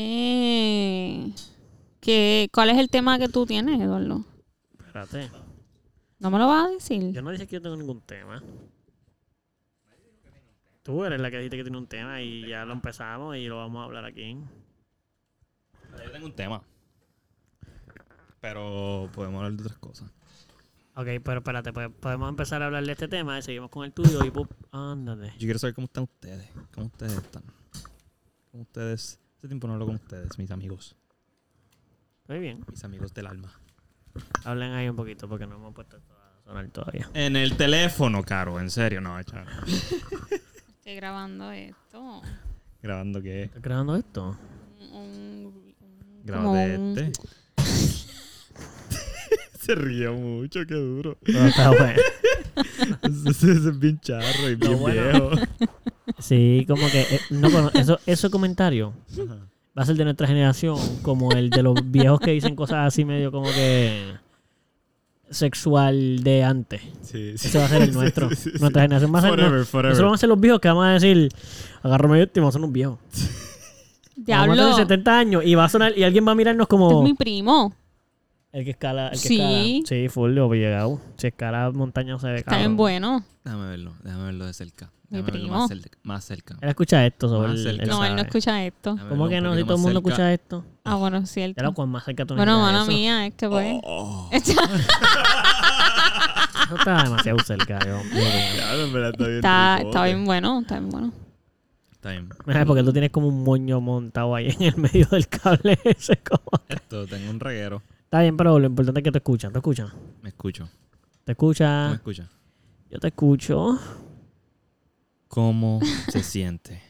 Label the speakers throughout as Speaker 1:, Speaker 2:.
Speaker 1: ¿Qué? ¿Qué? ¿Cuál es el tema que tú tienes, Eduardo?
Speaker 2: Espérate.
Speaker 1: ¿No me lo vas a decir?
Speaker 2: Yo no dije que yo tengo ningún tema. Tú eres la que dijiste que tiene un tema y ya lo empezamos y lo vamos a hablar aquí.
Speaker 3: Yo tengo un tema. Pero podemos hablar de otras cosas.
Speaker 2: Ok, pero espérate, pues podemos empezar a hablar de este tema y seguimos con el tuyo y pop, ándate.
Speaker 3: Yo quiero saber cómo están ustedes. ¿Cómo ustedes están? ¿Cómo ustedes? Hace tiempo no hablo con ustedes, mis amigos.
Speaker 2: Muy bien.
Speaker 3: Mis amigos del alma.
Speaker 2: Hablen ahí un poquito porque no hemos puesto esto a sonar todavía.
Speaker 3: En el teléfono, Caro. En serio, no, chaval.
Speaker 1: Estoy grabando esto.
Speaker 3: ¿Grabando qué?
Speaker 2: ¿Estás grabando esto?
Speaker 1: Un- un- un-
Speaker 3: Grabando
Speaker 1: como un-
Speaker 3: este. Se rió mucho, qué duro.
Speaker 2: No, está bueno.
Speaker 3: Ese es bien charro y bien
Speaker 2: bueno.
Speaker 3: viejo.
Speaker 2: Sí, como que eh, no cono- eso, ese comentario
Speaker 3: Ajá.
Speaker 2: va a ser de nuestra generación, como el de los viejos que dicen cosas así medio como que sexual de antes.
Speaker 3: Sí, sí.
Speaker 2: Ese va a ser el nuestro.
Speaker 3: Sí, sí, sí.
Speaker 2: Nuestra generación va a ser.
Speaker 3: Forever,
Speaker 2: no-
Speaker 3: forever.
Speaker 2: Nosotros vamos a ser los viejos que vamos a decir, agárrame esto y vamos a ser unos viejos.
Speaker 1: Diablo.
Speaker 2: Vamos a tener 70 años y va a sonar y alguien va a mirarnos
Speaker 1: Este es
Speaker 2: como
Speaker 1: mi primo.
Speaker 2: el que escala, el que
Speaker 1: Sí.
Speaker 2: escala. Sí, full o llegado. Si escala montaña se ve
Speaker 1: Está bien
Speaker 2: cabrón.
Speaker 1: bueno.
Speaker 3: Déjame verlo, déjame verlo de cerca.
Speaker 1: Mi
Speaker 3: Déjame verlo
Speaker 1: primo.
Speaker 3: más cerca. Más cerca.
Speaker 2: Él escucha esto sobre
Speaker 3: Más
Speaker 2: el-
Speaker 3: cerca.
Speaker 2: él
Speaker 1: No, él no
Speaker 2: sabe.
Speaker 1: escucha esto.
Speaker 3: Déjame verlo
Speaker 2: ¿Cómo
Speaker 3: un
Speaker 2: que no? Si
Speaker 3: poquito
Speaker 2: todo el
Speaker 3: más
Speaker 2: mundo
Speaker 3: cerca.
Speaker 2: escucha esto.
Speaker 1: Ah, bueno, es cierto.
Speaker 2: Ya lo cuán más cerca tú
Speaker 1: Bueno,
Speaker 2: necesitas
Speaker 1: mano
Speaker 2: eso.
Speaker 1: mía, es que pues.
Speaker 3: Oh,
Speaker 2: Eso está demasiado cerca, Dios mío.
Speaker 3: Claro, en verdad está bien.
Speaker 1: Está,
Speaker 3: rico,
Speaker 1: está
Speaker 3: ok.
Speaker 1: bien bueno, está bien bueno.
Speaker 3: Está bien.
Speaker 2: Mira, Porque tú tienes como un moño montado ahí en el medio del cable ese. Como...
Speaker 3: Esto, tengo un reguero.
Speaker 2: Está bien, pero lo importante es que te escuchan. ¿Te escuchan?
Speaker 3: Me escucho.
Speaker 2: ¿Te
Speaker 3: ¿Cómo me
Speaker 2: escuchas?
Speaker 3: escucha?
Speaker 2: Yo te escucho.
Speaker 3: ¿Cómo se siente?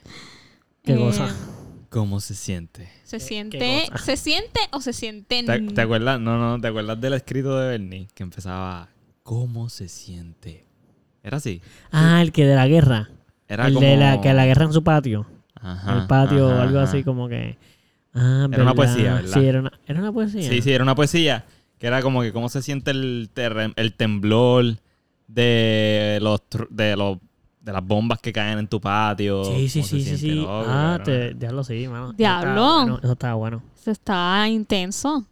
Speaker 2: ¿Qué
Speaker 1: Eh,
Speaker 2: cosa?
Speaker 3: ¿Cómo se siente?
Speaker 1: ¿Se siente,
Speaker 2: qué
Speaker 1: ¿Se siente o se sienten?
Speaker 3: ¿Te, te acuerdas? No, no, ¿te acuerdas del escrito de Bernie? Que empezaba, ¿cómo se siente? Era así.
Speaker 2: Ah, el que de la guerra.
Speaker 3: Era
Speaker 2: el
Speaker 3: como...
Speaker 2: de la que la guerra en su patio.
Speaker 3: Ajá,
Speaker 2: el patio o
Speaker 3: ajá,
Speaker 2: algo
Speaker 3: ajá.
Speaker 2: así como que. Ah,
Speaker 3: Era una poesía, ¿verdad?
Speaker 2: Sí, era una, era una poesía.
Speaker 3: Sí, sí, era una poesía que era como que cómo se siente el, terre- el temblor de los tru- de los de las bombas que caen en tu patio.
Speaker 2: Sí, sí,
Speaker 3: cómo se
Speaker 2: sí, sí,
Speaker 3: siente,
Speaker 2: sí.
Speaker 3: loco,
Speaker 2: Ah,
Speaker 3: cabrón.
Speaker 2: te, diablo, sí, mano. Eso
Speaker 1: Diablo.
Speaker 2: estaba bueno, Eso estaba bueno.
Speaker 1: Eso está intenso.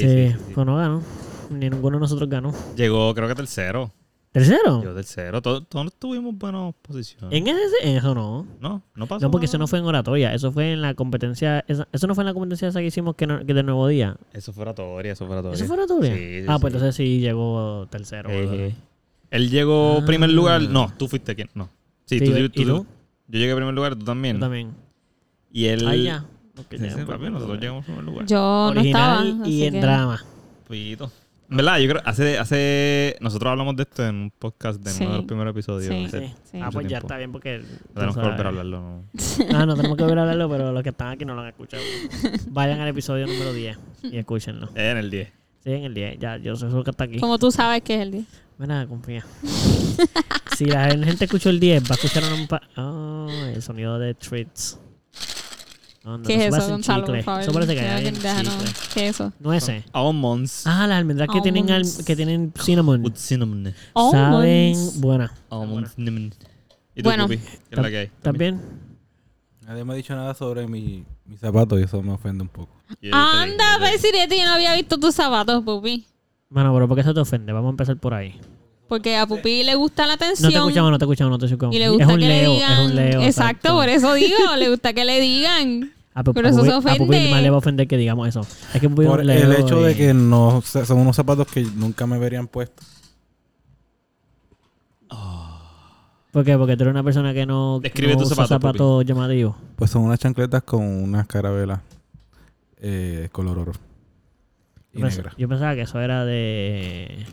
Speaker 2: Sí,
Speaker 3: sí, sí, sí.
Speaker 2: pues no ganó. Ni ninguno de nosotros ganó.
Speaker 3: Llegó, creo que tercero.
Speaker 2: ¿Tercero?
Speaker 3: Llegó tercero. Todos, todos tuvimos buenas posiciones.
Speaker 2: En ese, en eso no.
Speaker 3: No, no pasó.
Speaker 2: No, porque eso
Speaker 3: nada.
Speaker 2: no fue en oratoria, eso fue en la competencia, esa- eso no fue en la competencia esa que hicimos que, no- que del nuevo día.
Speaker 3: Eso fue oratoria, eso fue oratoria.
Speaker 2: ¿Eso fue oratoria?
Speaker 3: Sí, sí,
Speaker 2: ah, pues
Speaker 3: sí.
Speaker 2: entonces sí llegó tercero.
Speaker 3: Ey,
Speaker 2: boludo.
Speaker 3: ey. Él llegó
Speaker 2: Ah.
Speaker 3: primer lugar. No, tú fuiste quien. No. Sí,
Speaker 2: Sí,
Speaker 3: tú,
Speaker 2: ¿y
Speaker 3: tú-
Speaker 2: tú?
Speaker 3: tú- Yo llegué primer lugar, tú también.
Speaker 2: Yo también.
Speaker 3: Y él.
Speaker 2: Ah, ya. Ok,
Speaker 3: Sí,
Speaker 2: ya,
Speaker 3: sí,
Speaker 2: pues,
Speaker 3: papi, nosotros llegamos primer lugar.
Speaker 1: Yo
Speaker 2: Original
Speaker 1: no estaba.
Speaker 2: y
Speaker 1: así
Speaker 2: en
Speaker 1: que-
Speaker 2: drama.
Speaker 3: Pollito. En verdad, yo creo, hace, hace, nosotros hablamos de esto en un podcast de
Speaker 1: Sí.
Speaker 3: uno de los primeros episodios.
Speaker 1: Sí.
Speaker 3: hace-
Speaker 2: Sí.
Speaker 1: sí.
Speaker 2: Ah, pues ya
Speaker 3: tiempo.
Speaker 2: está bien porque... tú
Speaker 3: Tenemos que
Speaker 2: sabes.
Speaker 3: volver a hablarlo. ¿no?
Speaker 2: Ah, no tenemos que volver a hablarlo, pero los que están aquí no lo han escuchado. Vayan al episodio número 10 y escúchenlo.
Speaker 3: Eh, en el 10.
Speaker 2: Sí, en el 10, ya, yo sé eso que está aquí.
Speaker 1: Como tú sabes que es el día.
Speaker 2: Mira, confía. si la gente escuchó el 10, va a escuchar un pa- Ah, el sonido de treats. No, no,
Speaker 1: ¿Qué es eso,
Speaker 2: parece un
Speaker 1: Gonzalo?
Speaker 2: chicle.
Speaker 1: Por favor.
Speaker 2: Eso parece que
Speaker 1: Quiero
Speaker 2: hay en
Speaker 1: déjanos-
Speaker 2: chicle.
Speaker 1: ¿Qué es eso?
Speaker 2: Nueces.
Speaker 3: Almonds.
Speaker 2: Ah, las almendras que tienen, al-
Speaker 1: Almonds.
Speaker 2: que tienen cinnamon.
Speaker 3: With cinnamon.
Speaker 1: Oh,
Speaker 2: Saben,
Speaker 1: Almonds.
Speaker 2: buena.
Speaker 3: Almonds. cinnamon. ¿Y tú,
Speaker 1: Ah, Bueno.
Speaker 3: Pupi? ¿Qué es la que hay?
Speaker 2: ¿Estás bien?
Speaker 4: Nadie me ha dicho nada sobre mi, mis zapatos y eso me ofende un poco.
Speaker 3: Y yo te dije,
Speaker 1: Anda,
Speaker 3: yo te dije.
Speaker 1: Pesirete, yo no había visto tus zapatos, Pupi.
Speaker 2: Mano, pero ¿por qué eso te ofende? Vamos a empezar por ahí.
Speaker 1: Porque a Pupi le gusta la
Speaker 2: No
Speaker 1: atención.
Speaker 2: te escuchamos, no te escuchamos, no te escuchamos.
Speaker 1: Y le gusta
Speaker 2: es un
Speaker 1: que
Speaker 2: leo,
Speaker 1: le digan.
Speaker 2: es un leo.
Speaker 1: exacto, por eso digo, le gusta que le digan.
Speaker 2: A Pupi-
Speaker 1: Pero
Speaker 2: a
Speaker 1: eso se
Speaker 2: Pupi- a Pupi
Speaker 1: ofende.
Speaker 2: más le va a ofender que digamos eso. Es que Pupi es
Speaker 4: Por
Speaker 2: un leo
Speaker 4: el hecho
Speaker 2: y-
Speaker 4: de que no se- son unos zapatos que nunca me verían puestos.
Speaker 2: ¿Por qué? Porque tú eres una persona que no,
Speaker 3: Describe
Speaker 2: no
Speaker 3: tus
Speaker 2: usa
Speaker 3: zapatos, Pupi.
Speaker 2: zapatos llamativos.
Speaker 4: Pues son unas chancletas con unas carabelas eh, color oro. Y
Speaker 2: Yo, pens-
Speaker 4: negra.
Speaker 2: yo pensaba que eso era de.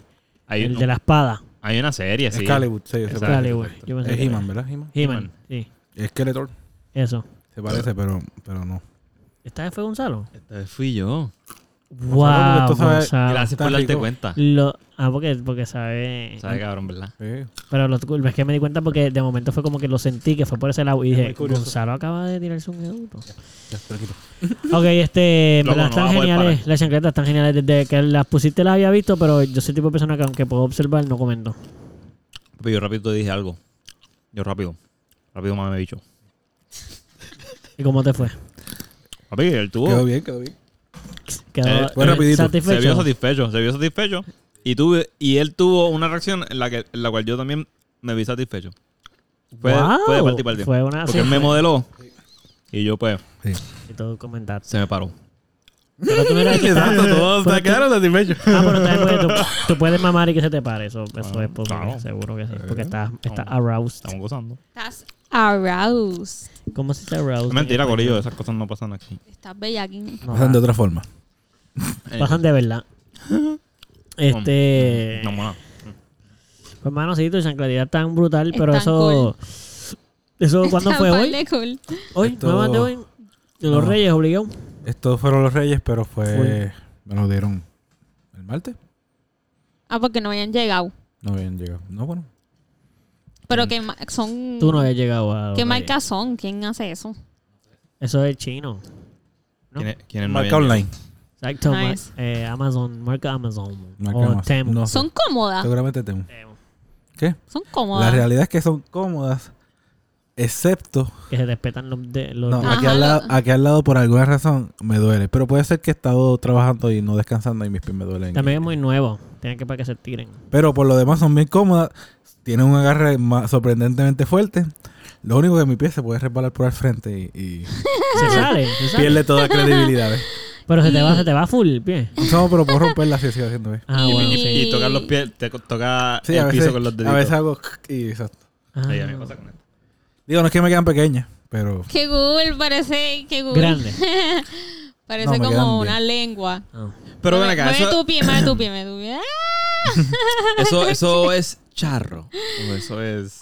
Speaker 3: Hay,
Speaker 2: el
Speaker 3: un-
Speaker 2: de la espada.
Speaker 3: hay una serie, sí.
Speaker 4: Excalibur, sí, se
Speaker 3: Exacto.
Speaker 4: parece.
Speaker 2: Excalibur. Yo pensé
Speaker 4: Es
Speaker 2: que era.
Speaker 4: He-Man, ¿verdad? He-Man.
Speaker 2: He-Man, sí.
Speaker 4: Y Skeletor.
Speaker 2: Eso.
Speaker 4: Se parece, pero, pero no.
Speaker 2: ¿Esta vez fue Gonzalo?
Speaker 3: Esta vez fui yo.
Speaker 2: ¡Wow!
Speaker 4: porque tú sabes-
Speaker 2: Gonzalo.
Speaker 3: Gracias
Speaker 4: está
Speaker 3: por darte
Speaker 4: rico.
Speaker 3: cuenta.
Speaker 2: Lo- ah, porque, porque sabe.
Speaker 3: Sabe, cabrón, ¿verdad?
Speaker 4: Sí.
Speaker 2: Pero lo cool es que me di cuenta porque de momento fue como que lo sentí, que fue por ese lado. Y dije,
Speaker 4: muy curioso.
Speaker 2: Gonzalo acaba de tirarse un adulto.
Speaker 4: Ya, tranquilo.
Speaker 2: Ok, este, en
Speaker 3: Loco,
Speaker 2: verdad
Speaker 3: no
Speaker 2: están
Speaker 3: va a poder
Speaker 2: geniales.
Speaker 3: parar.
Speaker 2: Las chancletas están geniales. Desde que las pusiste las había visto, pero yo soy el tipo de persona que aunque puedo observar, no comento.
Speaker 3: Pero yo rápido te dije algo. Yo rápido. Rápido, mami, bicho.
Speaker 2: ¿Y cómo te fue?
Speaker 3: Papi, él tuvo.
Speaker 4: Quedó bien, quedó bien.
Speaker 2: Quedó
Speaker 3: Eh,
Speaker 4: fue rapidito.
Speaker 3: se
Speaker 2: satisfecho.
Speaker 3: vio satisfecho, se vio satisfecho. Y, tuve, y él tuvo una reacción en la, que, en la cual yo también me vi satisfecho. Fue,
Speaker 2: Wow.
Speaker 3: fue de parte y parte.
Speaker 2: Fue una-
Speaker 3: Porque
Speaker 2: sí,
Speaker 3: él me
Speaker 2: fue-
Speaker 3: modeló. Y yo, pues,
Speaker 2: Y todo comentaste.
Speaker 3: se me paró.
Speaker 2: Pero tú no eras el que estaba-
Speaker 4: Exacto, todos
Speaker 2: Pero
Speaker 4: se
Speaker 2: tú-
Speaker 4: quedaron satisfechos.
Speaker 2: Ah, pero también puedes- tú, tú puedes mamar y que se te pare. Eso, eso es posible,
Speaker 3: claro.
Speaker 2: seguro que sí.
Speaker 4: Eh,
Speaker 2: Porque estás está
Speaker 3: estamos-
Speaker 2: aroused.
Speaker 3: Estamos gozando.
Speaker 1: Estás aroused.
Speaker 2: ¿Cómo se dice aroused? Este,
Speaker 3: Es
Speaker 2: en
Speaker 3: mentira,
Speaker 2: español?
Speaker 3: Corillo. Esas cosas no pasan aquí.
Speaker 1: Estás bellaquín.
Speaker 2: No,
Speaker 4: Pasan de otra forma.
Speaker 3: Eh,
Speaker 2: pasan de verdad. Este.
Speaker 3: No, mola.
Speaker 2: Pues, hermano, sí, tu chanclaridad es tan brutal,
Speaker 1: Es
Speaker 2: pero
Speaker 1: tan
Speaker 2: eso. ¿Eso cuándo
Speaker 1: Está
Speaker 2: fue
Speaker 1: par
Speaker 2: hoy?
Speaker 1: de cool.
Speaker 2: Hoy,
Speaker 4: Esto-
Speaker 2: no más de hoy. De los
Speaker 4: No.
Speaker 2: Reyes, obligado.
Speaker 4: Estos fueron los Reyes, pero fue. Me lo dieron el martes.
Speaker 1: Ah, porque no habían llegado.
Speaker 4: No habían llegado. No, bueno.
Speaker 1: Pero que ma- son...
Speaker 2: Mm. Tú no habías llegado a. los
Speaker 1: ¿Qué
Speaker 2: Reyes.
Speaker 1: marca son? ¿Quién hace eso?
Speaker 2: Eso es chino. ¿No?
Speaker 3: ¿Quiénes- quiénes no
Speaker 4: Marca
Speaker 3: habían
Speaker 4: online.
Speaker 2: Exacto. mar-
Speaker 1: Nice.
Speaker 2: eh, Amazon, marca Amazon.
Speaker 4: Marca
Speaker 2: o
Speaker 4: Amazon.
Speaker 2: Oh, Temu.
Speaker 4: No.
Speaker 1: Son cómodas.
Speaker 4: Seguramente tengo.
Speaker 2: Temu.
Speaker 4: ¿Qué?
Speaker 1: Son
Speaker 4: La
Speaker 1: cómodas.
Speaker 4: realidad es que son cómodas, excepto.
Speaker 2: Que se respetan los. De, los
Speaker 4: No, Ah.
Speaker 2: de-
Speaker 1: Ajá,
Speaker 4: aquí, al lado,
Speaker 1: lo-
Speaker 4: aquí al lado, por alguna razón, me duele. Pero puede ser que he estado trabajando y no descansando y mis pies me duelen.
Speaker 2: También es muy nuevo. Tienen que para que se tiren.
Speaker 4: Pero por lo demás, son bien cómodas. Tienen un agarre ma- sorprendentemente fuerte. Lo único que mi pie se puede resbalar por el frente y, y
Speaker 2: Se sale, se sale.
Speaker 4: pierde toda credibilidad. ¿eh?
Speaker 2: Pero se te va,
Speaker 1: Y-
Speaker 2: se te va full el pie.
Speaker 4: No, pero puedo romperla si sigo haciendo. ¿eh?
Speaker 2: Ah,
Speaker 1: Y-
Speaker 2: bueno,
Speaker 3: Y,
Speaker 2: sí.
Speaker 3: y tocar los pies, te co- toca
Speaker 4: Sí,
Speaker 3: el
Speaker 4: a veces,
Speaker 3: piso con los
Speaker 4: a
Speaker 3: deditos.
Speaker 4: veces hago y exacto.
Speaker 2: Ah,
Speaker 3: Sí, a mí me pasa con esto.
Speaker 4: Digo, no es que me quedan pequeñas, pero
Speaker 1: Que Google parece... Que Google
Speaker 2: grande.
Speaker 1: parece
Speaker 4: No, me quedan
Speaker 1: como
Speaker 4: bien.
Speaker 1: una lengua.
Speaker 2: Ah.
Speaker 3: Pero ven
Speaker 1: Mueve-
Speaker 3: acá,
Speaker 1: mueve
Speaker 3: eso,
Speaker 1: tu pie, mueve tu pie, mueve tu pie. ¡Ah,
Speaker 3: eso, eso es charro. O eso es.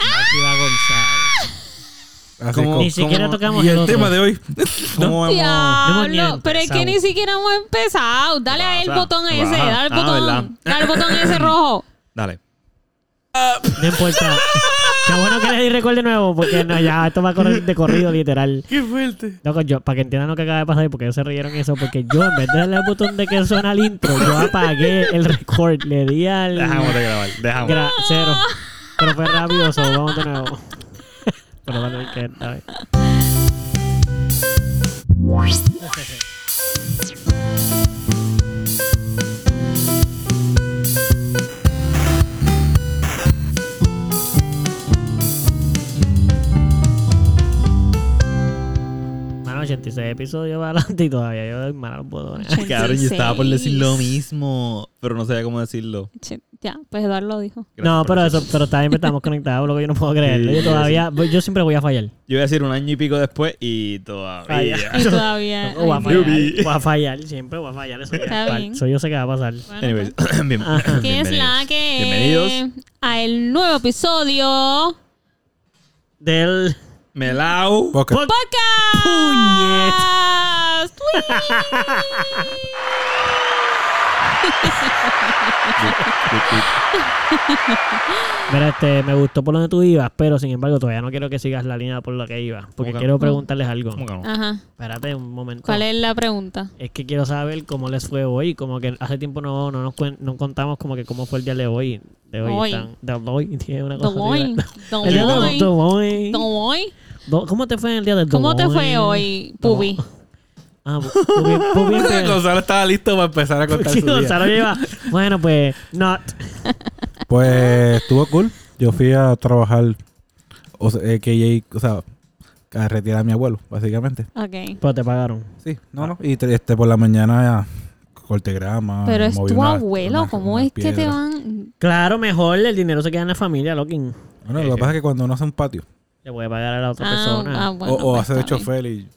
Speaker 4: así
Speaker 3: Como-
Speaker 4: co-
Speaker 2: Ni siquiera
Speaker 3: como-
Speaker 2: tocamos
Speaker 4: Y
Speaker 2: el
Speaker 4: el
Speaker 2: otro.
Speaker 4: tema de hoy,
Speaker 3: ¿Cómo hemos-
Speaker 2: no hemos ni
Speaker 1: Diablo, pero es que
Speaker 2: empezado.
Speaker 1: ni siquiera hemos empezado. Dale
Speaker 3: Baja,
Speaker 1: al botón
Speaker 3: baja.
Speaker 1: ese, dale al
Speaker 3: Ah,
Speaker 1: botón.
Speaker 3: ¿verdad?
Speaker 1: Dale al botón ese rojo.
Speaker 3: Dale.
Speaker 2: No importa. Qué bueno que le di record de nuevo, porque no, ya esto va a correr de corrido, literal.
Speaker 4: Qué fuerte.
Speaker 2: Loco, yo, para que entiendan lo que acaba de pasar y porque ellos se rieron y eso, porque yo en vez de darle al botón de que suena el intro, yo apagué el record, le di al
Speaker 1: Ah,
Speaker 3: Dejamos de grabar. Dejamos.
Speaker 2: gra- cero. Pero fue rápido, so, vamos de nuevo. Pero vale, que a ver. Mano, 86 episodios para adelante y todavía yo doy mal a los botones.
Speaker 3: Cabrón, yo estaba por decir lo
Speaker 1: 86.
Speaker 3: mismo, pero no sabía cómo decirlo.
Speaker 1: Che, Ya, pues Eduardo lo dijo.
Speaker 3: Gracias
Speaker 2: no,
Speaker 3: por
Speaker 2: pero
Speaker 3: eso.
Speaker 2: eso, pero también estamos conectados, lo que yo no puedo creerlo. Yo
Speaker 3: Sí,
Speaker 2: todavía, yo siempre voy a fallar.
Speaker 3: Yo iba a decir un año y pico después y todavía.
Speaker 1: Y todavía.
Speaker 2: O voy a
Speaker 1: Ah, ay,
Speaker 2: fallar,
Speaker 3: Yubi.
Speaker 2: voy a fallar, siempre voy a fallar. Eso, ya es
Speaker 1: Está
Speaker 2: par-
Speaker 1: bien.
Speaker 2: eso yo sé que va a pasar.
Speaker 1: bueno,
Speaker 3: Anyways, bien-
Speaker 2: Ajá.
Speaker 1: ¿Qué es la
Speaker 3: bienvenidos.
Speaker 1: que
Speaker 3: Bienvenidos.
Speaker 1: a el nuevo episodio
Speaker 2: Del
Speaker 3: Melau.
Speaker 4: Pocket.
Speaker 2: Poc-
Speaker 1: podcast. Uy.
Speaker 2: Mira, este, me gustó por donde tú ibas, pero sin embargo todavía no quiero que sigas la línea por la que ibas, porque
Speaker 3: ¿Cómo que-
Speaker 2: quiero preguntarles algo.
Speaker 3: ¿Cómo que no?
Speaker 1: Ajá.
Speaker 2: Espérate un momento.
Speaker 1: ¿Cuál es la pregunta?
Speaker 2: Es que quiero saber cómo les fue hoy, como que hace tiempo no, no nos cuen- no contamos como que cómo fue el día de hoy. De hoy.
Speaker 1: Hoy.
Speaker 2: Están, de hoy, tiene una cosa.
Speaker 1: Domoy.
Speaker 2: así, El día de
Speaker 1: Domoy.
Speaker 2: hoy.
Speaker 1: Domoy.
Speaker 2: Do- ¿Cómo te fue en el día del
Speaker 1: ¿Cómo te
Speaker 2: Domoy?
Speaker 1: fue hoy, Pubi?
Speaker 2: Ah, pu- pubi, pubi empe-
Speaker 4: Gonzalo estaba listo para empezar a contar
Speaker 2: pues Sí,
Speaker 4: su día.
Speaker 2: Gonzalo lleva. Bueno, pues, not.
Speaker 4: Pues estuvo cool. Yo fui a trabajar, o sea, eh, KJ, o sea, a retirar a mi abuelo, básicamente.
Speaker 1: Ok.
Speaker 2: Pero te pagaron.
Speaker 4: Sí, no, no. Y te- este, por la mañana ya, corté grama.
Speaker 1: Pero es
Speaker 4: Ah, moví
Speaker 1: tu
Speaker 4: una-
Speaker 1: abuelo,
Speaker 4: una-
Speaker 1: ¿cómo
Speaker 4: una
Speaker 1: es que te
Speaker 4: piedra.
Speaker 1: van? Ah,
Speaker 2: Claro, mejor el dinero se queda en la familia, Lokin.
Speaker 4: Bueno, lo que pasa es que cuando uno hace un patio,
Speaker 2: Le voy a pagar a la otra
Speaker 1: Ah,
Speaker 2: persona.
Speaker 1: ah, bueno,
Speaker 4: o, o
Speaker 1: pues
Speaker 4: hace de
Speaker 1: está bien.
Speaker 4: chofer y...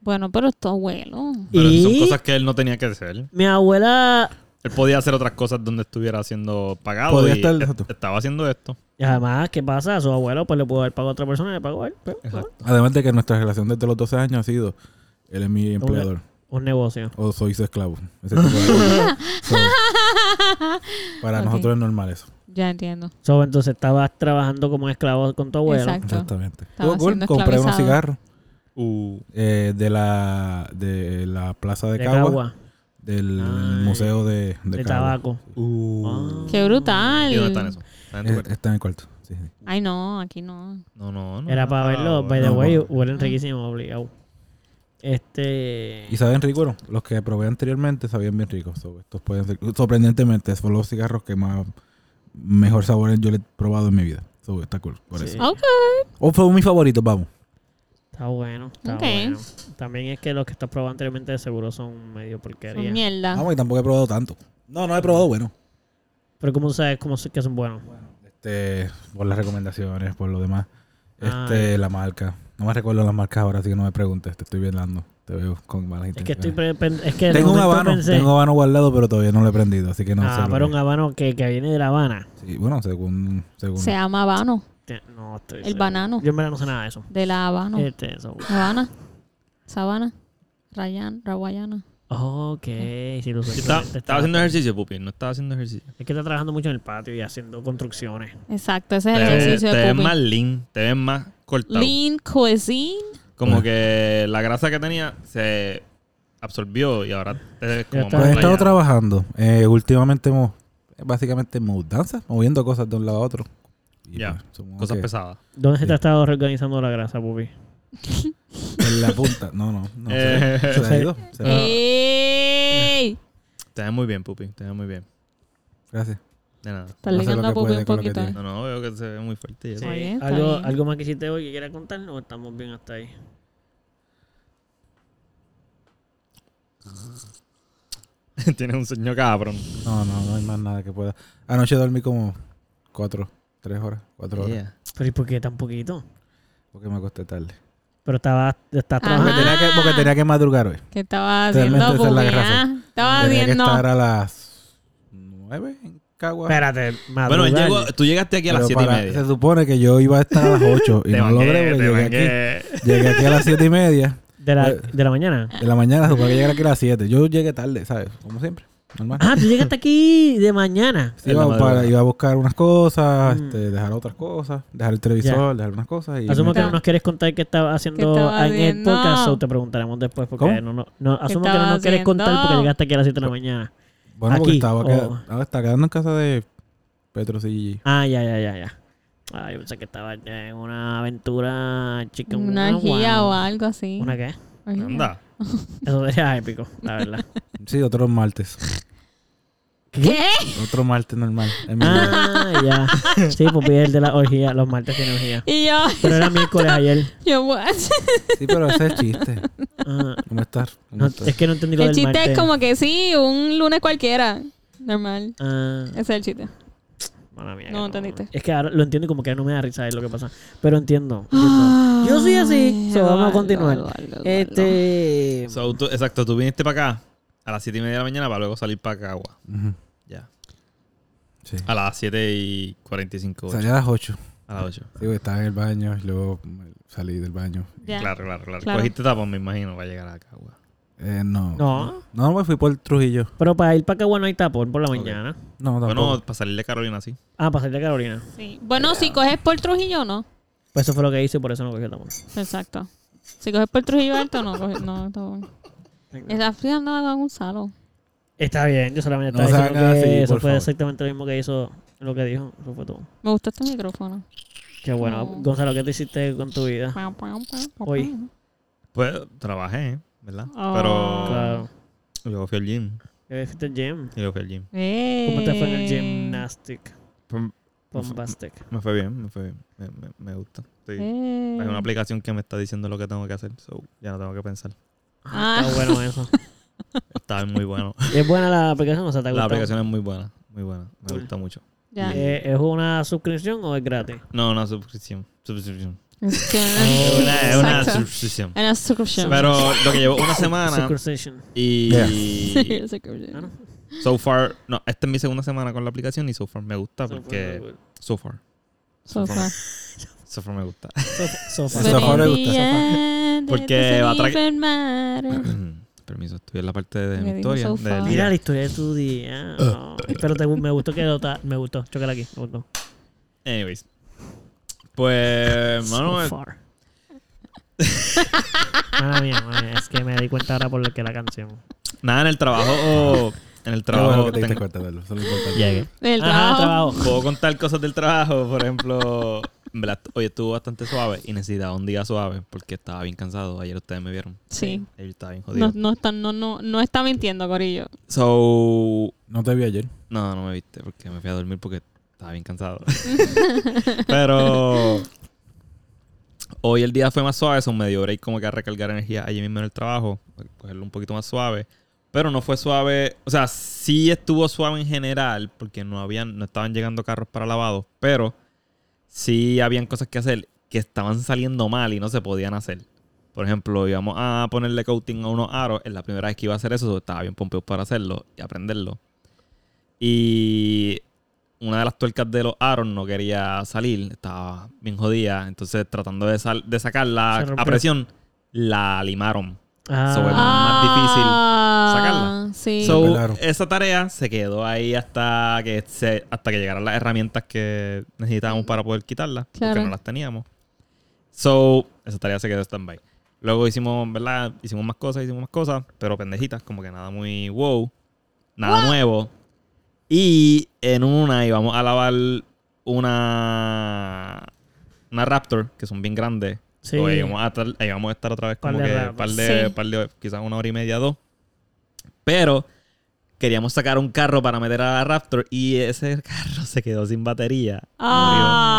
Speaker 1: Bueno, pero es tu abuelo.
Speaker 3: Pero esas son
Speaker 2: Y-
Speaker 3: cosas que él no tenía que hacer.
Speaker 2: Mi abuela
Speaker 3: Él podía hacer otras cosas donde estuviera siendo pagado.
Speaker 4: Podía
Speaker 3: y
Speaker 4: estar-
Speaker 3: est- estaba haciendo esto.
Speaker 2: Y además, ¿qué pasa? A su abuelo, pues le pudo haber pagado a otra persona y le pagó a él. pues, Pero,
Speaker 3: Exacto.
Speaker 4: Además de que nuestra relación desde los 12 años ha sido, él es mi
Speaker 2: Hombre.
Speaker 4: empleador,
Speaker 2: un negocio.
Speaker 4: o soy su esclavo. Ese tipo de cosas. So, para
Speaker 1: Ok.
Speaker 4: nosotros es normal eso.
Speaker 1: Ya entiendo.
Speaker 2: So, entonces estabas trabajando como esclavo con tu abuelo.
Speaker 1: Exacto.
Speaker 4: Exactamente.
Speaker 1: Estaba
Speaker 4: Estuvo cool,
Speaker 1: siendo
Speaker 4: compré unos
Speaker 1: esclavizado.
Speaker 4: cigarros.
Speaker 3: Uh,
Speaker 4: eh, de la de la plaza de,
Speaker 2: De
Speaker 4: Cagua,
Speaker 2: Cagua,
Speaker 4: del
Speaker 2: Ay.
Speaker 4: museo de, de,
Speaker 2: de,
Speaker 4: Cagua.
Speaker 2: tabaco.
Speaker 3: uh.
Speaker 4: Mm,
Speaker 1: Qué brutal.
Speaker 3: ¿Y dónde están eso? ¿Están en tu
Speaker 4: Eh,
Speaker 3: cuarto?
Speaker 4: está en el cuarto sí, sí.
Speaker 1: Ay, no, aquí no.
Speaker 3: No, no, no.
Speaker 2: Era para verlo, by the
Speaker 4: no,
Speaker 2: way,
Speaker 1: Ah.
Speaker 4: no.
Speaker 2: huelen riquísimo, obligado. Este.
Speaker 4: Y saben rico, bueno, los que probé anteriormente sabían bien ricos. So, estos pueden ser, sorprendentemente, son los cigarros que más mejor sabor yo le he probado en mi vida. So, está cool, por
Speaker 2: Sí.
Speaker 4: eso.
Speaker 1: Ok.
Speaker 4: O fue mi favorito, vamos.
Speaker 2: Está bueno, está
Speaker 1: Ok.
Speaker 2: bueno. También es que los que estás probando anteriormente de seguro son medio porquería.
Speaker 1: Son pues mierda.
Speaker 4: Vamos, y tampoco he probado tanto. No, no he probado bueno.
Speaker 2: Pero como sabes cómo sé que son buenos.
Speaker 4: Este, por las recomendaciones, por lo demás.
Speaker 2: Ah,
Speaker 4: Este, la marca. No me recuerdo las marcas ahora, así que no me preguntes. Te estoy violando. Te veo con malas
Speaker 2: es que
Speaker 4: intenciones.
Speaker 2: estoy pre- pen- es que de
Speaker 4: tengo un
Speaker 2: momento
Speaker 4: habano,
Speaker 2: pensé-
Speaker 4: tengo habano guardado, pero todavía no lo he prendido, así que no sé.
Speaker 2: ah,
Speaker 4: lo
Speaker 2: pero
Speaker 4: que-
Speaker 2: un habano que, que viene de La Habana.
Speaker 4: Sí, bueno, según, según.
Speaker 1: Se llama Habano.
Speaker 2: Te- No, estoy
Speaker 1: El
Speaker 2: seguro.
Speaker 1: banano.
Speaker 2: Yo en verdad no sé nada de eso.
Speaker 1: De la Habano.
Speaker 2: Este, eso.
Speaker 1: Habana. Sabana. Rayan. Rawayana.
Speaker 2: Ok, sí, lo sé.
Speaker 3: Estaba,
Speaker 2: Te
Speaker 3: estaba haciendo ejercicio, Pupi. No estaba haciendo ejercicio.
Speaker 2: Es que está trabajando mucho en el patio y haciendo construcciones.
Speaker 1: Exacto. Ese es
Speaker 3: Te,
Speaker 1: el
Speaker 3: ves-
Speaker 1: ejercicio
Speaker 3: te
Speaker 1: de
Speaker 3: ves
Speaker 1: Pupi.
Speaker 3: más lean. Te ves más cortado.
Speaker 1: Lean cuisine.
Speaker 3: Como que la grasa que tenía se absorbió y ahora te ves como
Speaker 2: está.
Speaker 4: Pues he
Speaker 3: más
Speaker 4: estado
Speaker 3: rayado.
Speaker 4: trabajando. Eh, últimamente hemos, básicamente en mudanza, moviendo cosas de un lado a otro. Y,
Speaker 3: Ya,
Speaker 4: pues, supongo
Speaker 3: Cosas
Speaker 4: que
Speaker 3: pesadas.
Speaker 2: ¿Dónde se te
Speaker 4: Sí.
Speaker 2: ha estado reorganizando la grasa, Pupi?
Speaker 4: En la punta. No, no. no
Speaker 3: Eh,
Speaker 4: se, se le ha ido. Se le ha ido.
Speaker 1: Eh. ¡Ey!
Speaker 3: Te ves muy bien, Pupi. Te ves muy bien.
Speaker 4: Gracias.
Speaker 3: De nada.
Speaker 1: Está
Speaker 4: No sé
Speaker 1: ligando
Speaker 4: lo
Speaker 1: a
Speaker 4: que
Speaker 1: Pupi
Speaker 4: puede
Speaker 1: un
Speaker 4: con lo que
Speaker 1: poquito.
Speaker 4: tiene.
Speaker 3: No, no, veo que se ve muy fuerte. y eso.
Speaker 1: Sí. bien, está
Speaker 2: ¿Algo,
Speaker 1: bien.
Speaker 2: ¿Algo más que hiciste hoy que quieras contar o estamos bien hasta ahí?
Speaker 3: Tienes un sueño cabrón.
Speaker 4: No, no, no hay más nada que pueda. Anoche dormí como cuatro, tres horas, cuatro horas.
Speaker 3: Yeah.
Speaker 2: Pero ¿y por qué tan poquito?
Speaker 4: Porque me acosté tarde.
Speaker 2: Pero estabas, estás
Speaker 1: Ajá.
Speaker 4: Porque
Speaker 2: trabajando.
Speaker 4: tenía, que, porque tenía que madrugar hoy.
Speaker 1: ¿Qué estaba
Speaker 4: Realmente
Speaker 1: haciendo,
Speaker 4: esa es la
Speaker 1: Pupi?
Speaker 4: grasa.
Speaker 1: ah? Estaba
Speaker 4: tenía que
Speaker 1: haciendo.
Speaker 4: estar a las nueve en Cagua.
Speaker 2: Espérate,
Speaker 3: Ah, Bueno, él
Speaker 2: madrugar.
Speaker 3: llegó- tú llegaste aquí a las
Speaker 4: Pero
Speaker 3: 7 y
Speaker 4: para-
Speaker 3: media.
Speaker 4: Se supone que yo iba a estar a las ocho y
Speaker 3: Te
Speaker 4: no logré
Speaker 3: mangué, te
Speaker 4: porque llegué aquí.
Speaker 3: mangué.
Speaker 4: Llegué aquí a las siete y media.
Speaker 2: de, la, de la mañana.
Speaker 4: De la mañana, supongo que llegar aquí a las 7. Yo llegué tarde, ¿sabes? Como siempre, normal.
Speaker 2: Ah, tú llegaste aquí de mañana.
Speaker 4: Sí, iba,
Speaker 3: En la madrugada.
Speaker 4: para- iba a buscar unas cosas,
Speaker 2: Mm.
Speaker 4: este, dejar otras cosas, dejar el televisor, dejar unas cosas. Y
Speaker 2: Asumo que
Speaker 4: me-
Speaker 2: no nos quieres contar qué estabas haciendo
Speaker 1: ¿Qué estaba
Speaker 2: en el
Speaker 1: haciendo?
Speaker 2: podcast o te preguntaremos después porque
Speaker 4: ¿Cómo?
Speaker 2: no, no, no, asumo que
Speaker 1: estabas
Speaker 2: no nos quieres contar
Speaker 1: haciendo?
Speaker 2: porque llegaste aquí a las 7 de la mañana.
Speaker 4: Bueno, porque
Speaker 2: aquí,
Speaker 4: estaba,
Speaker 2: o-
Speaker 4: queda- ah, estaba quedando en casa de Petro Gigi.
Speaker 2: Ah, ya, ya, ya, ya. Ah, yo pensé que estaba en una aventura chica.
Speaker 1: Una orgía o algo así.
Speaker 2: ¿Una qué?
Speaker 1: Orgía.
Speaker 3: Anda.
Speaker 2: Eso sería épico, la verdad.
Speaker 4: Sí, otro martes.
Speaker 1: ¿Qué?
Speaker 4: Otro martes normal. en mi vida.
Speaker 2: ah, ya. Sí, pues es el de la orgía. Los martes tiene orgía.
Speaker 1: Y yo,
Speaker 2: Pero era miércoles ayer.
Speaker 1: yo what?
Speaker 4: Sí, pero ese es el chiste.
Speaker 2: Ah,
Speaker 4: ¿Cómo estás? ¿Cómo
Speaker 2: no,
Speaker 4: estás?
Speaker 2: es que no entendí lo
Speaker 1: El
Speaker 2: del
Speaker 1: chiste
Speaker 2: martes.
Speaker 1: es como que sí, un lunes cualquiera. Normal.
Speaker 2: Ah,
Speaker 1: Ese es el chiste.
Speaker 2: mala mía, que
Speaker 1: No entendiste.
Speaker 2: Es que ahora lo entiendo y como que no me da risa es lo que pasa. Pero entiendo. entiendo. Yo soy así.
Speaker 1: Ay,
Speaker 2: So, vamos a
Speaker 1: Eduardo,
Speaker 2: continuar.
Speaker 1: Eduardo, Eduardo.
Speaker 2: Este.
Speaker 3: So, tú- exacto, tú viniste para acá a las 7 y media de la mañana para luego salir para Cagua.
Speaker 4: Ujú,
Speaker 3: Ya.
Speaker 4: sí.
Speaker 3: A las 7 y 45. ocho.
Speaker 4: Salí a las 8.
Speaker 3: A las 8.
Speaker 4: Sí, porque estaba en el baño y luego me- salí del baño.
Speaker 1: Ya.
Speaker 3: Claro, claro, claro,
Speaker 1: Claro.
Speaker 3: Cogiste tapón, me imagino, para llegar a Cagua.
Speaker 4: Eh, no.
Speaker 2: No.
Speaker 4: No, me fui por Trujillo.
Speaker 2: Pero para ir para Cagua no hay tapón por la mañana.
Speaker 4: No, tampoco.
Speaker 3: Bueno, para salir de Carolina, sí.
Speaker 2: Ah, para salir de Carolina.
Speaker 1: Sí. Bueno, si coges por Trujillo, no.
Speaker 2: Pues eso fue lo que hice y por eso no cogí el tapón.
Speaker 1: Exacto. Si coges por Trujillo Alto, no coges. No, no. Estás friando a Gonzalo.
Speaker 2: Está bien, yo solamente
Speaker 4: No
Speaker 2: estaba
Speaker 4: se
Speaker 2: diciendo
Speaker 4: hagan
Speaker 2: que
Speaker 4: así,
Speaker 2: eso
Speaker 4: por
Speaker 2: fue
Speaker 4: favor.
Speaker 2: exactamente lo mismo que hizo lo que dijo. Eso fue todo.
Speaker 1: Me gusta este micrófono.
Speaker 2: Qué bueno.
Speaker 1: No.
Speaker 2: Gonzalo, ¿qué te hiciste con tu vida?
Speaker 1: Pam, pam, pam, pam,
Speaker 2: Hoy.
Speaker 1: pam.
Speaker 3: Pues trabajé, ¿eh? ¿verdad?
Speaker 1: Ah.
Speaker 3: Pero
Speaker 2: Claro.
Speaker 3: luego fui al gym.
Speaker 2: ¿Qué hiciste el gym?
Speaker 3: Y luego fui al gym.
Speaker 2: ¿Cómo te fue en el
Speaker 1: Eh.
Speaker 2: gymnastic?
Speaker 3: Pues,
Speaker 2: Bombastic.
Speaker 3: me fue bien, me fue bien. Me, me- me gusta. Estoy-
Speaker 1: Eh.
Speaker 3: Hay una aplicación que me está diciendo lo que tengo que hacer, so ya no tengo que pensar.
Speaker 1: Ah.
Speaker 2: Está bueno eso.
Speaker 3: Está muy bueno.
Speaker 2: ¿Es buena la aplicación o sea, te ha
Speaker 3: La
Speaker 2: gustado?
Speaker 3: aplicación es muy buena, muy buena. Me
Speaker 2: Cool.
Speaker 3: gusta mucho.
Speaker 1: Ya.
Speaker 2: Eh, ¿Es una suscripción o es gratis?
Speaker 3: No, una suscripción. Suscripción.
Speaker 1: Es que-
Speaker 3: Es Ah, una, es
Speaker 1: Eh,
Speaker 3: una
Speaker 1: Exacto.
Speaker 3: suscripción.
Speaker 1: Una subscription.
Speaker 3: Pero lo que llevo una semana
Speaker 2: Subscription.
Speaker 3: y
Speaker 1: Sí, una
Speaker 2: Ah,
Speaker 1: subscription.
Speaker 3: so far, no, esta es mi segunda semana con la aplicación y so far me gusta porque so far,
Speaker 1: So far.
Speaker 3: so far me gusta.
Speaker 2: Sofá.
Speaker 4: Pero- Sofá.
Speaker 1: But
Speaker 4: le
Speaker 1: in
Speaker 4: gusta,
Speaker 1: the end, it
Speaker 3: Porque
Speaker 1: doesn't
Speaker 3: va a tra-
Speaker 1: even matter.
Speaker 3: Mm, Permiso, estoy en la parte de
Speaker 1: Le
Speaker 3: mi
Speaker 1: dimos
Speaker 3: historia.
Speaker 1: so
Speaker 3: del
Speaker 1: far.
Speaker 2: Mira
Speaker 3: día.
Speaker 2: la historia de tu día.
Speaker 3: Ah.
Speaker 2: No. Pero te- me gustó que lo ta- me gustó. Chócala aquí. Me gustó.
Speaker 3: Anyways. Pues,
Speaker 2: So
Speaker 3: mano,
Speaker 2: far. Mala mía, mala mía. Es que me di cuenta ahora por lo que la canción.
Speaker 3: nada en el trabajo, en el
Speaker 4: Qué bueno
Speaker 3: trabajo
Speaker 4: que te diste
Speaker 3: tengo-
Speaker 4: cuenta de eso. es lo importante.
Speaker 2: Llegué.
Speaker 1: Del
Speaker 2: Ajá,
Speaker 1: trabajo.
Speaker 2: trabajo.
Speaker 3: Puedo contar cosas del trabajo, por ejemplo, en verdad, hoy estuvo bastante suave y necesitaba un día suave porque estaba bien cansado. Ayer ustedes me vieron.
Speaker 1: Sí.
Speaker 3: Ayer estaba bien jodido.
Speaker 1: No, no, está, no, no, no está mintiendo, Corillo.
Speaker 3: So,
Speaker 4: No te vi ayer.
Speaker 3: no, no me viste porque me fui a dormir porque estaba bien cansado. Pero hoy el día fue más suave, so me dio break como que a recargar energía allí mismo en el trabajo, cogerlo un poquito más suave. Pero no fue suave, o sea, sí estuvo suave en general porque no habían, no estaban llegando carros para lavados, pero sí habían cosas que hacer que estaban saliendo mal y no se podían hacer. Por ejemplo, íbamos a ponerle coating a unos aros. Es la primera vez que iba a hacer eso, so estaba bien pompeo para hacerlo y aprenderlo. Y una de las tuercas de los aros no quería salir, estaba bien jodida. Entonces, tratando de, sal- de
Speaker 2: Se
Speaker 3: sacarla
Speaker 2: rompió.
Speaker 3: a presión, la limaron.
Speaker 2: Ah,
Speaker 3: So, bueno. más difícil sacarla.
Speaker 1: Sí.
Speaker 3: So,
Speaker 4: Claro.
Speaker 3: esa tarea se quedó ahí hasta que se- hasta que llegaran las herramientas que necesitábamos para poder quitarlas,
Speaker 1: Claro.
Speaker 3: porque no las teníamos. So, esa tarea se quedó en stand-by. Luego hicimos, ¿verdad? Hicimos más cosas, hicimos más cosas, pero pendejitas, como que nada muy wow, nada nuevo. Y en una íbamos a lavar una una Raptor, que son bien grandes.
Speaker 2: Sí.
Speaker 3: So, Pues ahí vamos a, estar- ahí vamos a estar otra vez
Speaker 2: Par
Speaker 3: como
Speaker 2: de
Speaker 3: que
Speaker 2: ratos.
Speaker 3: par de,
Speaker 1: Sí.
Speaker 3: par de- quizás una hora y media, dos. Pero queríamos sacar un carro para meter a la Raptor y ese carro se quedó sin batería.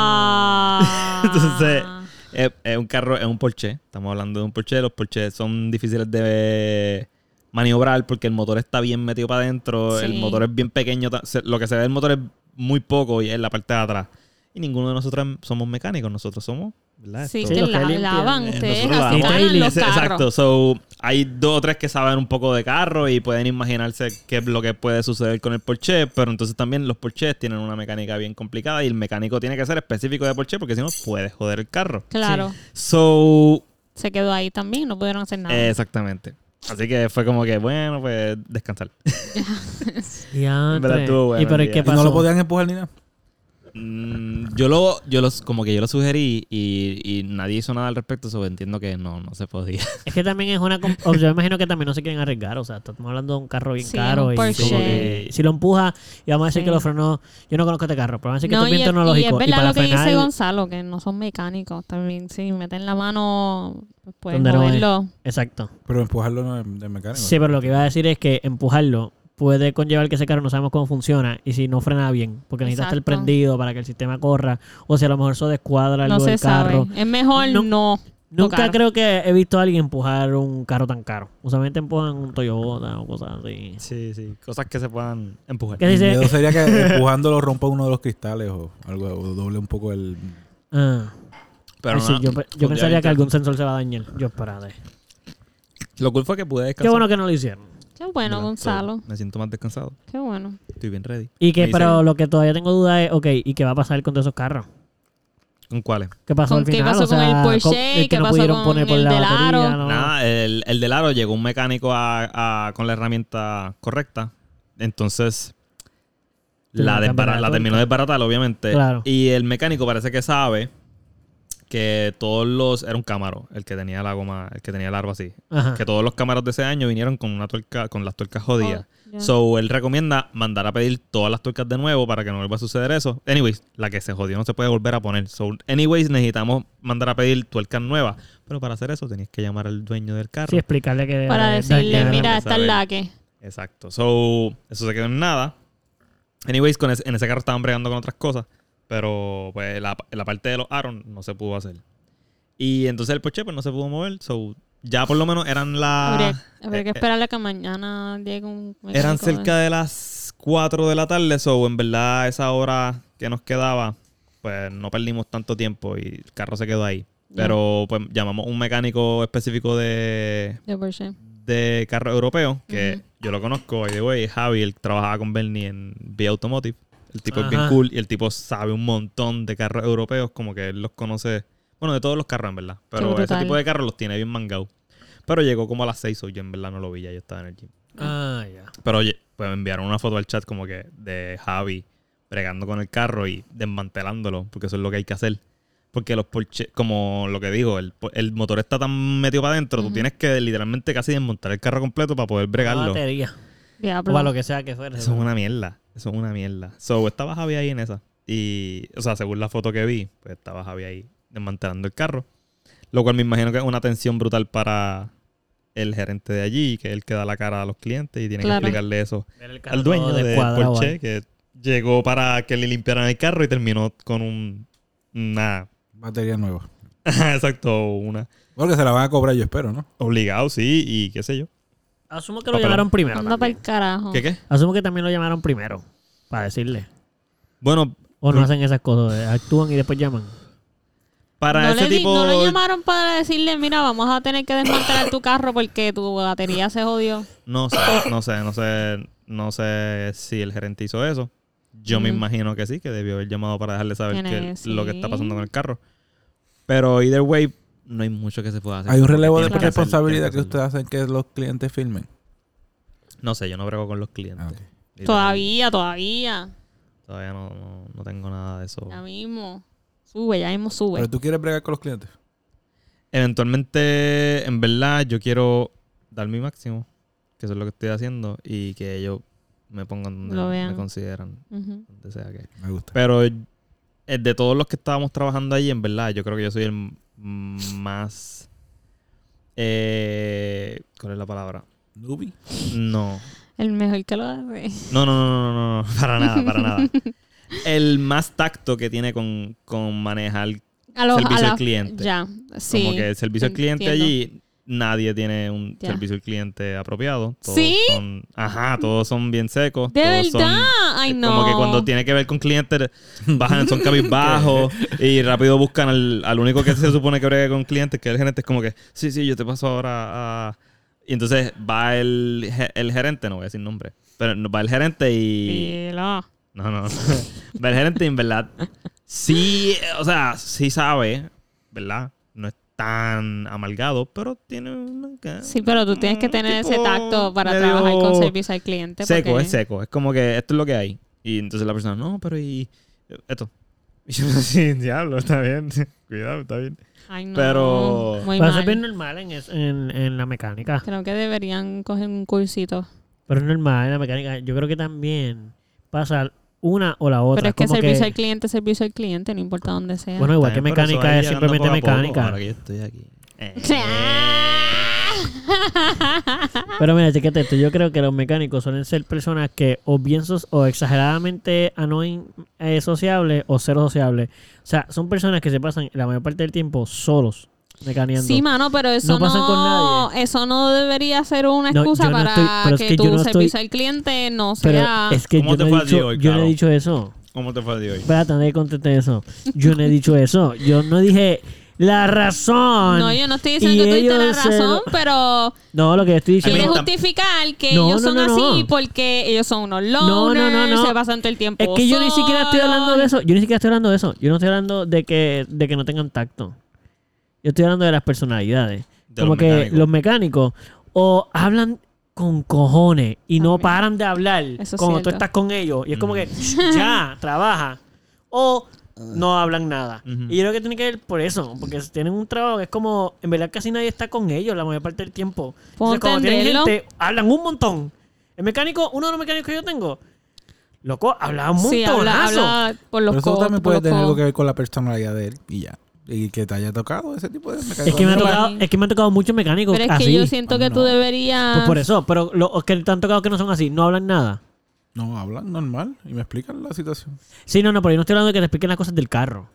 Speaker 1: Ah.
Speaker 3: Entonces, Es, es un carro, es un Porsche. Estamos hablando de un Porsche. Los Porsche son difíciles de maniobrar porque el motor está bien metido para adentro.
Speaker 1: Sí.
Speaker 3: El motor es bien pequeño. ta- se- Lo que se ve del motor es muy poco y es la parte de atrás. Y ninguno de nosotros somos mecánicos. Nosotros somos, ¿verdad?
Speaker 1: Sí,
Speaker 3: Esto-
Speaker 1: que
Speaker 2: los que
Speaker 1: la,
Speaker 2: limpian,
Speaker 1: lavan
Speaker 2: eh,
Speaker 1: ustedes,
Speaker 3: nosotros
Speaker 1: así
Speaker 3: lavamos.
Speaker 1: ganan los
Speaker 3: Ese-
Speaker 1: carros.
Speaker 3: Exacto. So, hay dos o tres que saben un poco de carro y pueden imaginarse qué es lo que puede suceder con el Porsche, pero entonces también los Porsches tienen una mecánica bien complicada y el mecánico tiene que ser específico de Porsche porque si no puede joder el carro.
Speaker 1: Claro.
Speaker 3: So, eh,
Speaker 1: Se quedó ahí también, no pudieron hacer nada.
Speaker 3: exactamente. Así que fue como que, bueno, pues descansar.
Speaker 2: diantre.
Speaker 3: En verdad estuvo bueno
Speaker 2: ¿Y pero
Speaker 3: el
Speaker 2: qué
Speaker 3: día.
Speaker 4: ¿Y
Speaker 2: pasó?
Speaker 4: no lo podían empujar ni nada.
Speaker 3: Mm, yo lo, yo los, como que yo lo sugerí y, y nadie hizo nada al respecto, so entiendo que no, no se podía.
Speaker 2: Es que también es una. com- o Yo imagino que también no se quieren arriesgar. O sea, estamos hablando de un carro bien
Speaker 1: Sí,
Speaker 2: caro.
Speaker 1: un
Speaker 2: Y
Speaker 1: Porsche.
Speaker 2: como que si lo empuja, y vamos a decir
Speaker 1: Sí.
Speaker 2: que lo frenó. Yo no conozco este carro, pero vamos a decir que esto es bien
Speaker 1: y es- y es
Speaker 2: tecnológico. Y,
Speaker 1: verdad
Speaker 2: para
Speaker 1: lo que
Speaker 2: frenar.
Speaker 1: dice Gonzalo, que no son mecánicos también. Si meten la mano, pues pueden
Speaker 2: Donde no es.
Speaker 1: joderlo.
Speaker 2: Exacto.
Speaker 4: Pero empujarlo no es de mecánico.
Speaker 2: Sí, pero lo que iba a decir es que empujarlo puede conllevar que ese carro no sabemos cómo funciona y si no frena bien, porque necesita estar
Speaker 1: Exacto.
Speaker 2: prendido para que el sistema corra, o si a lo mejor eso descuadra algo
Speaker 1: no se
Speaker 2: del carro.
Speaker 1: sabe. Es mejor
Speaker 2: No-
Speaker 1: no.
Speaker 2: Nunca
Speaker 1: tocar.
Speaker 2: creo que he visto a alguien empujar un carro tan caro. Usualmente empujan un Toyota o cosas así.
Speaker 3: Sí, sí. Cosas que se puedan empujar.
Speaker 2: ¿Qué
Speaker 4: Mi
Speaker 2: dice?
Speaker 4: miedo sería que empujándolo rompa uno de los cristales o algo, o doble un poco el...
Speaker 2: Ah,
Speaker 3: Pero
Speaker 2: ay, sí,
Speaker 3: nada,
Speaker 2: yo, pe- yo pensaría
Speaker 3: obviamente,
Speaker 2: que algún sensor se va a dañar. Yo esperaré.
Speaker 3: Lo cool fue que pude descansar.
Speaker 2: Qué bueno que no lo hicieron.
Speaker 1: Qué bueno,
Speaker 3: ¿verdad?
Speaker 1: Gonzalo.
Speaker 3: So, me siento más descansado.
Speaker 1: Qué bueno.
Speaker 3: Estoy bien ready.
Speaker 2: Y que,
Speaker 3: Me
Speaker 2: pero lo que todavía tengo duda es, ok, ¿y qué va a pasar con todos esos carros?
Speaker 3: dicen, ¿Con cuáles?
Speaker 2: ¿Qué pasó
Speaker 1: ¿Con
Speaker 2: al
Speaker 1: qué
Speaker 2: final?
Speaker 1: pasó
Speaker 2: O sea,
Speaker 1: con el Porsche?
Speaker 2: ¿cómo- es que
Speaker 1: ¿Qué
Speaker 2: no
Speaker 1: pasó
Speaker 2: pudieron
Speaker 1: con
Speaker 2: poner por
Speaker 1: el
Speaker 2: la
Speaker 1: del
Speaker 2: batería,
Speaker 1: aro?
Speaker 2: no?
Speaker 3: Nada, el, el del aro llegó un mecánico a, a- con la herramienta correcta. Entonces,
Speaker 2: Tiene
Speaker 3: la,
Speaker 2: que
Speaker 3: desbara-
Speaker 2: cambiar la
Speaker 3: la
Speaker 2: tuerca.
Speaker 3: terminó de desbaratar, obviamente.
Speaker 2: Claro.
Speaker 3: Y el mecánico parece que sabe que todos los. Era un cámaro el que tenía la goma, el que tenía el aro así.
Speaker 2: Ajá.
Speaker 3: Que todos los cámaros de ese año vinieron con una tuerca, con las tuercas jodidas.
Speaker 1: Oh, ya.
Speaker 3: So, él recomienda mandar a pedir todas las tuercas de nuevo para que no vuelva a suceder eso. Anyways, la que se jodió no se puede volver a poner. So, anyways, necesitamos mandar a pedir tuercas nuevas. Pero para hacer eso tenías que llamar al dueño del carro.
Speaker 2: Sí, explicarle que...
Speaker 1: Para
Speaker 2: eh,
Speaker 1: decirle,
Speaker 2: dañaron.
Speaker 1: mira,
Speaker 3: que
Speaker 1: esta es
Speaker 3: saber.
Speaker 1: la que.
Speaker 3: Exacto. So, eso se quedó en nada. Anyways, con ese- en ese carro estaban bregando con otras cosas. Pero pues la, la parte de los Aaron no se pudo hacer. Y entonces el Porsche pues, no se pudo mover. So, ya por lo menos eran
Speaker 2: Ah.
Speaker 3: las...
Speaker 1: habría, habría que
Speaker 3: eh, eh.
Speaker 1: esperarle que mañana llegue un mecánico,
Speaker 3: Eran
Speaker 1: ¿verdad?
Speaker 3: cerca de las 4 de la tarde, so en verdad esa hora que nos quedaba, pues no perdimos tanto tiempo y el carro se quedó ahí.
Speaker 1: Ya.
Speaker 3: Pero pues llamamos un mecánico específico de,
Speaker 1: De Porsche.
Speaker 3: de carro europeo, que
Speaker 1: Ujú.
Speaker 3: yo lo conozco, by the way, Javi, él trabajaba con Bernie en B Automotive. El tipo es bien
Speaker 2: Ajá.
Speaker 3: cool y el tipo sabe un montón de carros europeos, como que él los conoce, bueno, de todos los carros en verdad, pero ese
Speaker 1: brutal.
Speaker 3: tipo de carros los tiene bien mangado. Pero llegó como a las 6 o yo en verdad no lo vi, ya yo estaba en el gym.
Speaker 2: Ah, ya.
Speaker 3: Pero oye, pues me enviaron una foto al chat como que de Javi bregando con el carro y desmantelándolo, porque eso es lo que hay que hacer. Porque los Porsche, como lo que digo, el, po- el motor está tan metido para adentro, tú
Speaker 1: Ujú.
Speaker 3: tienes que literalmente casi desmontar el carro completo para poder
Speaker 2: Una
Speaker 3: bregarlo.
Speaker 2: batería. O
Speaker 1: Diablo.
Speaker 2: para lo que sea que fuera.
Speaker 3: Eso es una mierda, eso es una mierda. So, estaba Javi ahí en esa. Y, o sea, según la foto que vi, pues estaba Javi ahí desmantelando el carro. Lo cual me imagino que es una tensión brutal para el gerente de allí, que es el que da la cara a los clientes y tiene
Speaker 1: Claro.
Speaker 3: que explicarle eso
Speaker 2: Ver el carro
Speaker 3: al dueño
Speaker 2: todo
Speaker 3: de
Speaker 2: descuadrado ahí.
Speaker 3: Porsche, que llegó para que le limpiaran el carro y terminó con un... Una...
Speaker 4: Batería nueva.
Speaker 3: Exacto, una...
Speaker 4: Porque se la van a cobrar, yo espero, ¿no?
Speaker 3: Obligado, sí, y qué sé yo.
Speaker 2: Asumo que lo
Speaker 3: Papelón.
Speaker 2: llamaron primero.
Speaker 1: Anda para
Speaker 2: también.
Speaker 1: el carajo.
Speaker 3: ¿Qué qué?
Speaker 2: Asumo que también lo llamaron primero para decirle.
Speaker 3: Bueno,
Speaker 2: O no
Speaker 3: Pero-
Speaker 2: hacen esas cosas, eh, actúan y después llaman.
Speaker 3: para
Speaker 1: No,
Speaker 3: ese
Speaker 1: le di-
Speaker 3: tipo...
Speaker 1: no lo llamaron para decirle, mira, vamos a tener que desmantelar tu carro porque tu batería se jodió.
Speaker 3: No sé, no sé, no sé, no sé si el gerente hizo eso. Yo me
Speaker 1: Ujú.
Speaker 3: imagino que sí, que debió haber llamado para dejarle saber
Speaker 1: Tiene-
Speaker 3: que- lo que está
Speaker 1: sí.
Speaker 3: pasando con el carro. Pero either way, no hay mucho que se pueda hacer.
Speaker 4: Hay un relevo de
Speaker 3: Tiene que hacer-
Speaker 4: responsabilidad que
Speaker 3: tiene que
Speaker 4: ustedes hacen que los clientes filmen.
Speaker 3: hacerlo. No sé, yo no brego con los clientes.
Speaker 4: Ah, ok.
Speaker 3: Literal,
Speaker 1: Todavía, todavía.
Speaker 3: Todavía no, no, no tengo nada de eso.
Speaker 1: Ya mismo. Sube, ya mismo sube.
Speaker 4: Pero tú quieres bregar con los clientes.
Speaker 3: Eventualmente, en verdad, yo quiero dar mi máximo, que eso es lo que estoy haciendo, y que ellos me pongan
Speaker 1: Lo
Speaker 3: donde
Speaker 1: vean.
Speaker 3: me consideran,
Speaker 1: Ujú.
Speaker 3: donde sea que.
Speaker 4: Me gusta.
Speaker 3: Pero eh, de todos los que estábamos trabajando ahí, en verdad, yo creo que yo soy el m- más... eh, ¿Cuál es la palabra?
Speaker 4: Nubi.
Speaker 3: No.
Speaker 1: El mejor que lo hace.
Speaker 3: No, no, no, no, no, no. Para nada, para nada. El más tacto que tiene con, con manejar
Speaker 1: A los,
Speaker 3: Servicio
Speaker 1: a
Speaker 3: al
Speaker 1: la-
Speaker 3: cliente.
Speaker 1: Ya, sí.
Speaker 3: como que el servicio al cliente
Speaker 1: entiendo.
Speaker 3: allí, nadie tiene un
Speaker 1: Ya.
Speaker 3: servicio al cliente apropiado. Todos
Speaker 1: ¿Sí?
Speaker 3: son- ajá, todos son bien secos.
Speaker 1: De
Speaker 3: todos son- eh,
Speaker 1: verdad. Ay, no.
Speaker 3: Como que cuando tiene que ver con clientes, bajan, son cabizbajos y rápido buscan al, al único que se supone que brega con clientes, que es el gerente. Es como que, sí, sí, yo te paso ahora a... Y entonces va el, ge- el gerente, no voy a decir nombre, pero no- va el gerente y...
Speaker 1: Dilo.
Speaker 3: No, no. va el gerente y en verdad sí, o sea, sí sabe, ¿verdad? No es tan amalgado, pero tiene una...
Speaker 1: Sí, pero tú tienes que
Speaker 3: un
Speaker 1: tener ese
Speaker 3: Mm, tipo
Speaker 1: tacto para
Speaker 3: medio
Speaker 1: trabajar con servicio al cliente.
Speaker 3: Seco,
Speaker 1: porque-
Speaker 3: es seco. Es como que esto es lo que hay. Y entonces la persona, no, pero y esto. Y yo sí, diablo, está bien. Cuidado, está bien.
Speaker 1: Ay, no.
Speaker 3: Pero-
Speaker 1: Muy
Speaker 2: Pero eso
Speaker 1: mal.
Speaker 2: es bien normal en, es- en, en la mecánica.
Speaker 1: Creo que deberían coger un cursito.
Speaker 2: Pero es normal en la mecánica. Yo creo que también pasa una o la otra.
Speaker 1: pero es que
Speaker 2: como
Speaker 1: servicio al cliente, servicio al cliente, no importa dónde sea.
Speaker 2: Bueno, igual que
Speaker 3: Está bien, pero eso va
Speaker 2: mecánica es
Speaker 3: llegando
Speaker 2: simplemente
Speaker 3: poco a poco,
Speaker 2: mecánica.
Speaker 3: Ahora que yo estoy aquí. Eh.
Speaker 2: Pero mira, chequete esto. Yo creo que los mecánicos suelen ser personas que o bien sos- o exageradamente annoying, eh, sociables o cero sociables. O sea, son personas que se pasan la mayor parte del tiempo solos mecaneando.
Speaker 1: Sí, mano, pero eso
Speaker 2: No
Speaker 1: no,
Speaker 2: pasan con nadie.
Speaker 1: eso no debería ser una
Speaker 2: No,
Speaker 1: excusa
Speaker 2: yo no
Speaker 1: para
Speaker 2: estoy- pero es
Speaker 1: que,
Speaker 2: que yo
Speaker 1: tu
Speaker 2: no estoy-
Speaker 1: servicio al cliente no
Speaker 2: pero
Speaker 1: sea...
Speaker 2: es que
Speaker 3: ¿Cómo
Speaker 2: yo
Speaker 3: te
Speaker 2: no,
Speaker 3: fue
Speaker 2: he
Speaker 3: a ti
Speaker 2: dicho,
Speaker 3: hoy,
Speaker 2: yo no he
Speaker 3: Caro?
Speaker 2: dicho eso.
Speaker 3: ¿Cómo te fue de hoy?
Speaker 2: Espérate, nadie conteste eso. Yo no he dicho eso. Yo no dije la razón.
Speaker 1: No, yo no estoy diciendo
Speaker 2: Y
Speaker 1: que tú diste la
Speaker 2: ellos se lo-
Speaker 1: razón, pero
Speaker 2: No, lo que estoy
Speaker 3: I mean,
Speaker 1: quieres
Speaker 2: diciendo.
Speaker 3: tam-
Speaker 1: justificar que
Speaker 2: No,
Speaker 1: ellos
Speaker 2: no,
Speaker 1: son
Speaker 2: no, no.
Speaker 1: así porque ellos son unos loners,
Speaker 2: No, no, no, no.
Speaker 1: se pasan todo el tiempo
Speaker 2: Es que yo ni siquiera estoy hablando de
Speaker 1: solos.
Speaker 2: eso. Yo ni siquiera estoy hablando de eso. Yo no estoy hablando de que, de que no tengan tacto. Yo estoy hablando de las personalidades.
Speaker 3: De
Speaker 2: Como
Speaker 3: los
Speaker 2: que
Speaker 3: mecánicos.
Speaker 2: los mecánicos o hablan con cojones y no
Speaker 1: También.
Speaker 2: paran de hablar
Speaker 1: Eso es
Speaker 2: cuando tú
Speaker 1: cierto.
Speaker 2: estás con ellos. Y es
Speaker 3: Mm.
Speaker 2: como que ya, trabaja. O no hablan nada.
Speaker 3: Ujú.
Speaker 2: Y yo creo que tiene que ver por eso. Porque tienen un trabajo que es como, en verdad casi nadie está con ellos la mayor parte del tiempo.
Speaker 1: Puedo
Speaker 2: Entonces, cuando tienen
Speaker 1: entenderlo.
Speaker 2: gente, hablan un montón. El mecánico, uno de los mecánicos que yo tengo, loco, hablaba un
Speaker 1: Sí, habla,
Speaker 2: montonazo.
Speaker 1: habla por los
Speaker 4: Pero eso
Speaker 1: co-
Speaker 4: también
Speaker 1: por
Speaker 4: puede
Speaker 1: los
Speaker 4: tener
Speaker 1: co-
Speaker 4: algo que ver con la personalidad de él y ya. Y que te haya tocado ese tipo de
Speaker 2: Es que, me ha
Speaker 1: Pero-
Speaker 2: tocado, es que me han tocado muchos mecánicos
Speaker 1: Pero es
Speaker 2: así.
Speaker 1: que yo siento que
Speaker 4: no.
Speaker 1: tú deberías...
Speaker 2: Pues por eso, pero los que te han tocado que no son así, no hablan nada.
Speaker 4: No, hablan normal y me explican la situación.
Speaker 2: Sí, no, no, pero yo no estoy hablando de que te expliquen las cosas del carro.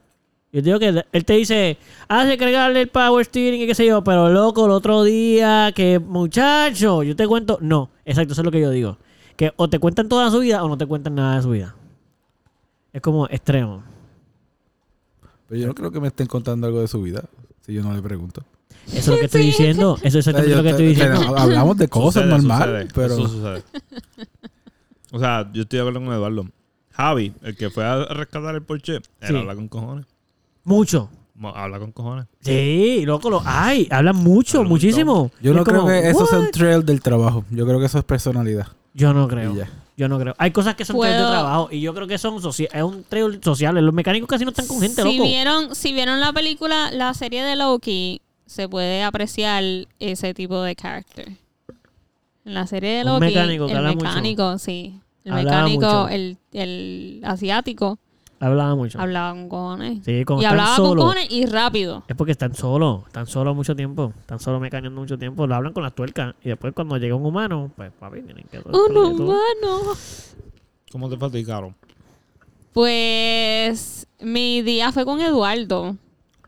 Speaker 2: Yo te digo que él te dice, hace cargarle el power steering y qué sé yo, pero loco, el otro día, que muchacho, yo te cuento. No, exacto, eso es lo que yo digo. Que o te cuentan toda su vida o no te cuentan nada de su vida. Es como extremo.
Speaker 4: Pero yo no creo que me estén contando algo de su vida si yo no le pregunto.
Speaker 2: Eso es lo que estoy diciendo. Eso es exactamente
Speaker 4: O sea,
Speaker 2: lo
Speaker 4: yo
Speaker 2: que
Speaker 4: te-
Speaker 2: estoy
Speaker 4: o sea,
Speaker 2: diciendo.
Speaker 4: hablamos de cosas
Speaker 3: Sucede,
Speaker 4: normal,
Speaker 3: sucede.
Speaker 4: pero
Speaker 3: Eso sucede. O sea, yo estoy de acuerdo con Eduardo. Javi, el que fue a rescatar el Porsche, él
Speaker 2: Sí.
Speaker 3: habla con cojones.
Speaker 2: Mucho.
Speaker 3: Mo- Habla con cojones.
Speaker 2: Sí, loco, lo hay. Hablan mucho,
Speaker 3: Hablan un
Speaker 2: muchísimo.
Speaker 4: yo
Speaker 2: Es
Speaker 4: no creo
Speaker 2: como,
Speaker 4: que eso sea
Speaker 2: "What?".
Speaker 4: un trail del trabajo. Yo creo que eso es personalidad.
Speaker 2: Yo no
Speaker 4: Y
Speaker 2: creo.
Speaker 4: ya.
Speaker 2: Yo no creo. Hay cosas que son trails de
Speaker 1: Puedo-
Speaker 2: trabajo y yo creo que son socia- es un trail social. Los mecánicos casi no están con gente,
Speaker 1: si
Speaker 2: loco.
Speaker 1: vieron, si vieron la película, la serie de Loki, se puede apreciar ese tipo de character. En la serie de
Speaker 2: Un
Speaker 1: Loki,
Speaker 2: mecánico que
Speaker 1: el
Speaker 2: habla mucho.
Speaker 1: mecánico, sí. El
Speaker 2: Hablaba
Speaker 1: mecánico,
Speaker 2: mucho.
Speaker 1: el, el asiático,
Speaker 2: Hablaba mucho.
Speaker 1: Hablaba con cojones.
Speaker 2: Sí, cuando
Speaker 1: y
Speaker 2: están
Speaker 1: hablaba con
Speaker 2: solos.
Speaker 1: cojones y rápido.
Speaker 2: Es porque están solos, están solos mucho tiempo, están solos mecaneando mucho tiempo, lo hablan con las tuercas y después cuando llega un humano, pues papi, tienen que...
Speaker 1: Un humano.
Speaker 3: ¿Cómo te fatigaron?
Speaker 1: Pues mi día fue con Eduardo.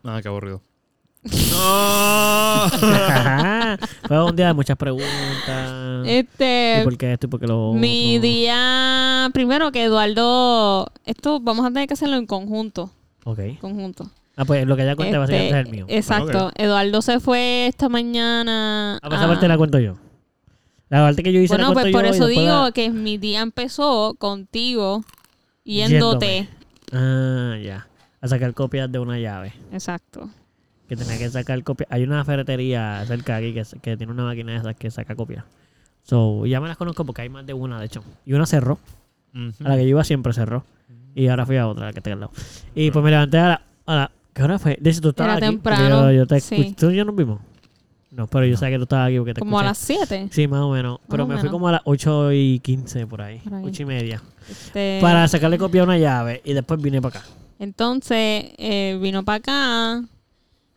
Speaker 3: Ah, qué aburrido. ¡No!
Speaker 2: Ajá. Fue un día de muchas preguntas. Ah. ¿Y
Speaker 1: Este,
Speaker 2: por qué esto y por qué lo otro?
Speaker 1: mi día, primero que Eduardo, esto vamos a tener que hacerlo en conjunto,
Speaker 2: Ok.
Speaker 1: conjunto.
Speaker 2: Ah, pues lo que ella
Speaker 1: Este,
Speaker 2: cuenta básicamente es el mío.
Speaker 1: Exacto. Eduardo se fue esta mañana.
Speaker 2: Ah, pues esa parte la cuento yo. La parte que yo hice
Speaker 1: Bueno,
Speaker 2: la
Speaker 1: pues
Speaker 2: cuento
Speaker 1: por
Speaker 2: yo y
Speaker 1: eso
Speaker 2: después
Speaker 1: digo
Speaker 2: la-
Speaker 1: que mi día empezó contigo
Speaker 2: Yéndome.
Speaker 1: yéndote.
Speaker 2: Ah, ya. A sacar copias de una llave.
Speaker 1: Exacto.
Speaker 2: Que tenía que sacar copias. Hay una ferretería cerca de aquí que, que tiene una máquina de esas que saca copias. So, ya me las conozco porque hay más de una, de hecho. Y una cerró. A la que yo iba siempre cerró. Y ahora fui a otra, la que está al lado. Y pues me levanté a la... A la ¿Qué hora fue? De hecho, tú estabas
Speaker 1: Era
Speaker 2: aquí, porque
Speaker 1: temprano,
Speaker 2: Yo, yo te
Speaker 1: sí.
Speaker 2: escuché. ¿Tú y yo nos vimos? No, pero yo sabía que tú estabas aquí porque te
Speaker 1: Como a
Speaker 2: escuché.
Speaker 1: las 7.
Speaker 2: Sí, más o menos. Pero
Speaker 1: o
Speaker 2: me fui
Speaker 1: menos.
Speaker 2: como a las 8 y 15 por ahí.
Speaker 1: Por ahí. Eh.
Speaker 2: 8 y media.
Speaker 1: Este,
Speaker 2: Para sacarle copia a una llave. Y después vine para acá.
Speaker 1: Entonces eh, vino para acá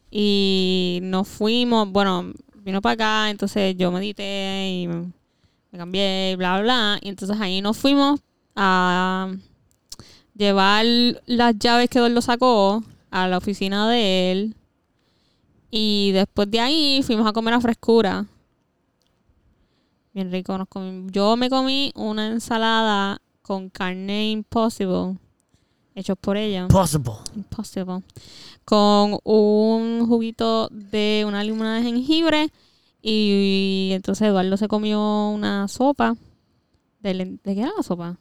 Speaker 1: y nos fuimos. Bueno, vino para acá, entonces yo medité y me cambié y bla, bla, bla. Y entonces ahí nos fuimos a llevar las llaves que Eduardo sacó a la oficina de él. Y después de ahí fuimos a comer a frescura. Bien rico nos comimos. Yo me comí una ensalada con carne impossible. Hechos por ella.
Speaker 2: Possible.
Speaker 1: Impossible. Con un juguito de una limonada de jengibre. Y, entonces Eduardo se comió una sopa. ¿De, len- ¿de qué era la sopa?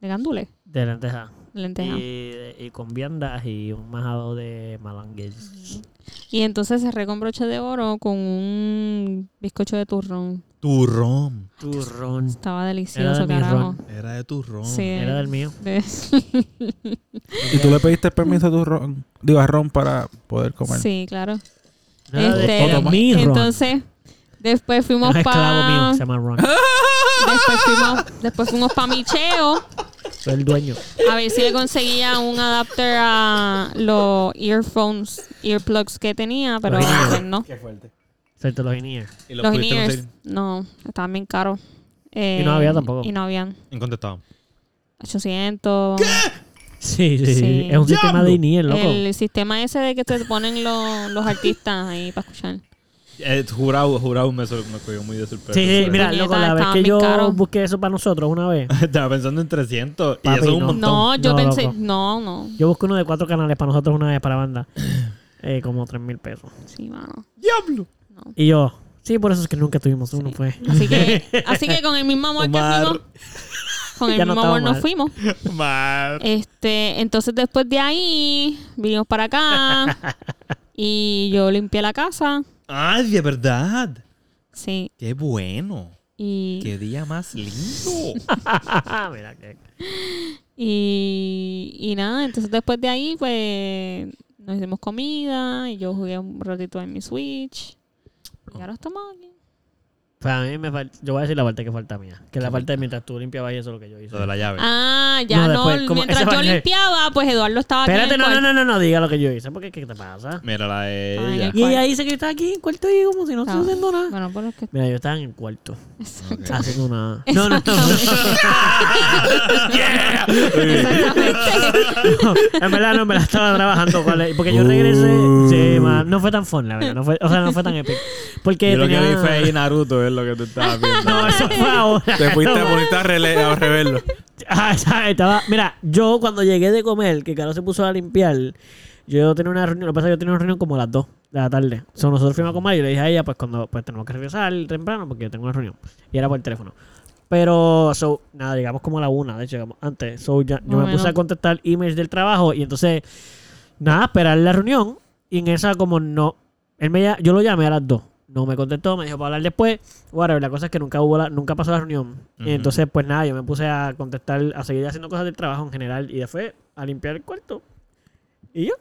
Speaker 1: ¿De gandules?
Speaker 2: De lenteja.
Speaker 1: De lenteja. Y,
Speaker 2: Y, eh, y con viandas y un majado de malangues.
Speaker 1: entonces cerré con broche de oro con un bizcocho de turrón.
Speaker 3: Turrón.
Speaker 2: Turrón.
Speaker 1: Estaba
Speaker 2: Era de
Speaker 1: delicioso,
Speaker 2: mi
Speaker 1: carajo.
Speaker 2: ron.
Speaker 3: Era de turrón.
Speaker 1: Sí.
Speaker 2: Era del mío.
Speaker 1: De-
Speaker 4: ¿Y tú le pediste permiso a tu ron, digo, a Ron para poder comer?
Speaker 1: sí, claro.
Speaker 2: Era de-
Speaker 1: Este,
Speaker 2: era mi ron.
Speaker 1: entonces, después
Speaker 2: Era
Speaker 1: fuimos
Speaker 2: un esclavo mío.
Speaker 1: para
Speaker 2: Se llama Ron.
Speaker 1: ¿Ah? después fuimos, después fuimos para Micheo.
Speaker 2: Soy el dueño.
Speaker 1: A ver si le conseguía un adapter a los earphones, earplugs que tenía, pero
Speaker 2: Los in-ear.
Speaker 1: pues, no.
Speaker 4: Qué fuerte.
Speaker 2: Soy los in-ear.
Speaker 3: ¿Y
Speaker 1: Los
Speaker 3: pudiste
Speaker 1: in-ears,
Speaker 3: conseguir?
Speaker 1: no, estaban bien caros. Eh,
Speaker 2: Y no había tampoco.
Speaker 1: Y no habían.
Speaker 3: ¿En cuánto estaban?
Speaker 1: 800.
Speaker 2: Sí, sí, sí,
Speaker 1: Sí.
Speaker 2: Es un sistema de in-ear, loco.
Speaker 1: El sistema ese de que te ponen los, los artistas ahí para escuchar.
Speaker 3: Eh, jurado, jurado me, sor- me cogió muy de sorpresa.
Speaker 2: Sí, sí, mira,
Speaker 1: Puñeta,
Speaker 2: loco, la vez
Speaker 1: estaban
Speaker 2: que
Speaker 1: bien
Speaker 2: yo
Speaker 1: caros.
Speaker 2: busqué eso para nosotros una vez,
Speaker 3: Estaba pensando en 300.
Speaker 2: Papi,
Speaker 3: y eso es un
Speaker 2: no.
Speaker 3: montón.
Speaker 1: No, yo
Speaker 2: No,
Speaker 1: pensé,
Speaker 2: loco.
Speaker 1: no, no.
Speaker 2: yo busqué uno de cuatro canales para nosotros una vez para banda, eh, como tres mil pesos.
Speaker 1: Sí, mano.
Speaker 3: ¡Diablo!
Speaker 2: Y yo, sí, por eso es que nunca tuvimos uno, pues.
Speaker 1: Así que, así que con el mismo amor
Speaker 3: Omar.
Speaker 1: que fuimos, con el
Speaker 2: Ya no
Speaker 1: mismo
Speaker 2: estaba
Speaker 1: amor nos
Speaker 2: mal.
Speaker 1: fuimos.
Speaker 3: Mar.
Speaker 1: Este, entonces después de ahí vinimos para acá y yo limpié la casa.
Speaker 3: ¡Ay, de verdad!
Speaker 1: Sí,
Speaker 3: ¡Qué bueno!
Speaker 1: y,
Speaker 3: ¡Qué día más lindo!
Speaker 2: Ah, mira que...
Speaker 1: y, y nada, entonces después de ahí pues nos hicimos comida y yo jugué un ratito en mi Switch. Y ahora estamos aquí.
Speaker 2: Pues a mí me falta, yo voy a decir la parte que falta mía, que la parte de mientras tú limpiabas y eso es lo que yo hice.
Speaker 3: Lo de la llave.
Speaker 1: Ah, ya
Speaker 2: No,
Speaker 1: no,
Speaker 2: después, como
Speaker 1: mientras
Speaker 2: esa
Speaker 1: yo
Speaker 2: parte-
Speaker 1: limpiaba, pues Eduardo estaba
Speaker 2: Espérate,
Speaker 1: aquí. en el
Speaker 2: no, no,
Speaker 1: cuarto.
Speaker 2: no, no, no, diga lo que yo hice, porque ¿qué te pasa?
Speaker 3: Mira la de
Speaker 1: Ay,
Speaker 3: ella.
Speaker 1: qué-
Speaker 2: Y ella dice que está aquí en cuarto y como si no estuviera
Speaker 1: Estaba-
Speaker 2: haciendo nada.
Speaker 1: Ah. Bueno, pero es que
Speaker 2: Mira, yo estaba en el cuarto,
Speaker 1: exacto.
Speaker 2: haciendo nada. No, no, no.
Speaker 1: Exactamente.
Speaker 2: No, en verdad, no, en verdad estaba trabajando con él. Porque yo regresé. Sí, man, no fue tan fun, la verdad. No fue, o sea, no fue tan epic. Porque
Speaker 3: Yo lo que
Speaker 2: tenía-
Speaker 3: vi fue ahí Naruto, es lo que tú estabas viendo.
Speaker 2: No, eso fue ahora.
Speaker 4: Te fuiste a ponerte a, rele- a reverlo.
Speaker 2: Ah, esa- estaba- Mira, yo cuando llegué de comer, que Carlos se puso a limpiar, yo tenía una reunión. Lo que pasa es que yo tenía una reunión como a las 2 de la tarde. O sea, nosotros fuimos a comer y yo le dije a ella, pues cuando pues tenemos que regresar temprano porque yo tengo una reunión. Y era por el teléfono. Pero, so, nada, llegamos como a la una, de hecho, llegamos antes. So, ya- yo
Speaker 1: Más o
Speaker 2: me puse
Speaker 1: menos.
Speaker 2: a contestar emails del trabajo y entonces, nada, esperar la reunión. Y en esa, como no. Él me, ll- yo lo llamé a las dos. No me contestó, me dijo para hablar después. Whatever, la cosa es que nunca hubo la, nunca pasó la reunión.
Speaker 3: Ujú.
Speaker 2: Y entonces, pues nada, yo me puse a contestar, a seguir haciendo cosas del trabajo en general y después a limpiar el cuarto. Y yo.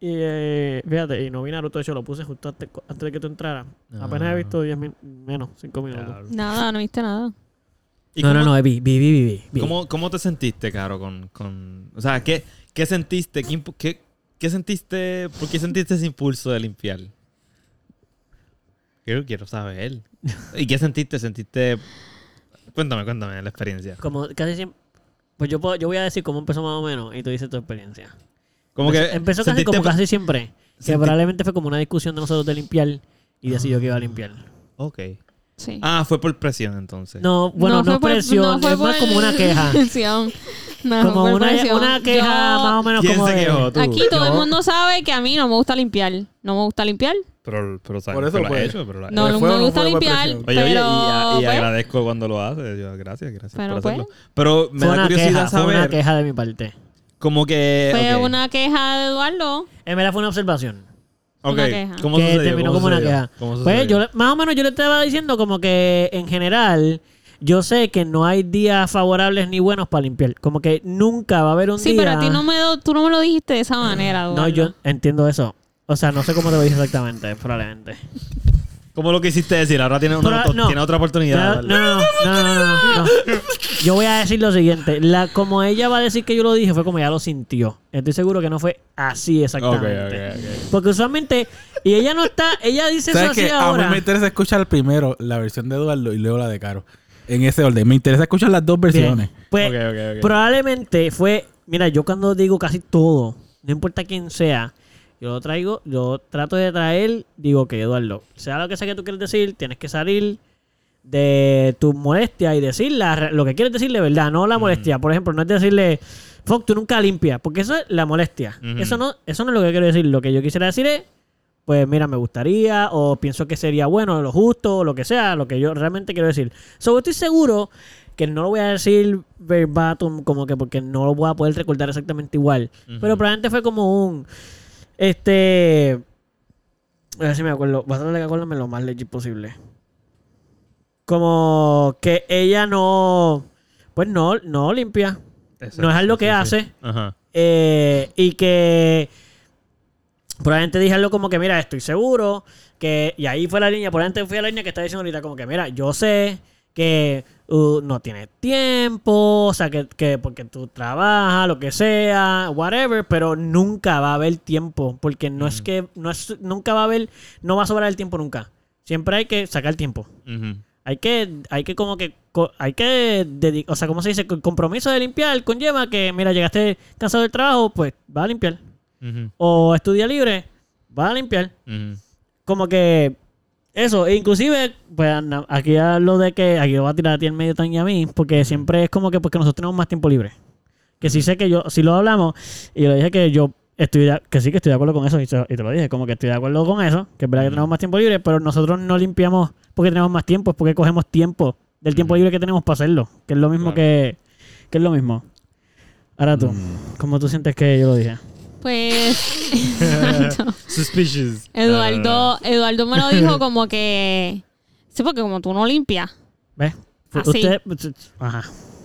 Speaker 2: Y eh, fíjate, y no vi Naruto, de hecho lo puse justo antes, antes de que tú entraras. Apenas he
Speaker 3: Ah.
Speaker 2: visto 10 min- menos, 5 minutos.
Speaker 3: Diablo.
Speaker 1: Nada, no viste nada.
Speaker 3: ¿Y
Speaker 2: No,
Speaker 3: cómo-
Speaker 2: no, no, eh, vi, vi, vi, vi, vi.
Speaker 3: ¿Cómo, cómo te sentiste, Caro, con, con... O sea, ¿qué, qué sentiste? ¿Qué, impu- qué, qué sentiste? ¿Por qué sentiste ese impulso de limpiar? Quiero, quiero saber. ¿Y qué sentiste? ¿Sentiste...? Cuéntame, cuéntame la experiencia.
Speaker 2: Como casi siempre. Pues yo, puedo- yo voy a decir cómo empezó más o menos y tú dices tu experiencia.
Speaker 3: Como que...
Speaker 2: empezó, pues, empezó casi
Speaker 3: sentiste-
Speaker 2: como casi siempre. Que
Speaker 3: sentí-
Speaker 2: probablemente fue como una discusión de nosotros de limpiar y decidí yo que iba a limpiar.
Speaker 3: Ok.
Speaker 1: Sí.
Speaker 3: Ah, fue por presión entonces.
Speaker 2: No, bueno, no,
Speaker 1: fue por-
Speaker 2: presión,
Speaker 1: no fue
Speaker 2: es más
Speaker 1: por
Speaker 2: como una queja.
Speaker 1: presión. No,
Speaker 2: como
Speaker 1: fue por
Speaker 2: una,
Speaker 1: presión.
Speaker 2: una queja
Speaker 1: Yo-
Speaker 2: más o menos
Speaker 3: ¿Quién
Speaker 2: como
Speaker 3: se
Speaker 2: de-
Speaker 3: quejó? Tú.
Speaker 1: Aquí todo el
Speaker 2: Yo-
Speaker 1: mundo sabe que a mí no me gusta limpiar. No me gusta limpiar.
Speaker 3: Pero, pero sabes
Speaker 4: Por eso
Speaker 3: que lo has
Speaker 4: fue.
Speaker 3: hecho, pero lo has
Speaker 1: No,
Speaker 4: Pues
Speaker 1: no
Speaker 4: fue o
Speaker 1: me
Speaker 4: no
Speaker 1: gusta
Speaker 4: fue por
Speaker 1: limpiar.
Speaker 4: presión.
Speaker 3: Oye,
Speaker 1: Pero,
Speaker 3: oye, y, a- y
Speaker 1: pues,
Speaker 3: agradezco cuando lo haces. Yo, gracias, gracias
Speaker 1: Pero,
Speaker 3: por
Speaker 1: pues.
Speaker 3: hacerlo. Pero me
Speaker 2: Fue
Speaker 3: da
Speaker 2: una
Speaker 3: curiosidad
Speaker 2: queja, fue
Speaker 3: saber
Speaker 2: una queja de mi parte.
Speaker 3: como que...
Speaker 1: fue
Speaker 3: ok.
Speaker 1: una queja de Eduardo.
Speaker 2: En verdad fue una observación.
Speaker 3: Ok,
Speaker 1: Una queja.
Speaker 3: ¿cómo
Speaker 2: que
Speaker 3: sucedió?
Speaker 2: terminó
Speaker 3: ¿Cómo
Speaker 2: como una
Speaker 3: sucedió?
Speaker 2: queja.
Speaker 3: ¿Cómo
Speaker 2: Pues
Speaker 3: sucedió?
Speaker 2: yo, le- más o menos yo le estaba diciendo como que en general yo sé que no hay días favorables ni buenos para limpiar. Como que nunca va a haber un
Speaker 1: Sí,
Speaker 2: día...
Speaker 1: pero a ti no me, do- tú no me lo dijiste de esa manera, Eduardo.
Speaker 2: ah. No, yo entiendo eso. O sea, no sé cómo te lo dije exactamente, probablemente.
Speaker 3: ¿Cómo lo quisiste decir? Ahora tiene, una
Speaker 2: Pero,
Speaker 3: oto-
Speaker 2: no.
Speaker 3: tiene otra
Speaker 2: No, no,
Speaker 3: oportunidad.
Speaker 2: no, no, no, no, no. Yo voy a decir lo siguiente. La, como ella va a decir que yo lo dije, fue como ella lo sintió. Estoy seguro que no fue así exactamente.
Speaker 3: Ok, ok, ok.
Speaker 2: Porque usualmente... Y ella no está... Ella dice eso
Speaker 4: ¿Sabes
Speaker 2: así
Speaker 4: qué?
Speaker 2: ahora.
Speaker 4: A mí me interesa escuchar primero la versión de Eduardo y luego la de Caro. En ese orden. Me interesa escuchar las dos
Speaker 2: Bien,
Speaker 4: versiones.
Speaker 2: Pues
Speaker 3: Ok, ok, ok.
Speaker 2: probablemente fue, mira, yo cuando digo casi todo, no importa quién sea, yo lo traigo, yo trato de traer, digo que Eduardo, sea lo que sea que tú quieres decir, tienes que salir de tu molestia y decir la re- lo que quieres decir de verdad, no la molestia. Por ejemplo, no es decirle, fuck, tú nunca limpias, porque eso es la molestia.
Speaker 3: Ujú.
Speaker 2: Eso no eso no es lo que quiero decir. Lo que yo quisiera decir es, pues mira, me gustaría, o pienso que sería bueno, lo justo, o lo que sea, lo que yo realmente quiero decir. So, estoy seguro que no lo voy a decir verbatim, como que porque no lo voy a poder recordar exactamente igual.
Speaker 3: Ujú.
Speaker 2: Pero probablemente fue como un. Este. A ver si me acuerdo. Voy a tratar de acordarme lo más legit posible. Como que ella no. Pues no, no limpia.
Speaker 3: Exacto,
Speaker 2: no es algo que
Speaker 3: sí, sí.
Speaker 2: hace.
Speaker 3: Ajá.
Speaker 2: Eh, y que probablemente dije algo como que, mira, estoy seguro que... Y ahí fue la línea, probablemente fui a la línea que está diciendo ahorita como que, mira, yo sé que uh, no tienes tiempo, o sea, que, que porque tú trabajas, lo que sea, whatever, pero nunca va a haber tiempo, porque no es que, no es, nunca va a haber, no va a sobrar el tiempo nunca. Siempre hay que sacar tiempo.
Speaker 3: Ujú.
Speaker 2: Hay que, hay que como que, co- hay que, dedi- o sea, ¿cómo se dice? El compromiso de limpiar conlleva que, mira, llegaste cansado del trabajo, pues va a limpiar.
Speaker 3: Ujú.
Speaker 2: O estudia libre, va a limpiar.
Speaker 3: Ujú.
Speaker 2: Como que eso, e inclusive, pues na- aquí a lo de que, aquí lo va a tirar a ti en medio tan y a mí, porque siempre es como que, porque nosotros tenemos más tiempo libre. Que sí sé que yo, si lo hablamos, y le dije que yo estoy, de- que sí que estoy de acuerdo con eso, y, se- y te lo dije, como que estoy de acuerdo con eso, que es verdad que
Speaker 3: Ujú.
Speaker 2: tenemos más tiempo libre, pero nosotros no limpiamos porque tenemos más tiempo, es porque cogemos tiempo del tiempo
Speaker 3: Ujú.
Speaker 2: libre que tenemos para hacerlo, que es lo mismo
Speaker 3: Claro.
Speaker 2: que, que es lo mismo. Ahora tú, ¿cómo tú sientes que yo lo dije?
Speaker 1: Pues
Speaker 3: Suspicious. Ah,
Speaker 1: Eduardo, Eduardo me lo dijo como que. Sí, porque como tú no limpias.
Speaker 2: ¿Ves?
Speaker 1: Así.
Speaker 2: Usted, ajá.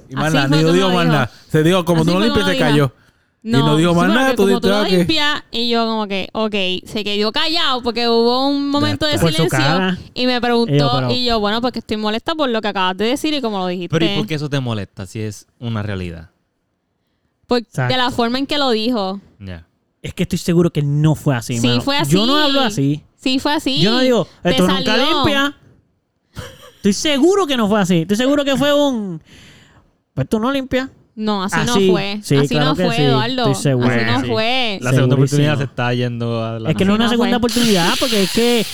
Speaker 4: Y
Speaker 1: Así
Speaker 4: más nada,
Speaker 1: fue
Speaker 4: ni
Speaker 1: como
Speaker 4: digo
Speaker 1: lo
Speaker 4: más
Speaker 1: dijo.
Speaker 4: nada. Se dijo, como
Speaker 1: Así
Speaker 4: tú no
Speaker 1: fue
Speaker 4: limpias,
Speaker 1: como
Speaker 4: se
Speaker 1: lo dijo.
Speaker 4: cayó. Y no dijo más
Speaker 1: sí, porque
Speaker 4: nada, tú
Speaker 1: como
Speaker 4: dijiste,
Speaker 1: tú no
Speaker 4: ah, que-
Speaker 1: limpias, y yo como que, ok, se quedó callado porque hubo un momento de
Speaker 2: Por su
Speaker 1: silencio
Speaker 2: cara.
Speaker 1: y me
Speaker 2: Y yo,
Speaker 1: preguntó,
Speaker 2: pero-
Speaker 1: y yo, bueno, porque estoy molesta por lo que acabas de decir y como lo dijiste.
Speaker 3: Pero ¿y por qué eso te molesta si es una realidad?
Speaker 1: Por- de la
Speaker 2: Exacto.
Speaker 1: forma en que lo dijo.
Speaker 3: Ya.
Speaker 2: Es que estoy seguro que no fue así.
Speaker 1: Sí,
Speaker 2: mano.
Speaker 1: fue así.
Speaker 2: Yo no hablo así.
Speaker 1: Sí, fue así.
Speaker 2: Yo no digo,
Speaker 1: Te
Speaker 2: esto nunca
Speaker 1: salió.
Speaker 2: limpia. Estoy seguro que no fue así. Estoy seguro que fue un. Pues tú no limpias.
Speaker 1: No, así,
Speaker 2: Así.
Speaker 1: no fue.
Speaker 2: Sí,
Speaker 1: así
Speaker 2: claro
Speaker 1: no
Speaker 2: que
Speaker 1: fue,
Speaker 2: sí.
Speaker 1: Eduardo.
Speaker 2: Estoy seguro.
Speaker 1: Así no
Speaker 3: Sí.
Speaker 1: fue.
Speaker 3: La segunda
Speaker 2: Segurísimo.
Speaker 3: oportunidad se está yendo a la...
Speaker 2: Es que no es una
Speaker 1: no
Speaker 2: segunda
Speaker 1: fue.
Speaker 2: oportunidad porque es que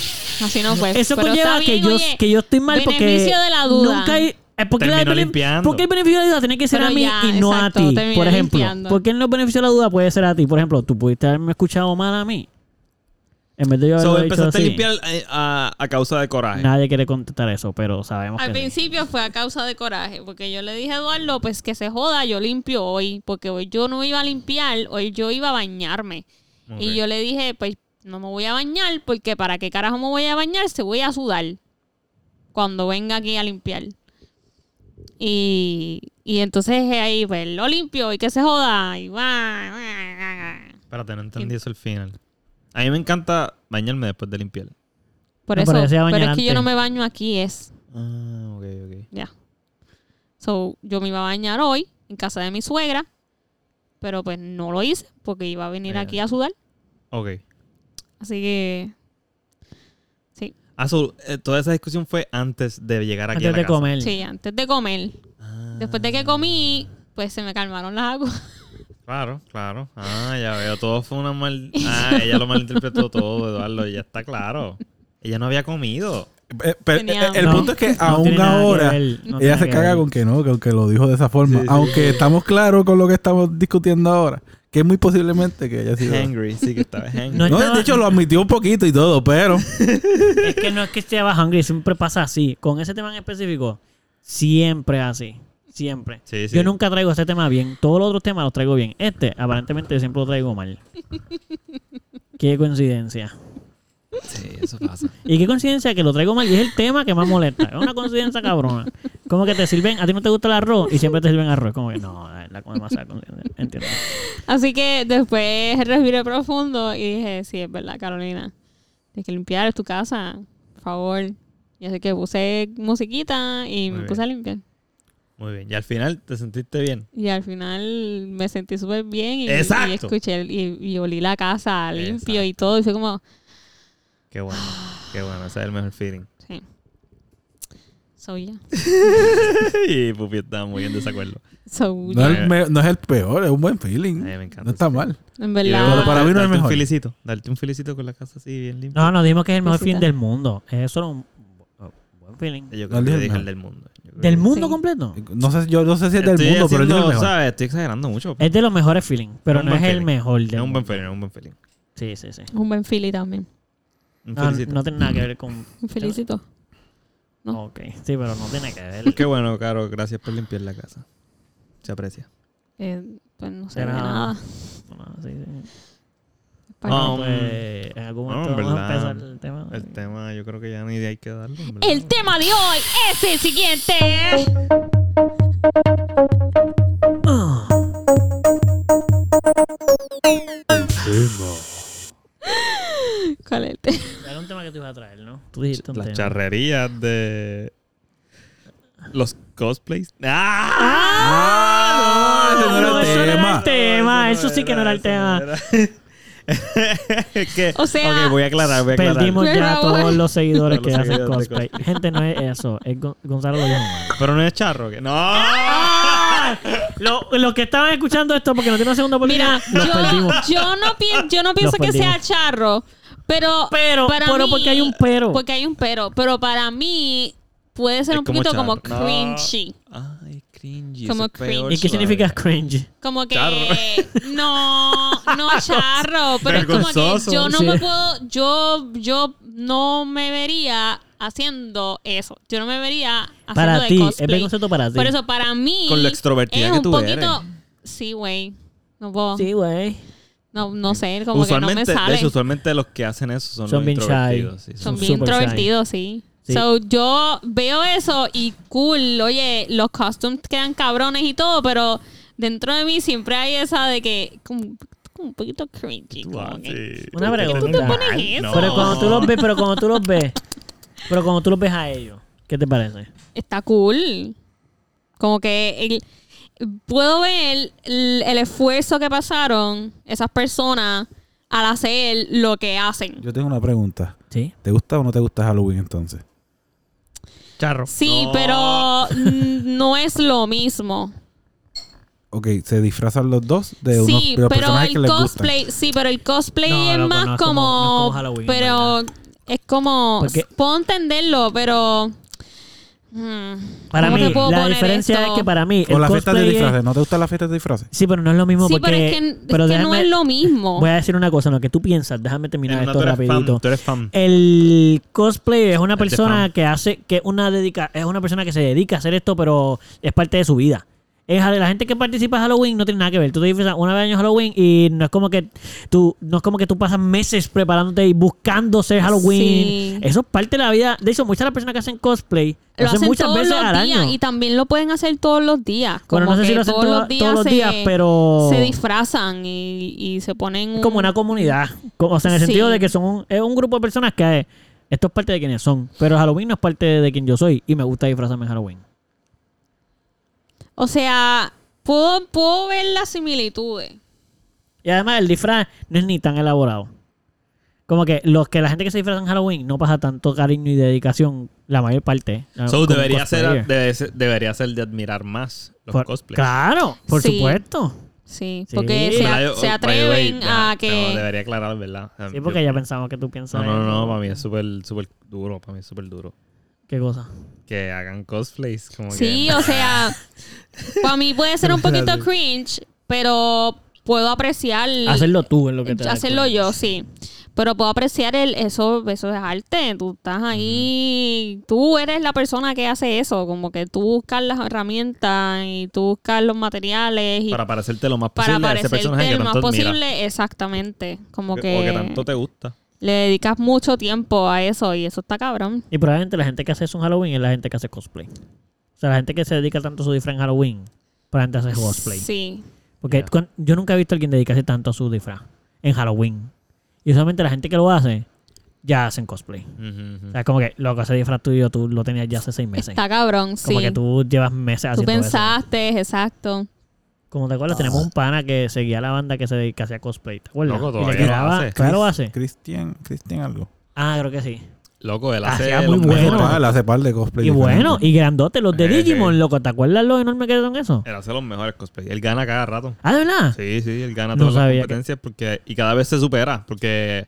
Speaker 1: Así no fue.
Speaker 2: eso
Speaker 1: Pero
Speaker 2: conlleva
Speaker 1: está
Speaker 2: que,
Speaker 1: bien,
Speaker 2: yo,
Speaker 1: oye,
Speaker 2: que yo estoy mal porque.
Speaker 1: beneficio de la duda.
Speaker 2: Nunca hay. eh, ¿Por qué, la
Speaker 3: Terminó
Speaker 2: benef-
Speaker 3: limpiando.
Speaker 2: por qué el beneficio de la duda tiene que ser
Speaker 1: Pero
Speaker 2: a mí
Speaker 1: ya,
Speaker 2: y no
Speaker 1: exacto,
Speaker 2: a ti?
Speaker 1: terminó
Speaker 2: Por ejemplo,
Speaker 1: limpiando.
Speaker 2: ¿por qué el beneficio de la duda puede ser a ti? Por ejemplo, tú pudiste haberme escuchado mal a mí. En vez de yo
Speaker 3: So,
Speaker 2: haberlo dicho
Speaker 3: empezaste a
Speaker 2: así.
Speaker 3: limpiar eh, a, a causa de coraje.
Speaker 2: Nadie quiere contestar eso, pero sabemos
Speaker 1: Al
Speaker 2: que sí.
Speaker 1: principio fue a causa de coraje, porque yo le dije a Eduardo, pues que se joda, yo limpio hoy, porque hoy yo no iba a limpiar, hoy yo iba a bañarme.
Speaker 3: Ok.
Speaker 1: Y yo le dije, pues no me voy a bañar, porque para qué carajo me voy a bañar si voy a sudar cuando venga aquí a limpiar. Y, y entonces eh, ahí, pues lo limpio y que se joda. Y va, va, va, va.
Speaker 3: Espérate, no entendí eso al final. A mí me encanta bañarme después de limpiar.
Speaker 1: Por
Speaker 2: No,
Speaker 1: eso,
Speaker 2: Ah, pero ya se va a
Speaker 1: pero
Speaker 2: bañar
Speaker 1: es que yo no
Speaker 2: antes.
Speaker 1: me baño aquí, es
Speaker 3: Ah, ok, ok.
Speaker 1: ya. So, yo me iba a bañar hoy en casa de mi suegra, pero pues no lo hice porque iba a venir
Speaker 3: Mira.
Speaker 1: aquí a sudar.
Speaker 3: Ok.
Speaker 1: Así que sí,
Speaker 3: Ah, so, eh, toda esa discusión fue antes de llegar aquí
Speaker 2: Antes
Speaker 3: a la
Speaker 2: de
Speaker 3: casa.
Speaker 2: comer.
Speaker 1: sí, antes de comer.
Speaker 3: Ah,
Speaker 1: Después de que comí, pues se me calmaron las aguas.
Speaker 3: Claro, claro. Ah, ya veo. Todo fue una mal... Ah, ella lo malinterpretó todo, Eduardo. Ya está claro. Ella no había comido.
Speaker 4: Eh, pero,
Speaker 1: Tenía
Speaker 4: eh, el
Speaker 2: hambre.
Speaker 4: punto es que
Speaker 2: No
Speaker 4: aún
Speaker 2: tiene nada que
Speaker 4: ahora
Speaker 2: ver, no tiene
Speaker 4: ella se
Speaker 2: que
Speaker 4: caga
Speaker 2: ver.
Speaker 4: con que no, que aunque lo dijo de esa forma.
Speaker 3: Sí, sí.
Speaker 4: aunque estamos claros con lo que estamos discutiendo ahora, que es muy posiblemente que haya sido.
Speaker 3: Hangry. Sí que estaba hangry.
Speaker 2: No
Speaker 4: No,
Speaker 2: estaba-
Speaker 4: de hecho lo admitió un poquito y todo, pero
Speaker 2: Es que no es que esté hungry, siempre pasa así. Con ese tema en específico, siempre así. Siempre.
Speaker 3: Sí, sí.
Speaker 2: Yo nunca traigo este tema bien. Todos los otros temas los traigo bien. Este, aparentemente, yo siempre lo traigo mal. qué coincidencia.
Speaker 3: Sí, eso pasa.
Speaker 2: Y qué coincidencia que lo traigo mal y es el tema que más molesta. Es una coincidencia cabrona. Como que te sirven, a ti no te gusta el arroz y siempre te sirven arroz. Como que no, la come más coincidencia. Entiendo.
Speaker 1: Así que después respiré profundo y dije, sí, es verdad, Carolina. Tienes que limpiar es tu casa, por favor. Y así que puse musiquita y
Speaker 3: Muy
Speaker 1: me
Speaker 3: bien.
Speaker 1: puse a limpiar.
Speaker 3: Muy bien. Y al final te sentiste bien.
Speaker 1: Y al final me sentí súper bien y,
Speaker 3: Exacto.
Speaker 1: y escuché el- y, y olí la casa limpio y todo. Y fue como,
Speaker 3: Qué bueno. Qué bueno. Ese es el mejor feeling.
Speaker 1: sí. So, yeah.
Speaker 3: y Pupi estaba muy en desacuerdo.
Speaker 1: So,
Speaker 4: no
Speaker 1: yeah.
Speaker 4: es, el me- no es el peor, es un buen
Speaker 3: A
Speaker 4: feeling.
Speaker 3: mí me encanta.
Speaker 4: No está mal.
Speaker 1: En
Speaker 3: Y
Speaker 1: verdad.
Speaker 3: luego
Speaker 4: Pero para mí no es
Speaker 3: darte
Speaker 4: mejor.
Speaker 3: Un felicito. Darte un felicito con la casa así bien limpia.
Speaker 2: No, no, dijimos que es el mejor
Speaker 1: Visita.
Speaker 2: fin del mundo. Es solo un bu- buen feeling.
Speaker 3: Yo creo
Speaker 4: No,
Speaker 3: que dije
Speaker 4: el mejor.
Speaker 3: el del mundo. Yo creo
Speaker 2: ¿Del
Speaker 3: que-
Speaker 2: mundo
Speaker 1: Sí.
Speaker 2: completo?
Speaker 4: No sé, yo no sé si es del
Speaker 3: Estoy
Speaker 4: mundo, pero yo
Speaker 3: haciendo,
Speaker 4: es el mejor.
Speaker 3: ¿sabes? Estoy exagerando mucho.
Speaker 2: Es de los mejores feelings, pero
Speaker 3: Es un
Speaker 2: no es
Speaker 3: buen
Speaker 2: el
Speaker 3: feeling.
Speaker 2: mejor.
Speaker 4: Eh,
Speaker 3: Es
Speaker 2: Del
Speaker 3: un buen
Speaker 2: mundo.
Speaker 3: feeling, es un buen feeling.
Speaker 2: Sí, sí, sí.
Speaker 1: Un buen fili también.
Speaker 3: Un
Speaker 2: No,
Speaker 3: felicito.
Speaker 2: no tiene nada que ver con.
Speaker 1: Un felicito. no.
Speaker 2: Ok, sí, pero no tiene que ver.
Speaker 3: Qué bueno, Caro. Gracias por limpiar la casa. Se aprecia.
Speaker 1: Eh, pues no sé de
Speaker 2: Era-
Speaker 1: nada.
Speaker 2: No, sí, sí.
Speaker 1: Para
Speaker 3: No,
Speaker 1: que-
Speaker 2: Pues, en algún
Speaker 3: No,
Speaker 2: momento
Speaker 3: en
Speaker 2: vamos a
Speaker 3: verdad.
Speaker 2: empezar el tema.
Speaker 3: El tema, yo creo que ya ni hay que darlo. en verdad.
Speaker 1: El tema de hoy es el siguiente.
Speaker 2: Ah.
Speaker 1: ¿Cuál es el tema?
Speaker 2: Era un tema que tú ibas a traer, ¿no? Tú dijiste un
Speaker 3: Las
Speaker 2: tema.
Speaker 3: charrerías de. Los cosplays. ¡Ah!
Speaker 2: ¡Ah!
Speaker 4: no, ese no era el
Speaker 2: eso no
Speaker 4: tema.
Speaker 2: era el tema. Eso sí que no era el
Speaker 3: eso
Speaker 2: tema.
Speaker 3: no era. Es que-
Speaker 1: O sea,
Speaker 3: ok, voy a aclarar, voy a aclarar.
Speaker 2: Perdimos
Speaker 1: Por
Speaker 2: ya
Speaker 1: favor.
Speaker 2: todos los seguidores
Speaker 3: Todos
Speaker 2: que
Speaker 3: los
Speaker 2: hacen
Speaker 3: seguidores de
Speaker 2: cosplay. Gente, no es eso. Es Gon- Gonzalo lo dijo mal.
Speaker 3: Pero no es charro. que- ¡No!
Speaker 2: Lo- Los que estaban escuchando esto porque no tienen segunda
Speaker 1: Mira,
Speaker 2: oportunidad, los
Speaker 1: yo,
Speaker 2: perdimos.
Speaker 1: yo no pienso, yo no pienso
Speaker 2: Los
Speaker 1: que sea
Speaker 2: perdimos.
Speaker 1: charro, pero
Speaker 2: Pero,
Speaker 1: para
Speaker 2: pero
Speaker 1: mí-
Speaker 2: porque hay un pero.
Speaker 1: porque hay un pero, pero para mí puede ser
Speaker 3: Es
Speaker 1: un
Speaker 3: como
Speaker 1: poquito como
Speaker 3: charro. No.
Speaker 1: cringy,
Speaker 3: Ay, cringy.
Speaker 1: Como
Speaker 3: eso es peor
Speaker 1: cringy.
Speaker 2: ¿Y qué
Speaker 3: todavía.
Speaker 2: significa cringe?
Speaker 1: como que
Speaker 3: Charro.
Speaker 1: no, no charro, pero es como que
Speaker 3: Vergonzoso.
Speaker 1: yo no
Speaker 2: Sí.
Speaker 1: me puedo, yo, yo no me vería haciendo eso, yo no me vería haciendo
Speaker 2: Para
Speaker 1: de
Speaker 2: ti, es
Speaker 1: cosplay.
Speaker 2: vergonzoso para ti.
Speaker 1: Por eso para mí
Speaker 3: Con lo extrovertida
Speaker 1: es
Speaker 3: que
Speaker 1: un
Speaker 3: tú eres.
Speaker 1: poquito, sí, güey, no puedo,
Speaker 2: Sí, güey.
Speaker 1: no, no sé, como que no me
Speaker 3: usualmente,
Speaker 1: sale.
Speaker 3: de hecho, usualmente los que hacen eso son,
Speaker 2: Son
Speaker 3: los
Speaker 2: bien shy.
Speaker 3: introvertidos. sí,
Speaker 1: Son
Speaker 2: Son
Speaker 1: bien
Speaker 2: super shy.
Speaker 1: introvertidos, sí.
Speaker 2: Sí.
Speaker 1: So, yo veo eso y cool, oye, los costumes quedan cabrones y todo, pero dentro de mí siempre hay esa de que como, como un poquito cringy.
Speaker 3: Tú,
Speaker 1: como
Speaker 3: ah,
Speaker 1: que-
Speaker 3: sí.
Speaker 2: Una
Speaker 3: ¿Por qué
Speaker 2: pregunta.
Speaker 3: tú te
Speaker 2: ¿Tú te
Speaker 1: pones
Speaker 3: mal?
Speaker 1: eso?
Speaker 3: No.
Speaker 2: Pero cuando tú los ves, pero cuando tú los ves, pero cuando tú los ves a ellos, ¿qué te parece?
Speaker 1: Está cool. Como que el- puedo ver el, el esfuerzo que pasaron esas personas al hacer lo que hacen.
Speaker 4: Yo tengo una pregunta.
Speaker 2: Sí.
Speaker 4: ¿Te gusta o no te gusta Halloween entonces?
Speaker 3: Charro.
Speaker 1: Sí,
Speaker 3: No.
Speaker 1: pero mm, no es lo mismo.
Speaker 4: Ok, se disfrazan los dos de unos
Speaker 1: sí,
Speaker 4: de los
Speaker 1: pero
Speaker 4: personajes que
Speaker 1: el
Speaker 4: les
Speaker 1: cosplay, sí, pero el cosplay
Speaker 2: No,
Speaker 1: es
Speaker 2: loco,
Speaker 1: más
Speaker 2: no
Speaker 1: como,
Speaker 2: es como- no es como Halloween,
Speaker 1: pero es como
Speaker 2: Porque-
Speaker 1: puedo entenderlo, pero mm,
Speaker 2: Para
Speaker 1: ¿cómo te
Speaker 2: mí,
Speaker 1: puedo
Speaker 2: la
Speaker 1: poner
Speaker 2: diferencia
Speaker 1: esto?
Speaker 2: es que para mí
Speaker 4: gustan. O
Speaker 2: el
Speaker 4: las fiestas de
Speaker 2: cosplay es-
Speaker 4: disfraces. ¿No te gustan las fiestas de disfraces?
Speaker 2: Sí, pero no es lo mismo
Speaker 1: sí, pero
Speaker 2: porque
Speaker 1: es que, es
Speaker 2: pero
Speaker 1: que no
Speaker 2: déjame-
Speaker 1: es lo mismo.
Speaker 2: Voy a decir una cosa, no, que tú piensas, déjame terminar
Speaker 3: Eh, no,
Speaker 2: esto
Speaker 3: tú eres
Speaker 2: rapidito. Eh,
Speaker 3: fan. Tú eres fan.
Speaker 2: El cosplay es una
Speaker 3: El de
Speaker 2: persona
Speaker 3: fan.
Speaker 2: que hace que una dedica es una persona que se dedica a hacer esto, pero es parte de su vida. Es, la gente que participa en Halloween no tiene nada que ver. Tú te disfrazas una vez al año Halloween y no es como que tú no es como que tú pasas meses preparándote y buscando ser Halloween.
Speaker 1: Sí.
Speaker 2: Eso es parte de la vida. De hecho, muchas de las personas que hacen cosplay
Speaker 1: lo hacen
Speaker 2: muchas
Speaker 1: todos
Speaker 2: veces
Speaker 1: los
Speaker 2: al
Speaker 1: días
Speaker 2: año.
Speaker 1: y también lo pueden hacer todos los días.
Speaker 2: Bueno,
Speaker 1: como
Speaker 2: no sé si
Speaker 1: que
Speaker 2: lo hacen
Speaker 1: todos
Speaker 2: todo-
Speaker 1: los días,
Speaker 2: todos los
Speaker 1: se-
Speaker 2: días, pero-
Speaker 1: se disfrazan y, y se ponen
Speaker 2: Es
Speaker 1: un-
Speaker 2: como una comunidad. Como- O sea, en el
Speaker 1: Sí.
Speaker 2: sentido de que son un, es un grupo de personas que eh, esto es parte de quienes son. Pero Halloween no es parte de quien yo soy. Y me gusta disfrazarme en Halloween.
Speaker 1: O sea, puedo, puedo ver las similitudes.
Speaker 2: Y además el disfraz no es ni tan elaborado. Como que los que la gente que se disfraza en Halloween no pasa tanto cariño y dedicación la mayor parte. ¿no?
Speaker 3: So,
Speaker 2: Como
Speaker 3: debería ser,
Speaker 2: cosplayer.
Speaker 3: debe ser- debería ser de admirar más los
Speaker 2: Por-
Speaker 3: cosplays.
Speaker 2: Claro, por
Speaker 1: Sí.
Speaker 2: supuesto.
Speaker 1: Sí,
Speaker 2: Sí.
Speaker 1: porque se,
Speaker 2: Pero
Speaker 1: a-
Speaker 3: By the-
Speaker 1: se
Speaker 3: oh, by the way,
Speaker 1: atreven
Speaker 3: deja-
Speaker 1: a
Speaker 3: No,
Speaker 1: que...
Speaker 3: debería aclarar, ¿verdad?
Speaker 2: Sí, porque ya pensamos que tú piensas.
Speaker 3: No, no, no,
Speaker 2: eso.
Speaker 3: no, para mí es súper, súper duro. Para mí es súper duro.
Speaker 2: ¿Qué cosa?
Speaker 3: Que hagan cosplays. Como
Speaker 1: Sí,
Speaker 3: que,
Speaker 1: o sea, para mí puede ser un poquito cringe, pero puedo apreciar...
Speaker 2: Hacerlo tú es lo que te da
Speaker 1: hacerlo
Speaker 2: cringe.
Speaker 1: yo, sí. Pero puedo apreciar el, eso, eso es arte. Tú estás ahí, tú eres la persona que hace eso. Como que tú buscas las herramientas y tú buscas los materiales y
Speaker 3: Para
Speaker 1: para,
Speaker 3: parecerte lo más posible a ese personaje
Speaker 1: parecerte
Speaker 3: que
Speaker 1: lo más
Speaker 3: tanto admiras.
Speaker 1: posible, exactamente. Como
Speaker 3: Que-
Speaker 1: que,
Speaker 3: O que tanto te gusta.
Speaker 1: le dedicas mucho tiempo a eso y eso está cabrón.
Speaker 2: Y probablemente la gente que hace eso en Halloween es la gente que hace cosplay. O sea, la gente que se dedica tanto a su disfraz en Halloween, probablemente hace cosplay.
Speaker 1: Sí.
Speaker 2: Porque
Speaker 3: Ya.
Speaker 2: cuan- yo nunca he visto a alguien dedicarse tanto a su disfraz en Halloween. Y solamente la gente que lo hace, ya hacen cosplay.
Speaker 3: Ujú, ujú.
Speaker 2: O sea, como que lo que ese disfraz tuyo tú lo tenías ya hace seis meses.
Speaker 1: Está cabrón,
Speaker 2: Como
Speaker 1: sí.
Speaker 2: que
Speaker 1: Tú,
Speaker 2: tú llevas meses haciendo eso.
Speaker 1: pensaste, exacto.
Speaker 3: Ah,
Speaker 2: Como te acuerdas, tenemos un pana que seguía la banda que se dedica hacía cosplay. ¿Te acuerdas?
Speaker 3: Loco,
Speaker 2: Y le
Speaker 3: todavía lo
Speaker 2: graba-
Speaker 3: hace.
Speaker 2: Todavía lo hace.
Speaker 4: Cristian, Cristian algo.
Speaker 2: Ah, creo que sí.
Speaker 3: Loco, él
Speaker 2: Ah,
Speaker 3: hace.
Speaker 2: sea muy
Speaker 3: los
Speaker 2: bueno.
Speaker 3: mejores.
Speaker 4: Ah, le hace par de cosplay.
Speaker 2: Y bueno,
Speaker 4: diferentes.
Speaker 2: y grandote, los de
Speaker 3: Eh,
Speaker 2: Digimon,
Speaker 3: eh.
Speaker 2: loco. ¿Te acuerdas lo enorme que son eso?
Speaker 3: Él hace los mejores cosplays. Él gana cada rato.
Speaker 2: Ah, de verdad.
Speaker 3: Sí, sí, él gana
Speaker 2: No
Speaker 3: todas las
Speaker 2: sabía que-
Speaker 3: competencias porque, y cada vez se supera. Porque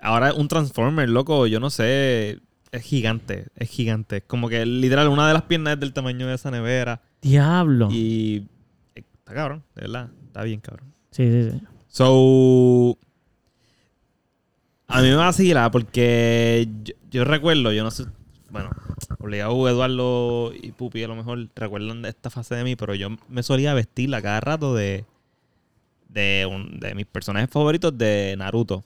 Speaker 3: ahora es un Transformer, loco, yo no sé. Es gigante, es gigante. Es como que literal, una de las piernas es del tamaño de esa nevera.
Speaker 2: Diablo.
Speaker 3: Y eh, está cabrón, de verdad. Está bien, cabrón.
Speaker 2: Sí, sí, sí.
Speaker 3: So. A mí me vacila porque yo, yo recuerdo, yo no sé. Bueno, obligado Eduardo y Pupi a lo mejor recuerdan de esta fase de mí, pero yo me solía vestir a cada rato de. De, un- de mis personajes favoritos de Naruto.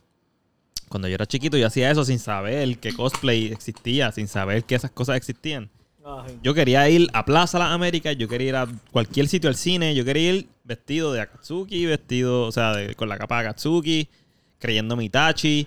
Speaker 3: Cuando yo era chiquito, yo hacía eso sin saber que cosplay existía, sin saber que esas cosas existían. Yo quería ir a Plaza Las Américas, yo quería ir a cualquier sitio al cine, yo quería ir vestido de Akatsuki, vestido, o sea, de- con la capa de Akatsuki, creyendo mi Tachi,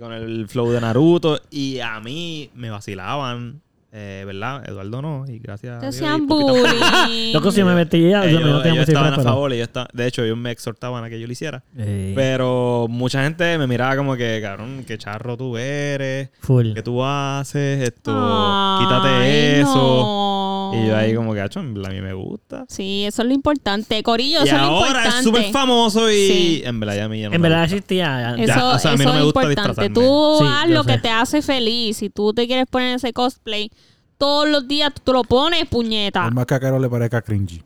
Speaker 3: con el flow de Naruto, y a mí me vacilaban, eh, ¿verdad? Eduardo no, y gracias. a
Speaker 1: Te
Speaker 3: Dios, y
Speaker 1: hacían
Speaker 3: poquito-
Speaker 1: bullying.
Speaker 2: Loco, si yo me vestía, yo
Speaker 3: Ellos,
Speaker 2: no tenía
Speaker 3: ellos
Speaker 2: mucho
Speaker 3: estaban
Speaker 2: disfraz,
Speaker 3: a
Speaker 2: pero...
Speaker 3: favor, ellos esta- de hecho, ellos me exhortaban a que yo lo hiciera.
Speaker 2: Eh,
Speaker 3: Pero mucha gente me miraba como que, cabrón, qué charro tú eres,
Speaker 2: full.
Speaker 3: qué tú haces, esto,
Speaker 1: Ay,
Speaker 3: quítate eso.
Speaker 1: no.
Speaker 3: Y yo ahí como que, "Acho, en verdad a mí me gusta.
Speaker 1: Sí, eso es lo importante. Corillo,
Speaker 3: Y
Speaker 1: eso es lo
Speaker 3: ahora
Speaker 1: importante.
Speaker 3: es súper famoso y
Speaker 1: Sí.
Speaker 3: en verdad ya a mí ya no
Speaker 2: En
Speaker 3: me
Speaker 2: verdad
Speaker 3: gusta.
Speaker 2: existía.
Speaker 1: Eso,
Speaker 3: Ya, o sea, a mí
Speaker 1: eso
Speaker 3: no me
Speaker 1: es
Speaker 3: gusta
Speaker 1: importante.
Speaker 3: disfrazarme.
Speaker 1: Tú
Speaker 2: Sí,
Speaker 1: haz
Speaker 2: yo
Speaker 1: lo que
Speaker 2: sé.
Speaker 1: te hace feliz. Si tú te quieres poner ese cosplay, todos los días tú te lo pones, puñeta.
Speaker 4: Por más que a Caro le parezca cringy.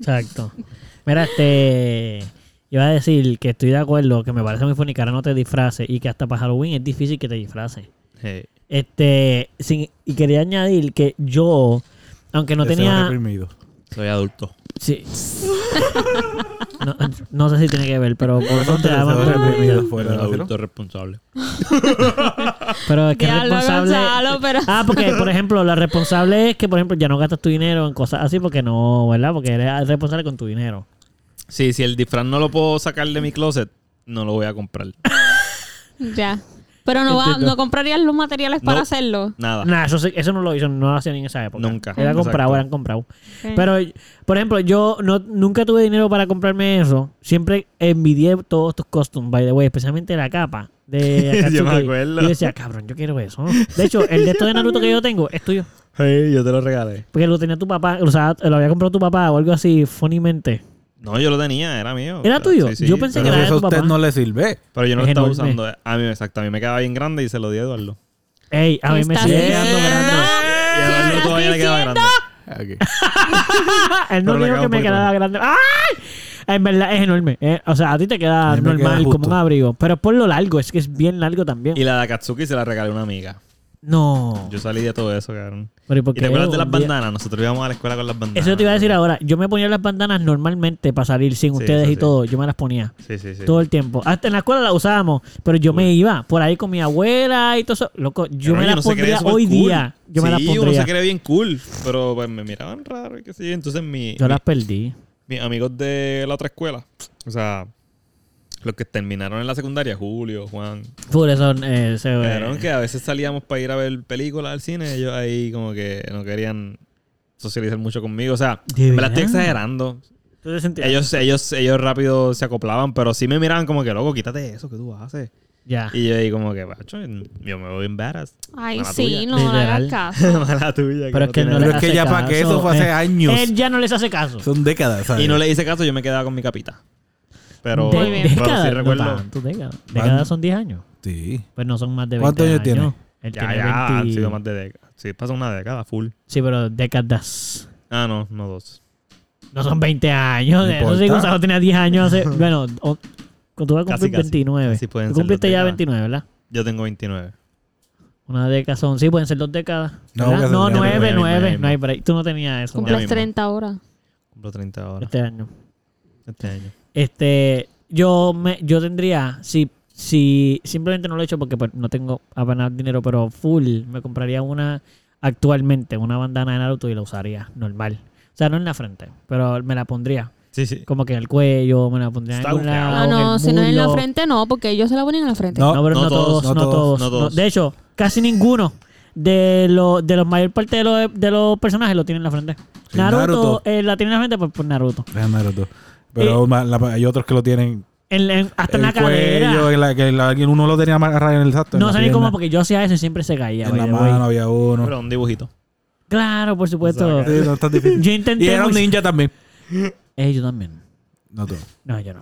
Speaker 2: Exacto. Mira, este. Iba a decir que estoy de acuerdo, que me parece muy funny que ahora no te disfraces y que hasta para Halloween es difícil que te disfraces.
Speaker 3: Hey.
Speaker 2: Este. sin- y quería añadir que yo, aunque no
Speaker 4: Ese va
Speaker 2: tenía.
Speaker 4: reprimido.
Speaker 3: Soy adulto.
Speaker 2: Sí. No, no sé si tiene que ver, pero por eso te
Speaker 4: Ese
Speaker 2: llaman
Speaker 4: va reprimido
Speaker 3: Soy
Speaker 4: fuera de la ciudad.
Speaker 3: adulto responsable.
Speaker 2: Pero es que
Speaker 1: Diablo,
Speaker 2: responsable.
Speaker 1: Gonzalo, pero-
Speaker 2: Ah, porque, por ejemplo, la responsable es que, por ejemplo, ya no gastas tu dinero en cosas así porque no, ¿verdad? Porque eres responsable con tu dinero.
Speaker 3: Sí, si el disfraz no lo puedo sacar de mi closet, no lo voy a comprar.
Speaker 1: Ya. Pero no, va-
Speaker 2: Entiendo.
Speaker 1: no comprarías los materiales
Speaker 3: No.
Speaker 1: para hacerlo.
Speaker 3: Nada.
Speaker 2: Nah, eso, sí- eso no lo hizo, no lo hacían en esa época.
Speaker 3: Ah. Nunca.
Speaker 2: Era
Speaker 3: Exacto.
Speaker 2: comprado, eran comprado. Pero, por ejemplo, yo no, nunca tuve dinero para comprarme eso. Siempre envidié todos tus costumes, by the way, especialmente la capa de Akatsuki.
Speaker 3: Yo me acuerdo.
Speaker 2: Y yo decía, cabrón, yo quiero eso. De hecho, el de esto de Naruto que yo tengo es tuyo.
Speaker 3: Hey, yo te lo regalé.
Speaker 2: Porque lo tenía tu papá, o sea, lo había comprado tu papá o algo así, funnymente.
Speaker 3: No, yo lo tenía, era mío.
Speaker 2: ¿Era tuyo?
Speaker 3: Sí, sí,
Speaker 2: Yo pensé
Speaker 3: pero,
Speaker 2: que
Speaker 4: Pero si
Speaker 2: era de
Speaker 4: eso a
Speaker 2: tu
Speaker 4: usted
Speaker 2: papá.
Speaker 4: no le sirve.
Speaker 3: pero yo no lo
Speaker 2: Es
Speaker 3: estaba
Speaker 2: enorme.
Speaker 3: usando. A mí, exacto, a mí me quedaba bien grande y se lo di a Eduardo.
Speaker 2: Ey, a mí me
Speaker 1: Estás
Speaker 2: sigue
Speaker 1: bien.
Speaker 2: quedando grande.
Speaker 3: Y a Eduardo
Speaker 1: estás
Speaker 3: todavía le quedaba
Speaker 1: diciendo?
Speaker 3: grande.
Speaker 4: Aquí.
Speaker 2: Él
Speaker 3: Pero
Speaker 2: no
Speaker 3: le
Speaker 2: dijo
Speaker 3: queda
Speaker 2: que
Speaker 3: un
Speaker 2: me
Speaker 3: poquito
Speaker 2: quedaba
Speaker 3: más.
Speaker 2: grande. ¡Ay! En verdad es enorme. eh. o sea, a ti te
Speaker 4: A
Speaker 2: queda
Speaker 4: mí me queda
Speaker 2: normal como
Speaker 4: justo.
Speaker 2: un abrigo. Pero es por lo largo, es que es bien largo también.
Speaker 3: Y la de Akatsuki se la regalé a una amiga.
Speaker 2: No.
Speaker 3: Yo salí de todo eso, cabrón.
Speaker 2: Pero, ¿y por
Speaker 3: ¿Y
Speaker 2: qué
Speaker 3: te acuerdas de las
Speaker 2: un día-
Speaker 3: bandanas? Nosotros íbamos a la escuela con las bandanas.
Speaker 2: Eso te iba a decir ahora. Yo me ponía las bandanas normalmente para salir sin
Speaker 3: Sí,
Speaker 2: ustedes
Speaker 3: eso
Speaker 2: y
Speaker 3: sí.
Speaker 2: todo. Yo me las ponía.
Speaker 3: Sí, sí, sí.
Speaker 2: Todo el tiempo. Hasta en la escuela las usábamos, pero yo me iba por ahí con mi abuela y todo eso. Loco, yo
Speaker 3: Cabrón,
Speaker 2: me las
Speaker 3: uno se cree
Speaker 2: pondría
Speaker 3: súper
Speaker 2: hoy
Speaker 3: cool.
Speaker 2: día. Yo me las
Speaker 3: Sí, uno se
Speaker 2: pondría.
Speaker 3: cree bien cool, pero pues me miraban raro y qué sé yo. Entonces mi,
Speaker 2: Yo las perdí.
Speaker 3: mi- mis amigos de la otra escuela, o sea, los que terminaron en la secundaria, Julio, Juan,
Speaker 2: Por eso eh, se
Speaker 3: cabrón, que a veces salíamos para ir a ver películas al cine, ellos ahí como que no querían... socializar mucho conmigo. O sea,
Speaker 2: ¿De
Speaker 3: me la estoy
Speaker 2: verdad?
Speaker 3: exagerando.
Speaker 2: ¿Tú te sentías?
Speaker 3: Ellos, ellos, ellos rápido se acoplaban, pero sí me miraban como que, loco, quítate eso que tú haces.
Speaker 2: Ya.
Speaker 3: Y yo ahí como que, macho, yo me voy en varas.
Speaker 1: Ay,
Speaker 3: Mala
Speaker 1: sí,
Speaker 3: tuya.
Speaker 1: no le hagas
Speaker 2: Literal.
Speaker 1: caso.
Speaker 3: Mala tuya. que
Speaker 2: Pero es que
Speaker 3: tiene
Speaker 2: no
Speaker 4: Pero
Speaker 2: le
Speaker 3: nada.
Speaker 4: es que
Speaker 2: hace
Speaker 4: ya para que eso
Speaker 2: caso,
Speaker 4: fue hace
Speaker 2: eh.
Speaker 4: años.
Speaker 2: Él ya no les hace caso.
Speaker 4: Son décadas, ¿sabes?
Speaker 3: Y no le hice caso, yo me quedaba con mi capita. Pero,
Speaker 2: De-
Speaker 1: Muy bien.
Speaker 3: pero
Speaker 2: décadas,
Speaker 3: sí
Speaker 2: no
Speaker 3: recuerdo.
Speaker 2: tanto, décadas. Décadas son 10 años.
Speaker 4: Sí.
Speaker 2: Pues no son más de 20
Speaker 4: ¿Cuántos años tiene?
Speaker 2: Él
Speaker 3: ya,
Speaker 2: tiene
Speaker 3: ya, han
Speaker 2: 20.
Speaker 3: sido más de década. Sí, pasa una década, full.
Speaker 2: Sí, pero décadas.
Speaker 3: Ah, no, no dos.
Speaker 2: No son 20 años.
Speaker 4: No
Speaker 2: Eso sí,
Speaker 4: importa.
Speaker 2: Gonzalo tenía 10 años hace... Bueno, o- cuando tú vas a
Speaker 3: Casi,
Speaker 2: cumplir
Speaker 3: casi.
Speaker 2: 29.
Speaker 3: Casi pueden
Speaker 2: Tú
Speaker 3: ser
Speaker 2: cumpliste
Speaker 3: dos
Speaker 2: ya
Speaker 3: décadas.
Speaker 2: 29, ¿verdad?
Speaker 3: Yo tengo 29.
Speaker 2: Una década son... Sí, pueden ser dos décadas.
Speaker 4: No,
Speaker 2: ¿verdad?
Speaker 4: que se-
Speaker 2: No,
Speaker 4: ya
Speaker 2: nueve,
Speaker 3: mismo, ya
Speaker 2: nueve.
Speaker 3: mismo.
Speaker 2: No hay break. Tú no tenías eso.
Speaker 3: Cumple-
Speaker 2: ¿verdad?
Speaker 1: Cumples
Speaker 3: mismo.
Speaker 1: 30 horas.
Speaker 3: Cumplo 30 ahora.
Speaker 2: Este año.
Speaker 3: Este año.
Speaker 2: Este, yo me, yo tendría, si, si simplemente no lo he hecho porque pues, no tengo apenas dinero, pero full, me compraría una actualmente, una bandana de Naruto y la usaría normal. O sea, no en la frente, pero me la pondría.
Speaker 3: Sí, sí.
Speaker 2: Como que en el cuello, me la pondría en
Speaker 3: Está
Speaker 2: algún
Speaker 3: bufiado.
Speaker 2: lado.
Speaker 1: Ah, no,
Speaker 2: el
Speaker 1: si no es en la
Speaker 2: muslo.
Speaker 1: frente, no, porque ellos se la ponen en la frente.
Speaker 4: No,
Speaker 2: No, pero no,
Speaker 3: no
Speaker 2: todos, no todos,
Speaker 3: no
Speaker 2: no.
Speaker 3: todos.
Speaker 2: De hecho, casi ninguno de los de los mayor parte de los, de los personajes lo tienen en la frente.
Speaker 4: Sí,
Speaker 2: Naruto,
Speaker 4: Naruto.
Speaker 2: eh, la tiene en la frente pues por Naruto.
Speaker 4: Es Naruto. Pero ma- la- hay otros que lo tienen
Speaker 2: En- en- Eh, hasta en la
Speaker 4: el cuello,
Speaker 2: cadera.
Speaker 4: en la, que la- alguien- uno lo tenía amarrado en el saco. en
Speaker 2: No
Speaker 4: la
Speaker 2: sé ni
Speaker 4: pierna,
Speaker 2: cómo, porque yo hacía eso y siempre se caía.
Speaker 4: En
Speaker 2: by
Speaker 4: la
Speaker 2: the way.
Speaker 4: mano había uno.
Speaker 3: Pero un dibujito.
Speaker 2: Claro, por supuesto.
Speaker 4: Sí, no es tan difícil.
Speaker 2: eh, Yo
Speaker 4: Y
Speaker 2: intenté.
Speaker 4: era un
Speaker 2: muy-
Speaker 4: ninja también.
Speaker 2: Eh, yo también.
Speaker 4: No todo.
Speaker 2: No, yo no.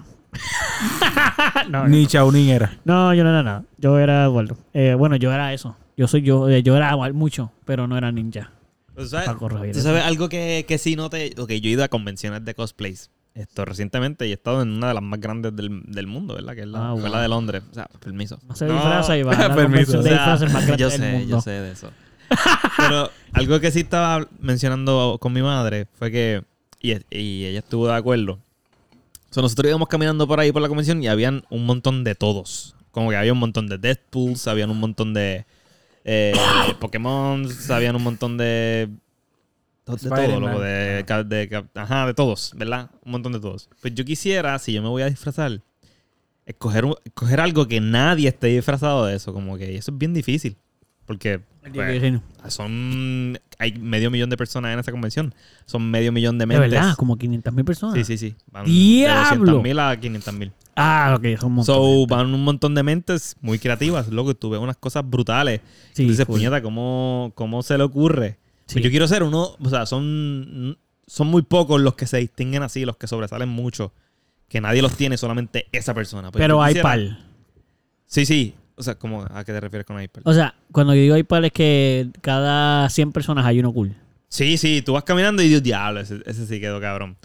Speaker 2: no,
Speaker 4: Ni Chaunin era.
Speaker 2: no, yo no era nada. Yo era Eduardo. Eh, bueno, yo era eso. Yo soy yo. eh, yo era igual mucho, pero no era ninja.
Speaker 3: ¿Tú sabes,
Speaker 2: Paco Rabiel.
Speaker 3: tú sabes algo que, que sí noté? Ok, yo he ido a convenciones de cosplays. Esto recientemente y he estado en una de las más grandes del, del mundo, ¿verdad? Que es la,
Speaker 2: Ah,
Speaker 3: fue la
Speaker 2: wow.
Speaker 3: de Londres. O sea, permiso.
Speaker 2: No se disfraza y va a la
Speaker 4: permiso.
Speaker 2: convención
Speaker 3: O
Speaker 2: de
Speaker 3: sea,
Speaker 2: disfraces más grande
Speaker 3: yo
Speaker 2: del
Speaker 3: sé,
Speaker 2: mundo.
Speaker 3: yo sé de eso. Pero algo que sí estaba mencionando con mi madre fue que, y, y ella estuvo de acuerdo. O sea, nosotros íbamos caminando por ahí por la convención y habían un montón de todos. Como que había un montón de Deadpools, habían un montón de eh, Pokémon, habían un montón de. De todo,
Speaker 4: Spider-Man.
Speaker 3: loco,
Speaker 2: Ah.
Speaker 3: de, ca- de ca- Ajá, de todos, ¿verdad? Un montón de todos. Pues yo quisiera, si yo me voy a disfrazar, escoger, un- escoger algo que nadie esté disfrazado de eso. Como que eso es bien difícil. Porque pues, son. Hay medio millón de personas en esta convención. Son medio millón de
Speaker 2: De
Speaker 3: mentes.
Speaker 2: verdad, como 500 mil personas.
Speaker 3: Sí, sí, sí. Van
Speaker 2: ¡Diablo!
Speaker 3: De 200.000 a 500.000 mil.
Speaker 2: Ah, ok, son un montón.
Speaker 3: So, van un montón de mentes muy creativas, loco. y Tú ves unas cosas brutales.
Speaker 2: Sí,
Speaker 3: Tú dices,
Speaker 2: full.
Speaker 3: puñeta, ¿cómo, ¿cómo se le ocurre?
Speaker 2: Sí.
Speaker 3: Pues yo quiero ser uno, o sea, son, son muy pocos los que se distinguen así, los que sobresalen mucho. Que nadie los tiene, solamente esa persona. Pues
Speaker 2: pero
Speaker 3: yo
Speaker 2: hay
Speaker 3: quisiera-
Speaker 2: pal.
Speaker 3: Sí, sí. O sea, ¿cómo, ¿a qué te refieres con iPad?
Speaker 2: O sea, cuando yo digo hay pal es que cada 100 personas hay uno cool.
Speaker 3: Sí, sí, tú vas caminando y dices, diablo, ese, ese sí quedó cabrón.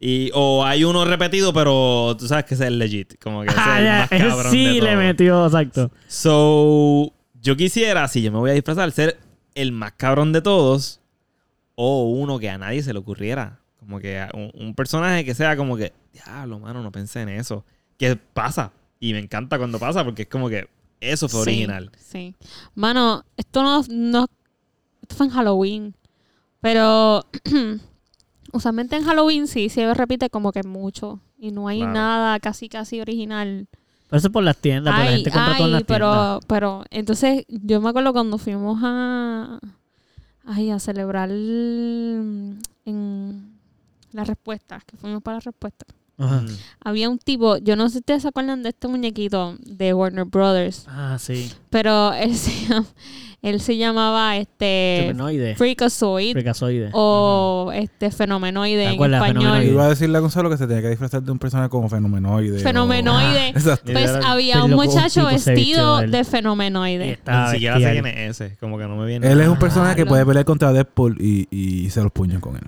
Speaker 3: Y, o hay uno repetido, pero tú sabes que ese es legit. Como que ese
Speaker 2: Ah,
Speaker 3: es el
Speaker 2: ya,
Speaker 3: más
Speaker 2: ese
Speaker 3: cabrón
Speaker 2: sí
Speaker 3: de
Speaker 2: le
Speaker 3: todos.
Speaker 2: metió, exacto.
Speaker 3: So, yo quisiera, si yo me voy a disfrazar, ser el más cabrón de todos o uno que a nadie se le ocurriera. Como que a- un, un personaje que sea como que, diablo, mano, no pensé en eso. Que pasa. Y me encanta cuando pasa porque es como que eso fue
Speaker 1: Sí,
Speaker 3: original.
Speaker 1: Sí. Mano, esto no, no. Esto fue en Halloween. Pero. usualmente en Halloween sí se repite como que mucho. Y no hay
Speaker 3: Claro.
Speaker 1: nada casi, casi original.
Speaker 2: Pero eso es por las tiendas, porque la gente compra todo en las tiendas.
Speaker 1: pero, pero. Entonces, yo me acuerdo cuando fuimos a. Ay, a celebrar. el- En. Las respuestas, que fuimos para las respuestas.
Speaker 2: Ajá.
Speaker 3: Mm.
Speaker 1: Había un tipo, yo no sé si ustedes se acuerdan de este muñequito de Warner Brothers.
Speaker 2: Ah, sí.
Speaker 1: Pero él se, llam- él se llamaba este
Speaker 2: Supernoide.
Speaker 1: Freakazoid
Speaker 2: Freakazoide.
Speaker 1: o este Fenomenoide
Speaker 2: ¿Te
Speaker 1: en
Speaker 2: acuerdas?
Speaker 1: español.
Speaker 2: Fenomenoide.
Speaker 4: Iba a decirle a Gonzalo que se tenía que disfrazar de un personaje como fenomenoide. o-
Speaker 1: Fenomenoide.
Speaker 4: Exacto.
Speaker 1: Pues
Speaker 3: Literal.
Speaker 1: había
Speaker 2: Pero
Speaker 1: un
Speaker 2: loco, un
Speaker 1: muchacho
Speaker 2: tipo se vistió
Speaker 1: vestido
Speaker 2: de él.
Speaker 1: de
Speaker 2: Y
Speaker 1: Fenomenoide.
Speaker 2: estaba
Speaker 3: Ni siquiera sé
Speaker 2: bestial.
Speaker 3: quién es ese. Como que no me viene.
Speaker 4: Él es un personaje que
Speaker 1: Diablo.
Speaker 4: puede pelear contra Deadpool y, y se los puños con él.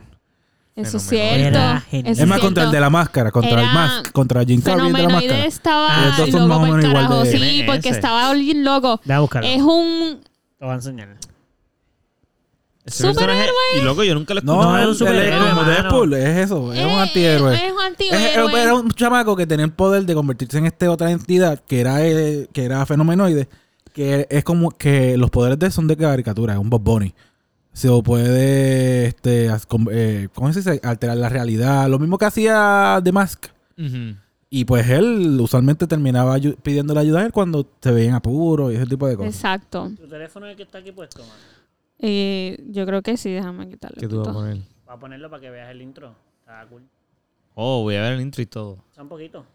Speaker 1: Eso es
Speaker 3: Fenomenoide.
Speaker 1: cierto.
Speaker 2: Era
Speaker 1: eso
Speaker 2: genial.
Speaker 4: Es más,
Speaker 1: cierto.
Speaker 4: contra el de la máscara, contra
Speaker 1: Era
Speaker 4: el mask, contra Jim Carrey el de la
Speaker 1: Fenomenoide
Speaker 4: máscara.
Speaker 1: estaba
Speaker 2: Ah, los dos
Speaker 4: son más
Speaker 1: loco
Speaker 4: o
Speaker 1: por
Speaker 4: menos igual
Speaker 1: carajo.
Speaker 4: de-
Speaker 1: Sí,
Speaker 3: Tiene
Speaker 1: porque
Speaker 3: ese.
Speaker 1: estaba alguien loco.
Speaker 2: Ve a buscarlo.
Speaker 1: Es un
Speaker 2: Te voy a enseñar.
Speaker 3: Ese personaje- Y loco, yo nunca lo escuché.
Speaker 4: No,
Speaker 2: No, es
Speaker 4: él,
Speaker 2: un
Speaker 4: él es
Speaker 2: superhéroe,
Speaker 4: como
Speaker 2: mano.
Speaker 4: Deadpool, es eso, Pues es un antihéroe.
Speaker 1: eh, Es, es un
Speaker 4: Es- era-
Speaker 1: antihéroe.
Speaker 4: era un chamaco que tenía el poder de convertirse en esta otra entidad que era eh, que era fenomenoide, que es como que los poderes de él son de caricatura, es un Bob Bunny. Se puede este as- com- eh, ¿cómo se dice? alterar la realidad, lo mismo que hacía The Mask.
Speaker 3: Ujú.
Speaker 4: Y pues él usualmente terminaba ayu- pidiéndole ayuda a él cuando se veían apuros y ese tipo de cosas.
Speaker 1: Exacto.
Speaker 2: Tu teléfono es el que está aquí puesto, man.
Speaker 1: Eh, yo creo que sí, déjame quitarle.
Speaker 3: ¿Qué tú vas a
Speaker 1: esto.
Speaker 3: poner?
Speaker 2: Voy a ponerlo para que veas el intro. Está cool.
Speaker 3: Oh, voy a ver el intro y todo.
Speaker 2: Está un poquito.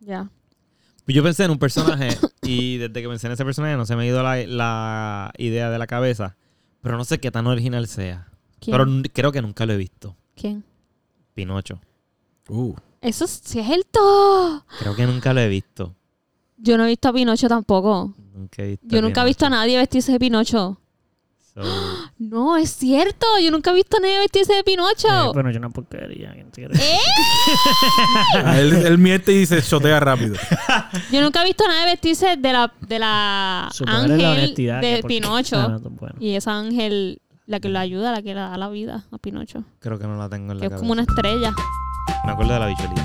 Speaker 1: Ya.
Speaker 3: Pues Yo pensé en un personaje y desde que pensé en ese personaje no se me ha ido la, la idea de la cabeza. Pero no sé qué tan original sea.
Speaker 1: ¿Quién?
Speaker 3: Pero n- creo que nunca lo he visto.
Speaker 1: ¿Quién?
Speaker 3: Pinocho.
Speaker 4: Uh,
Speaker 1: Eso es cierto.
Speaker 3: Creo que nunca lo he visto.
Speaker 1: Yo no he visto a Pinocho tampoco.
Speaker 3: Nunca he visto
Speaker 1: Yo nunca he visto a nadie vestirse de Pinocho.
Speaker 3: Pinocho. So,
Speaker 1: No, es cierto. Yo nunca he visto a nadie vestirse de
Speaker 3: Eh,
Speaker 1: Pinocho.
Speaker 2: Eh, Bueno, yo una porquería. ¿quién te quiere?
Speaker 4: él, él miente y se chotea rápido.
Speaker 3: pues.
Speaker 1: Yo nunca he visto a nadie vestirse de la, de la
Speaker 2: Su poder es la
Speaker 1: ángel
Speaker 2: honestidad.
Speaker 1: de
Speaker 2: que por- Ah,
Speaker 1: Pinocho.
Speaker 2: no, bueno.
Speaker 1: Y esa ángel, la que lo ayuda, la que le da la vida a Pinocho.
Speaker 3: creo que no la tengo en
Speaker 1: Que
Speaker 3: la
Speaker 1: es
Speaker 3: cabeza.
Speaker 1: como una estrella.
Speaker 3: Me acuerdo de la bicholita.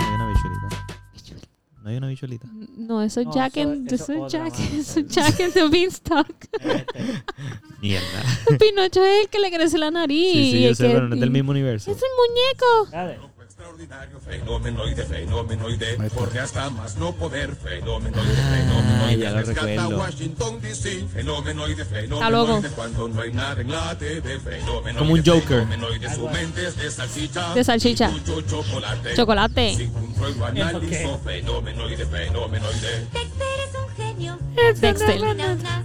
Speaker 3: No hay una bicholita. No hay una bicholita.
Speaker 1: No, eso es
Speaker 2: No,
Speaker 1: Jack
Speaker 2: eso-
Speaker 1: and...
Speaker 2: eso
Speaker 1: Eso es
Speaker 2: otra,
Speaker 1: Jack,
Speaker 2: mano.
Speaker 1: eso es Jack and the Beanstalk.
Speaker 3: Mierda.
Speaker 1: Pinocho es el que le crece la nariz.
Speaker 3: Sí, sí,
Speaker 1: y
Speaker 3: yo
Speaker 1: el
Speaker 3: sé,
Speaker 1: que-
Speaker 3: pero no es del mismo universo.
Speaker 1: Es el muñeco.
Speaker 2: Dale.
Speaker 5: Extraordinario fenomenoide, fenomenoide, corre hasta más no poder, fenomenoide, fenomenoide,
Speaker 3: Ah, ya lo recuerdo.
Speaker 5: Washington DC, fenomenoide,
Speaker 1: loco.
Speaker 5: fenomenoide, cuando no hay nada en la TV, fenomenoide,
Speaker 3: Como un Joker.
Speaker 5: fenomenoide, su mente es de salchicha,
Speaker 1: De salchicha.
Speaker 5: y mucho chocolate,
Speaker 1: Chocolate.
Speaker 5: sin control lo analizo, fenomenoide, fenomenoide.
Speaker 6: Dexter es un genio.
Speaker 1: Dexter.
Speaker 6: Nas, nas.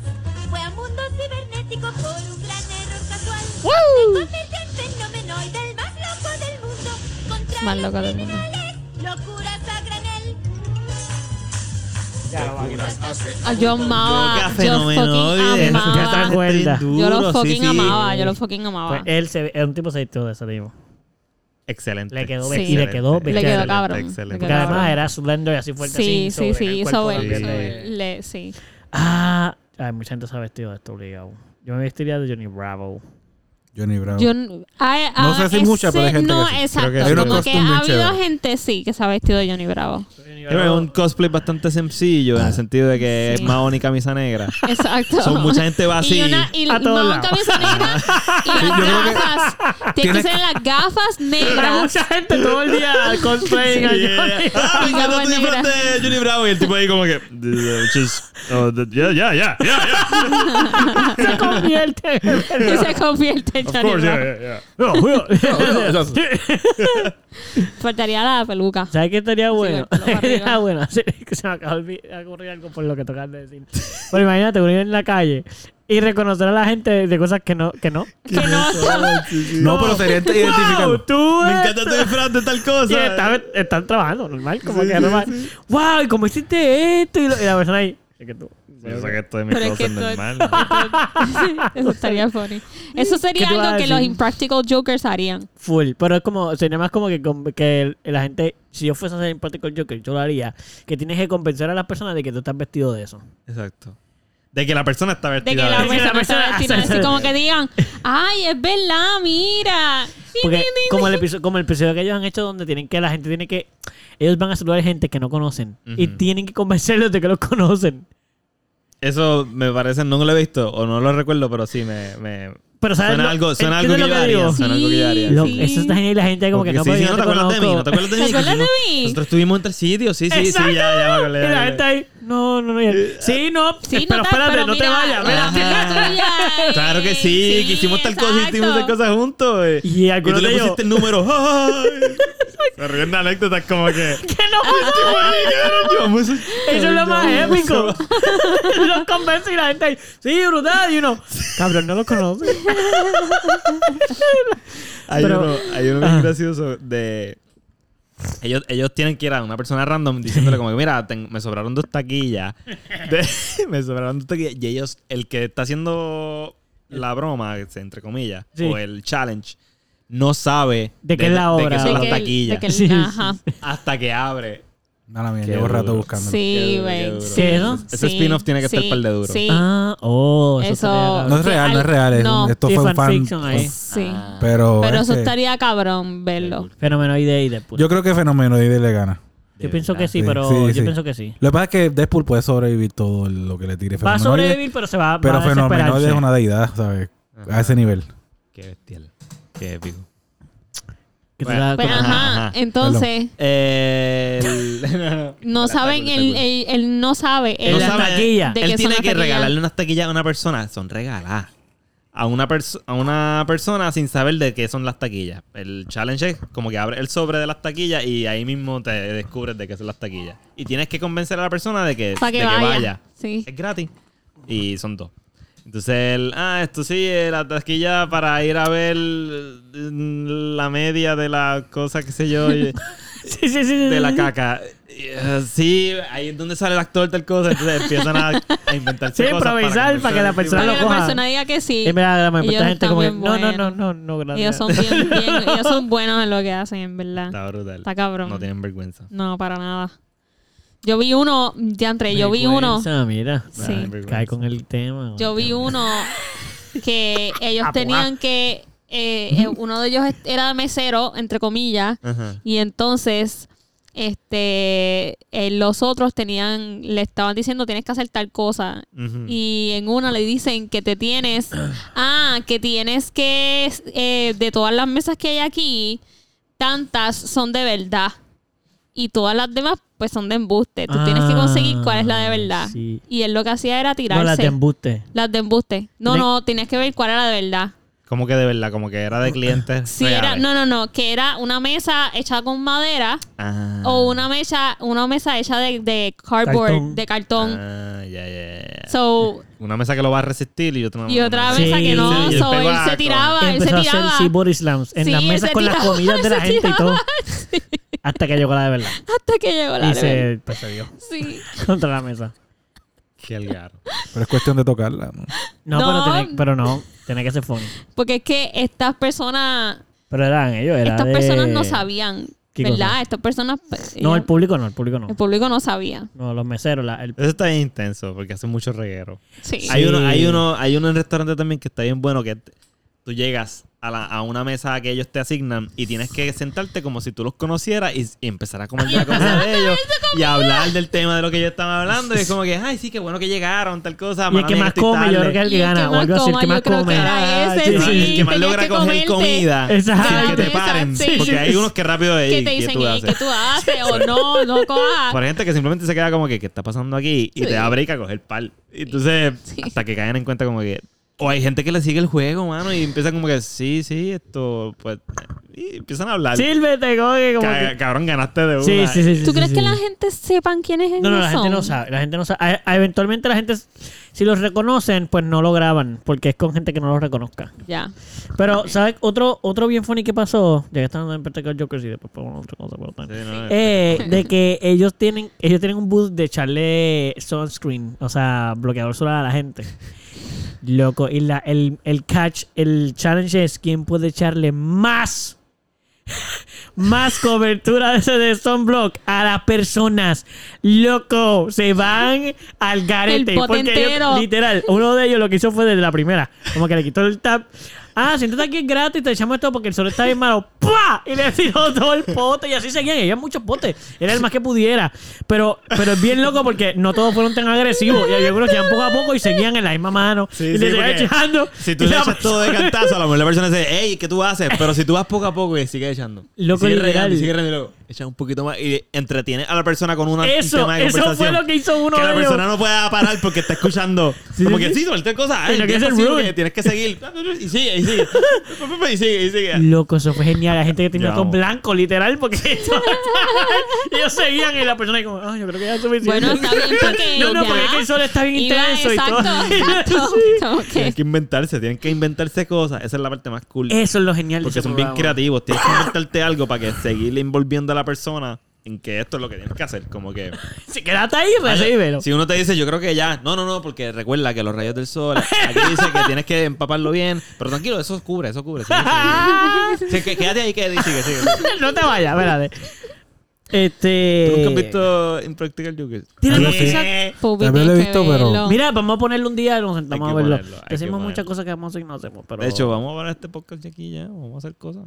Speaker 6: Fue a mundo cibernético por un gran error casual.
Speaker 1: ¡Woo!
Speaker 6: Se convirtió en fenomenoide, el más loco del mundo. Contra
Speaker 1: Más
Speaker 6: los
Speaker 1: loco del mundo.
Speaker 6: criminales, locuras a granel.
Speaker 1: Ah, Yo amaba. Yo
Speaker 3: Fenomenal.
Speaker 1: fucking
Speaker 2: Ya te
Speaker 1: amaba.
Speaker 2: acuerdas.
Speaker 1: Yo
Speaker 3: Duro,
Speaker 1: lo
Speaker 3: sí,
Speaker 1: fucking
Speaker 3: sí.
Speaker 1: amaba. Yo lo fucking
Speaker 2: Pues
Speaker 1: amaba.
Speaker 2: él se, es un tipo se vistió de eso, digo.
Speaker 3: Excelente.
Speaker 2: Le quedó
Speaker 1: Sí.
Speaker 2: y le quedó
Speaker 3: Excelente,
Speaker 1: Le quedó
Speaker 2: bestial.
Speaker 1: cabrón.
Speaker 3: Excelente.
Speaker 1: Le
Speaker 2: Porque
Speaker 1: quedó
Speaker 2: además
Speaker 1: cabrón.
Speaker 2: era slender y así fuerte.
Speaker 1: Sí, sí,
Speaker 2: así, sobre el
Speaker 1: sí.
Speaker 2: cuerpo
Speaker 1: Sobre
Speaker 2: de la
Speaker 1: él.
Speaker 3: también
Speaker 2: pierna.
Speaker 1: sobre él, le- Sí.
Speaker 2: Ah, ay, mucha gente se ha vestido de esto obligado. Yo me vestiría de Johnny Bravo.
Speaker 4: Johnny Bravo.
Speaker 1: Yo, n- ah,
Speaker 4: No
Speaker 1: ah,
Speaker 4: sé si mucha, pero hay
Speaker 1: ese-
Speaker 4: gente
Speaker 1: No,
Speaker 4: que sí.
Speaker 1: exacto.
Speaker 3: Creo que hay una
Speaker 1: como que
Speaker 4: costumbre
Speaker 1: ha habido
Speaker 4: chévere.
Speaker 1: gente, sí, que se ha vestido de Johnny Bravo.
Speaker 3: Es un cosplay bastante sencillo en el sentido de que
Speaker 1: Ah. Sí.
Speaker 3: es Mahoney camisa negra.
Speaker 1: Exacto.
Speaker 3: Son mucha gente va así.
Speaker 1: Y una y
Speaker 2: A todos
Speaker 1: no,
Speaker 2: lados.
Speaker 1: camisa negra y las gafas. Tiene que
Speaker 4: Tienes-
Speaker 1: ser las gafas
Speaker 2: Hay
Speaker 1: negras.
Speaker 2: mucha gente todo el día cosplay
Speaker 3: Sí,
Speaker 2: a
Speaker 3: yeah.
Speaker 2: Johnny
Speaker 3: Ah, me encanta tu
Speaker 1: Manera.
Speaker 3: disfraz de Johnny Bravo. Y el tipo ahí como que... Ya, ya, ya, ya,
Speaker 2: se convierte.
Speaker 1: Y se convierte en Johnny Bravo.
Speaker 2: No, yo-
Speaker 1: Faltaría la peluca.
Speaker 2: ¿Sabes qué estaría bueno?
Speaker 1: con el pelo para arriba.
Speaker 2: Estaría bueno. Se se me acaba de olvi- de ocurrir algo por lo que tocas de decir. Pero imagínate uno ir en la calle y reconocer a la gente de cosas que no. Que no.
Speaker 1: Que no.
Speaker 4: no, pero sería
Speaker 2: ¡Wow!
Speaker 4: identificando.
Speaker 2: Tú
Speaker 3: Me
Speaker 2: eres-
Speaker 3: encanta tu disfraz de tal
Speaker 2: Sí,
Speaker 3: cosa.
Speaker 2: estaban- están trabajando, normal. Como que normal. ¡Wow! ¿Y cómo hiciste esto? Y, lo- y la persona ahí. Es que tú.
Speaker 3: Yo saqué esto de mi
Speaker 1: Pero es que
Speaker 3: closet
Speaker 1: todo-
Speaker 3: normal.
Speaker 1: Eso estaría funny. Eso sería
Speaker 2: ¿Qué te vas
Speaker 1: algo
Speaker 2: a
Speaker 1: que los
Speaker 2: decir?
Speaker 1: Impractical Jokers harían.
Speaker 2: Full, pero es como, sería más como que, com- que el- la gente, si yo fuese a hacer Impractical Joker, yo lo haría, que tienes que convencer a las personas de que tú estás vestido de eso.
Speaker 3: Exacto. De que la persona está
Speaker 1: De que
Speaker 3: vestida.
Speaker 1: la
Speaker 2: que la
Speaker 1: persona
Speaker 2: persona
Speaker 1: está vestida
Speaker 2: hace-
Speaker 1: así como que digan, ay, es verdad, mira.
Speaker 2: Porque como el, episodio, como el episodio que ellos han hecho donde tienen que, la gente tiene que, ellos van a saludar a gente que no conocen y
Speaker 3: Ujú.
Speaker 2: tienen que convencerlos de que los conocen.
Speaker 3: Eso me parece, no lo he visto o no lo recuerdo, pero sí me. me-
Speaker 2: Pero ¿sabes?
Speaker 3: Suena
Speaker 2: lo-
Speaker 3: algo, suena algo que
Speaker 2: ¿entiendes
Speaker 3: yo
Speaker 2: lo que
Speaker 3: haría.
Speaker 2: digo?
Speaker 3: Suena algo que yo haría.
Speaker 1: Sí.
Speaker 2: Lo-
Speaker 3: sí.
Speaker 2: Eso está genial y la gente como
Speaker 3: Porque
Speaker 2: que no,
Speaker 3: sí,
Speaker 2: pero
Speaker 3: sí,
Speaker 2: yo
Speaker 3: no te acuerdas de mí, no te acuerdas de mí.
Speaker 1: ¿Te
Speaker 3: que
Speaker 1: acuerdas de
Speaker 3: hicimos-
Speaker 1: mí?
Speaker 3: Nosotros estuvimos en tal sitio, sí, sí,
Speaker 2: Exacto.
Speaker 3: sí, ya, ya me
Speaker 2: Y
Speaker 3: acordé, ya
Speaker 2: la
Speaker 3: me
Speaker 2: gente
Speaker 3: acordé.
Speaker 2: ahí, no, no, no. ya. Sí, no,
Speaker 1: Sí, no
Speaker 2: pero
Speaker 1: te-
Speaker 2: espérate,
Speaker 1: pero
Speaker 2: no te
Speaker 1: mira, eh.
Speaker 2: vayas.
Speaker 1: la
Speaker 2: espérate.
Speaker 1: tía tuya, eh,
Speaker 3: Claro que sí, que hicimos tal cosa y hicimos tal
Speaker 1: exacto.
Speaker 3: cosa juntos. eh.
Speaker 2: Y algunos
Speaker 3: tú le
Speaker 2: de ellos-
Speaker 3: pusiste el número. ¡Ay! Se ríen de anécdotas como que.
Speaker 2: Que no fuiste
Speaker 3: Eso
Speaker 2: Eso es lo más épico. los convence y la gente ahí, sí, brutal. Y uno, cabrón, no lo conoce.
Speaker 3: Hay,
Speaker 2: Pero-
Speaker 3: uno, hay uno bien gracioso de... Ellos, ellos tienen que ir a una persona random diciéndole como que, mira, ten- me sobraron dos taquillas. De- me sobraron dos taquillas. Y ellos, el que está haciendo la broma, entre comillas,
Speaker 2: Sí.
Speaker 3: o el challenge, no sabe
Speaker 2: ¿De qué es la
Speaker 3: de
Speaker 2: obra?
Speaker 3: son
Speaker 2: De
Speaker 3: las
Speaker 1: que el-
Speaker 3: taquillas.
Speaker 1: de que el-
Speaker 2: Sí, sí,
Speaker 1: ajá.
Speaker 3: Hasta que abre.
Speaker 4: Nada, mía,
Speaker 3: Qué
Speaker 4: llevo rato
Speaker 3: duro.
Speaker 4: buscando.
Speaker 1: Sí,
Speaker 3: Qué duro, qué
Speaker 1: güey.
Speaker 3: duro.
Speaker 1: sí,
Speaker 2: ¿Qué eso?
Speaker 3: Ese spin-off tiene que estar
Speaker 1: sí,
Speaker 3: par de duro.
Speaker 1: Sí.
Speaker 2: Ah, oh, eso.
Speaker 1: Eso.
Speaker 4: No es real, no es real. es
Speaker 1: No.
Speaker 4: un- esto
Speaker 2: Sí,
Speaker 4: fue un fan.
Speaker 2: fanfiction ahí.
Speaker 1: Sí.
Speaker 3: Ah.
Speaker 4: Pero,
Speaker 1: Pero
Speaker 4: es
Speaker 1: eso
Speaker 3: este-
Speaker 4: que
Speaker 1: estaría cabrón verlo.
Speaker 2: Fenomenoide y Deadpool. Yo,
Speaker 4: yo creo que Fenomenoide le gana.
Speaker 2: pienso que sí,
Speaker 4: Sí,
Speaker 2: pero
Speaker 4: sí,
Speaker 2: yo
Speaker 4: sí.
Speaker 2: pienso que sí.
Speaker 4: Lo que pasa es que Deadpool puede sobrevivir todo lo que le tire
Speaker 2: Va a
Speaker 4: Fenomenoide.
Speaker 2: sobrevivir, pero se va,
Speaker 4: Pero
Speaker 2: va a desesperar.
Speaker 4: Fenomenoide es una deidad, ¿sabes? A ese nivel.
Speaker 3: Qué bestial. Qué épico.
Speaker 2: que te
Speaker 3: Bueno,
Speaker 2: da-
Speaker 1: Pues,
Speaker 2: con-
Speaker 1: ajá,
Speaker 3: ajá.
Speaker 1: entonces
Speaker 3: Eh, el- no, no.
Speaker 1: no
Speaker 3: Está
Speaker 1: saben,
Speaker 3: cool, está
Speaker 1: él,
Speaker 3: cool.
Speaker 1: él- él no sabe.
Speaker 2: No
Speaker 1: él-
Speaker 2: sabe. taquillas.
Speaker 1: de
Speaker 3: Él
Speaker 1: que son
Speaker 3: tiene que
Speaker 1: las taquillas.
Speaker 3: regalarle unas taquillas a una persona. Son regaladas. A una, perso- a una persona sin saber de qué son las taquillas. El challenge es como que abre el sobre de las taquillas y ahí mismo te descubres de qué son las taquillas. Y tienes que convencer a la persona de que,
Speaker 1: Para que
Speaker 3: de
Speaker 1: vaya. Sí.
Speaker 3: Es gratis. Y son dos. Entonces, el, ah, esto sí, eh, la taquilla para ir a ver eh, la media de la cosa, qué sé yo. y-
Speaker 2: Sí, sí, sí, sí,
Speaker 3: de la
Speaker 2: sí.
Speaker 3: caca. Y, eh, sí, ahí es donde sale el actor del cosa. Entonces empiezan a, a inventarse
Speaker 2: Sí,
Speaker 3: cosas.
Speaker 2: improvisar para que la
Speaker 1: Para
Speaker 3: convencer.
Speaker 2: persona
Speaker 1: que
Speaker 2: lo
Speaker 1: la
Speaker 2: coja.
Speaker 1: persona diga que sí.
Speaker 2: Y mira, la mayoría de
Speaker 1: Ellos
Speaker 2: gente como que,
Speaker 1: están
Speaker 2: no,
Speaker 1: bien
Speaker 2: no, no,
Speaker 1: buenos.
Speaker 2: no, no,
Speaker 1: Ellos
Speaker 2: gracias.
Speaker 1: son bien, bien- ellos son buenos en lo que hacen, en verdad.
Speaker 3: Está brutal.
Speaker 1: Está cabrón.
Speaker 3: No tienen vergüenza.
Speaker 1: No, para nada. Yo vi uno, ya entre, yo vi uno,
Speaker 2: Vergüenza, Mira,
Speaker 1: Sí.
Speaker 3: No tienen vergüenza.
Speaker 2: cae con el tema.
Speaker 1: yo vi uno que ellos
Speaker 2: Apuá.
Speaker 1: tenían que, eh, eh, uno de ellos era mesero, entre comillas,
Speaker 3: Ajá.
Speaker 1: y entonces, este, eh, los otros tenían, le estaban diciendo tienes que hacer tal cosa,
Speaker 3: Ujú.
Speaker 1: Y en una le dicen que te tienes, ah, que tienes que, eh, de todas las mesas que hay aquí, tantas son de verdad. Y todas las demás, pues son de embuste. Tú tienes que conseguir cuál es la de verdad.
Speaker 2: Ah, sí.
Speaker 1: Y él lo que hacía era
Speaker 2: No,
Speaker 1: tirarse.
Speaker 2: la te embuste.
Speaker 1: Las de embuste. No,
Speaker 2: Me-
Speaker 1: no, tenías que ver cuál era de verdad.
Speaker 3: Como que de verdad, como que era de clientes.
Speaker 1: Si era, no, no, no, que era una mesa hecha con madera
Speaker 3: Ah,
Speaker 2: Oh,
Speaker 1: o una mesa, una mesa hecha de, de cardboard,
Speaker 2: Cartón.
Speaker 1: de cartón.
Speaker 3: Ah, ya, ya, ya.
Speaker 1: So,
Speaker 3: Una mesa que lo va a resistir y otra
Speaker 1: y otra
Speaker 2: Sí,
Speaker 1: mesa que no,
Speaker 2: sí,
Speaker 3: y el
Speaker 1: so, él
Speaker 3: pebaco.
Speaker 1: se tiraba, Ah, él se
Speaker 2: Empezó a hacer
Speaker 1: tiraba.
Speaker 2: sí, body slams en
Speaker 1: Sí,
Speaker 2: las
Speaker 1: él
Speaker 2: mesas
Speaker 1: se
Speaker 2: con las
Speaker 1: tiraba,
Speaker 2: comidas de la
Speaker 1: se
Speaker 2: gente y todo.
Speaker 1: tiraba,
Speaker 2: Hasta que llegó la de verdad.
Speaker 1: Hasta que llegó la
Speaker 2: y
Speaker 1: rebel-
Speaker 2: se, pues, se dio
Speaker 1: Sí.
Speaker 2: contra la mesa.
Speaker 3: Qué algarro.
Speaker 4: Pero es cuestión de tocarla. ¿no?
Speaker 2: No,
Speaker 1: No.
Speaker 2: Pero, tiene, pero no, tenía que ser funny.
Speaker 1: Porque es que estas personas,
Speaker 2: Pero eran ellos, era
Speaker 1: estas
Speaker 2: de-
Speaker 1: personas no sabían,
Speaker 2: ¿Qué
Speaker 1: ¿verdad?
Speaker 2: cosa?
Speaker 1: Estas personas,
Speaker 2: No,
Speaker 1: ellos-
Speaker 2: el público no, el público no.
Speaker 1: el público no sabía.
Speaker 2: No, los meseros, la, el
Speaker 3: Eso está bien intenso porque hace mucho reguero.
Speaker 1: Sí.
Speaker 3: Hay uno, hay uno, hay uno en restaurante también que está bien bueno que t- tú llegas a, la- a una mesa que ellos te asignan y tienes que sentarte como si tú los conocieras y, y empezar a comer de la comida de ellos y hablar del tema de lo que ellos estaban hablando y es como que ay sí qué bueno que llegaron tal cosa
Speaker 2: Y el
Speaker 3: mala
Speaker 2: que
Speaker 3: mía,
Speaker 2: más
Speaker 3: estoy
Speaker 2: come, yo
Speaker 3: tarde".
Speaker 2: creo que es el
Speaker 1: Y
Speaker 2: que
Speaker 1: el que
Speaker 2: gana. O
Speaker 1: más
Speaker 2: algo así, el
Speaker 1: coma,
Speaker 2: que más
Speaker 1: yo creo que
Speaker 2: come.
Speaker 1: era
Speaker 2: Ah,
Speaker 1: ese,
Speaker 2: sí,
Speaker 3: El
Speaker 1: Pues sí.
Speaker 3: más- el que más
Speaker 1: tenías
Speaker 3: logra
Speaker 1: que
Speaker 3: coger
Speaker 1: comerte.
Speaker 3: comida
Speaker 2: Exacto.
Speaker 3: sin que te
Speaker 1: Exacto,
Speaker 3: paren
Speaker 1: sí.
Speaker 3: porque hay unos que rápido de
Speaker 1: Que
Speaker 3: "Ey,
Speaker 1: te
Speaker 3: ¿qué
Speaker 1: dicen,
Speaker 3: tú
Speaker 1: "Ey, ¿qué
Speaker 3: haces?".
Speaker 1: tú haces? O no, no cojas.
Speaker 3: Por gente que simplemente se queda como que, ¿qué está pasando aquí? Y
Speaker 1: Ah. Sí.
Speaker 3: te da break a coger pal. Y Entonces, hasta que caigan en cuenta como que... O hay gente que le sigue el juego, mano, y empieza como que, sí, sí, esto, pues... Y empiezan a hablar.
Speaker 2: Sírvete, coge, como
Speaker 3: Ca-
Speaker 2: que...
Speaker 3: Cabrón, ganaste de una.
Speaker 2: Sí, sí, sí. sí,
Speaker 1: ¿Tú
Speaker 2: sí,
Speaker 1: crees
Speaker 2: sí.
Speaker 1: que la gente sepan quiénes
Speaker 2: No, no,
Speaker 1: ellos
Speaker 2: la gente
Speaker 1: son?
Speaker 2: no sabe. La gente no sabe. A- a- eventualmente la gente, si los reconocen, pues no lo graban, porque es con gente que no los reconozca.
Speaker 1: Ya.
Speaker 2: Pero, ¿sabes? Otro, otro bien funny que pasó, ya que están en Practical Jokers y después podemos otra cosa, pero
Speaker 3: Sí,
Speaker 2: también.
Speaker 3: no,
Speaker 2: Eh, de que ellos tienen ellos tienen un booth de echarle sunscreen, o sea, bloqueador solar a la gente. Loco, y la, el, el catch, el challenge es quién puede echarle más más cobertura de ese de sunblock a las personas. Loco, se van al garete.
Speaker 1: El
Speaker 2: porque ellos-
Speaker 1: potentero.
Speaker 2: literal, uno de ellos lo que hizo fue desde la primera. Como que le quitó el tap. Ah, siéntate aquí es gratis, te echamos esto porque el sol está bien malo. ¡Pua! Y le tiró todo el pote y así seguían. Había muchos potes. Era el más que pudiera. Pero, pero es bien loco porque no todos fueron tan agresivos. Y había algunos que iban poco a poco y seguían en la misma mano.
Speaker 3: Sí,
Speaker 2: y
Speaker 3: sí,
Speaker 2: le seguían
Speaker 3: porque
Speaker 2: echando.
Speaker 3: Si tú
Speaker 2: Y
Speaker 3: le
Speaker 2: la
Speaker 3: echas todo de
Speaker 2: persona-
Speaker 3: cantazo, a lo mejor la persona dice, hey, ¿qué tú haces? Pero si tú vas poco a poco y sigues echando. y
Speaker 2: Loco,
Speaker 3: sigues
Speaker 2: literal.
Speaker 3: regando, y sigues regando, y luego echas un poquito más y entretienes a la persona con una,
Speaker 2: Eso,
Speaker 3: un tema de
Speaker 2: eso
Speaker 3: conversación.
Speaker 2: fue lo que hizo uno
Speaker 3: Que
Speaker 2: de
Speaker 3: la
Speaker 2: ellos.
Speaker 3: persona no pueda parar porque está escuchando.
Speaker 2: Sí,
Speaker 3: como
Speaker 2: sí,
Speaker 3: que
Speaker 2: sí.
Speaker 3: sí, cualquier cosa. Ay,
Speaker 2: Pero que
Speaker 3: es
Speaker 2: es el
Speaker 3: imposible,
Speaker 2: rude.
Speaker 3: Tienes que seguir. Y sigue, y sigue. Y sigue, y sigue.
Speaker 2: Loco, eso fue genial. La gente que terminó con
Speaker 3: Vamos.
Speaker 2: blanco, literal, porque ellos seguían y la persona ahí como, ah, yo creo que ya es suficiente.
Speaker 1: Bueno, está bien porque
Speaker 2: no, no,
Speaker 1: ya.
Speaker 2: porque es que el sol está bien
Speaker 1: Iba-
Speaker 2: intenso y
Speaker 1: exacto,
Speaker 2: todo.
Speaker 1: exacto. Como que-
Speaker 3: Tienen que inventarse, tienen que inventarse cosas. Esa es la parte más cool.
Speaker 2: Eso es lo genial de
Speaker 3: Porque
Speaker 2: ese
Speaker 3: son bien
Speaker 2: programa.
Speaker 3: creativos. Tienes que inventarte algo para que seguir envolviendo a la persona en que esto es lo que tienes que hacer. Como que.
Speaker 2: Si quédate ahí, pues.
Speaker 3: Ah,
Speaker 2: recíbelo.
Speaker 3: Si uno te dice, yo creo que ya. No, no, no, porque recuerda que los rayos del sol. Aquí dice que tienes que empaparlo bien. Pero tranquilo, eso cubre, eso cubre. sigue, sigue. Sí, que- quédate ahí, que sigue, sigue.
Speaker 2: Ah, no te vayas, espérate. Este.
Speaker 3: ¿Nunca has visto Impractical Jokers?
Speaker 2: Tienes
Speaker 4: Algo así.
Speaker 1: Esa- pues,
Speaker 4: Tal vez lo he
Speaker 1: tienes que
Speaker 4: visto, pero-
Speaker 1: verlo.
Speaker 2: Mira, vamos a ponerle un día y nos sentamos
Speaker 3: Hay
Speaker 2: a
Speaker 3: que
Speaker 2: verlo.
Speaker 3: ponerlo, hay que
Speaker 2: Decimos muchas
Speaker 3: ponerlo.
Speaker 2: cosas que vamos a y no hacemos, pero.
Speaker 3: De hecho, vamos a parar este podcast aquí ya. Vamos a hacer cosas.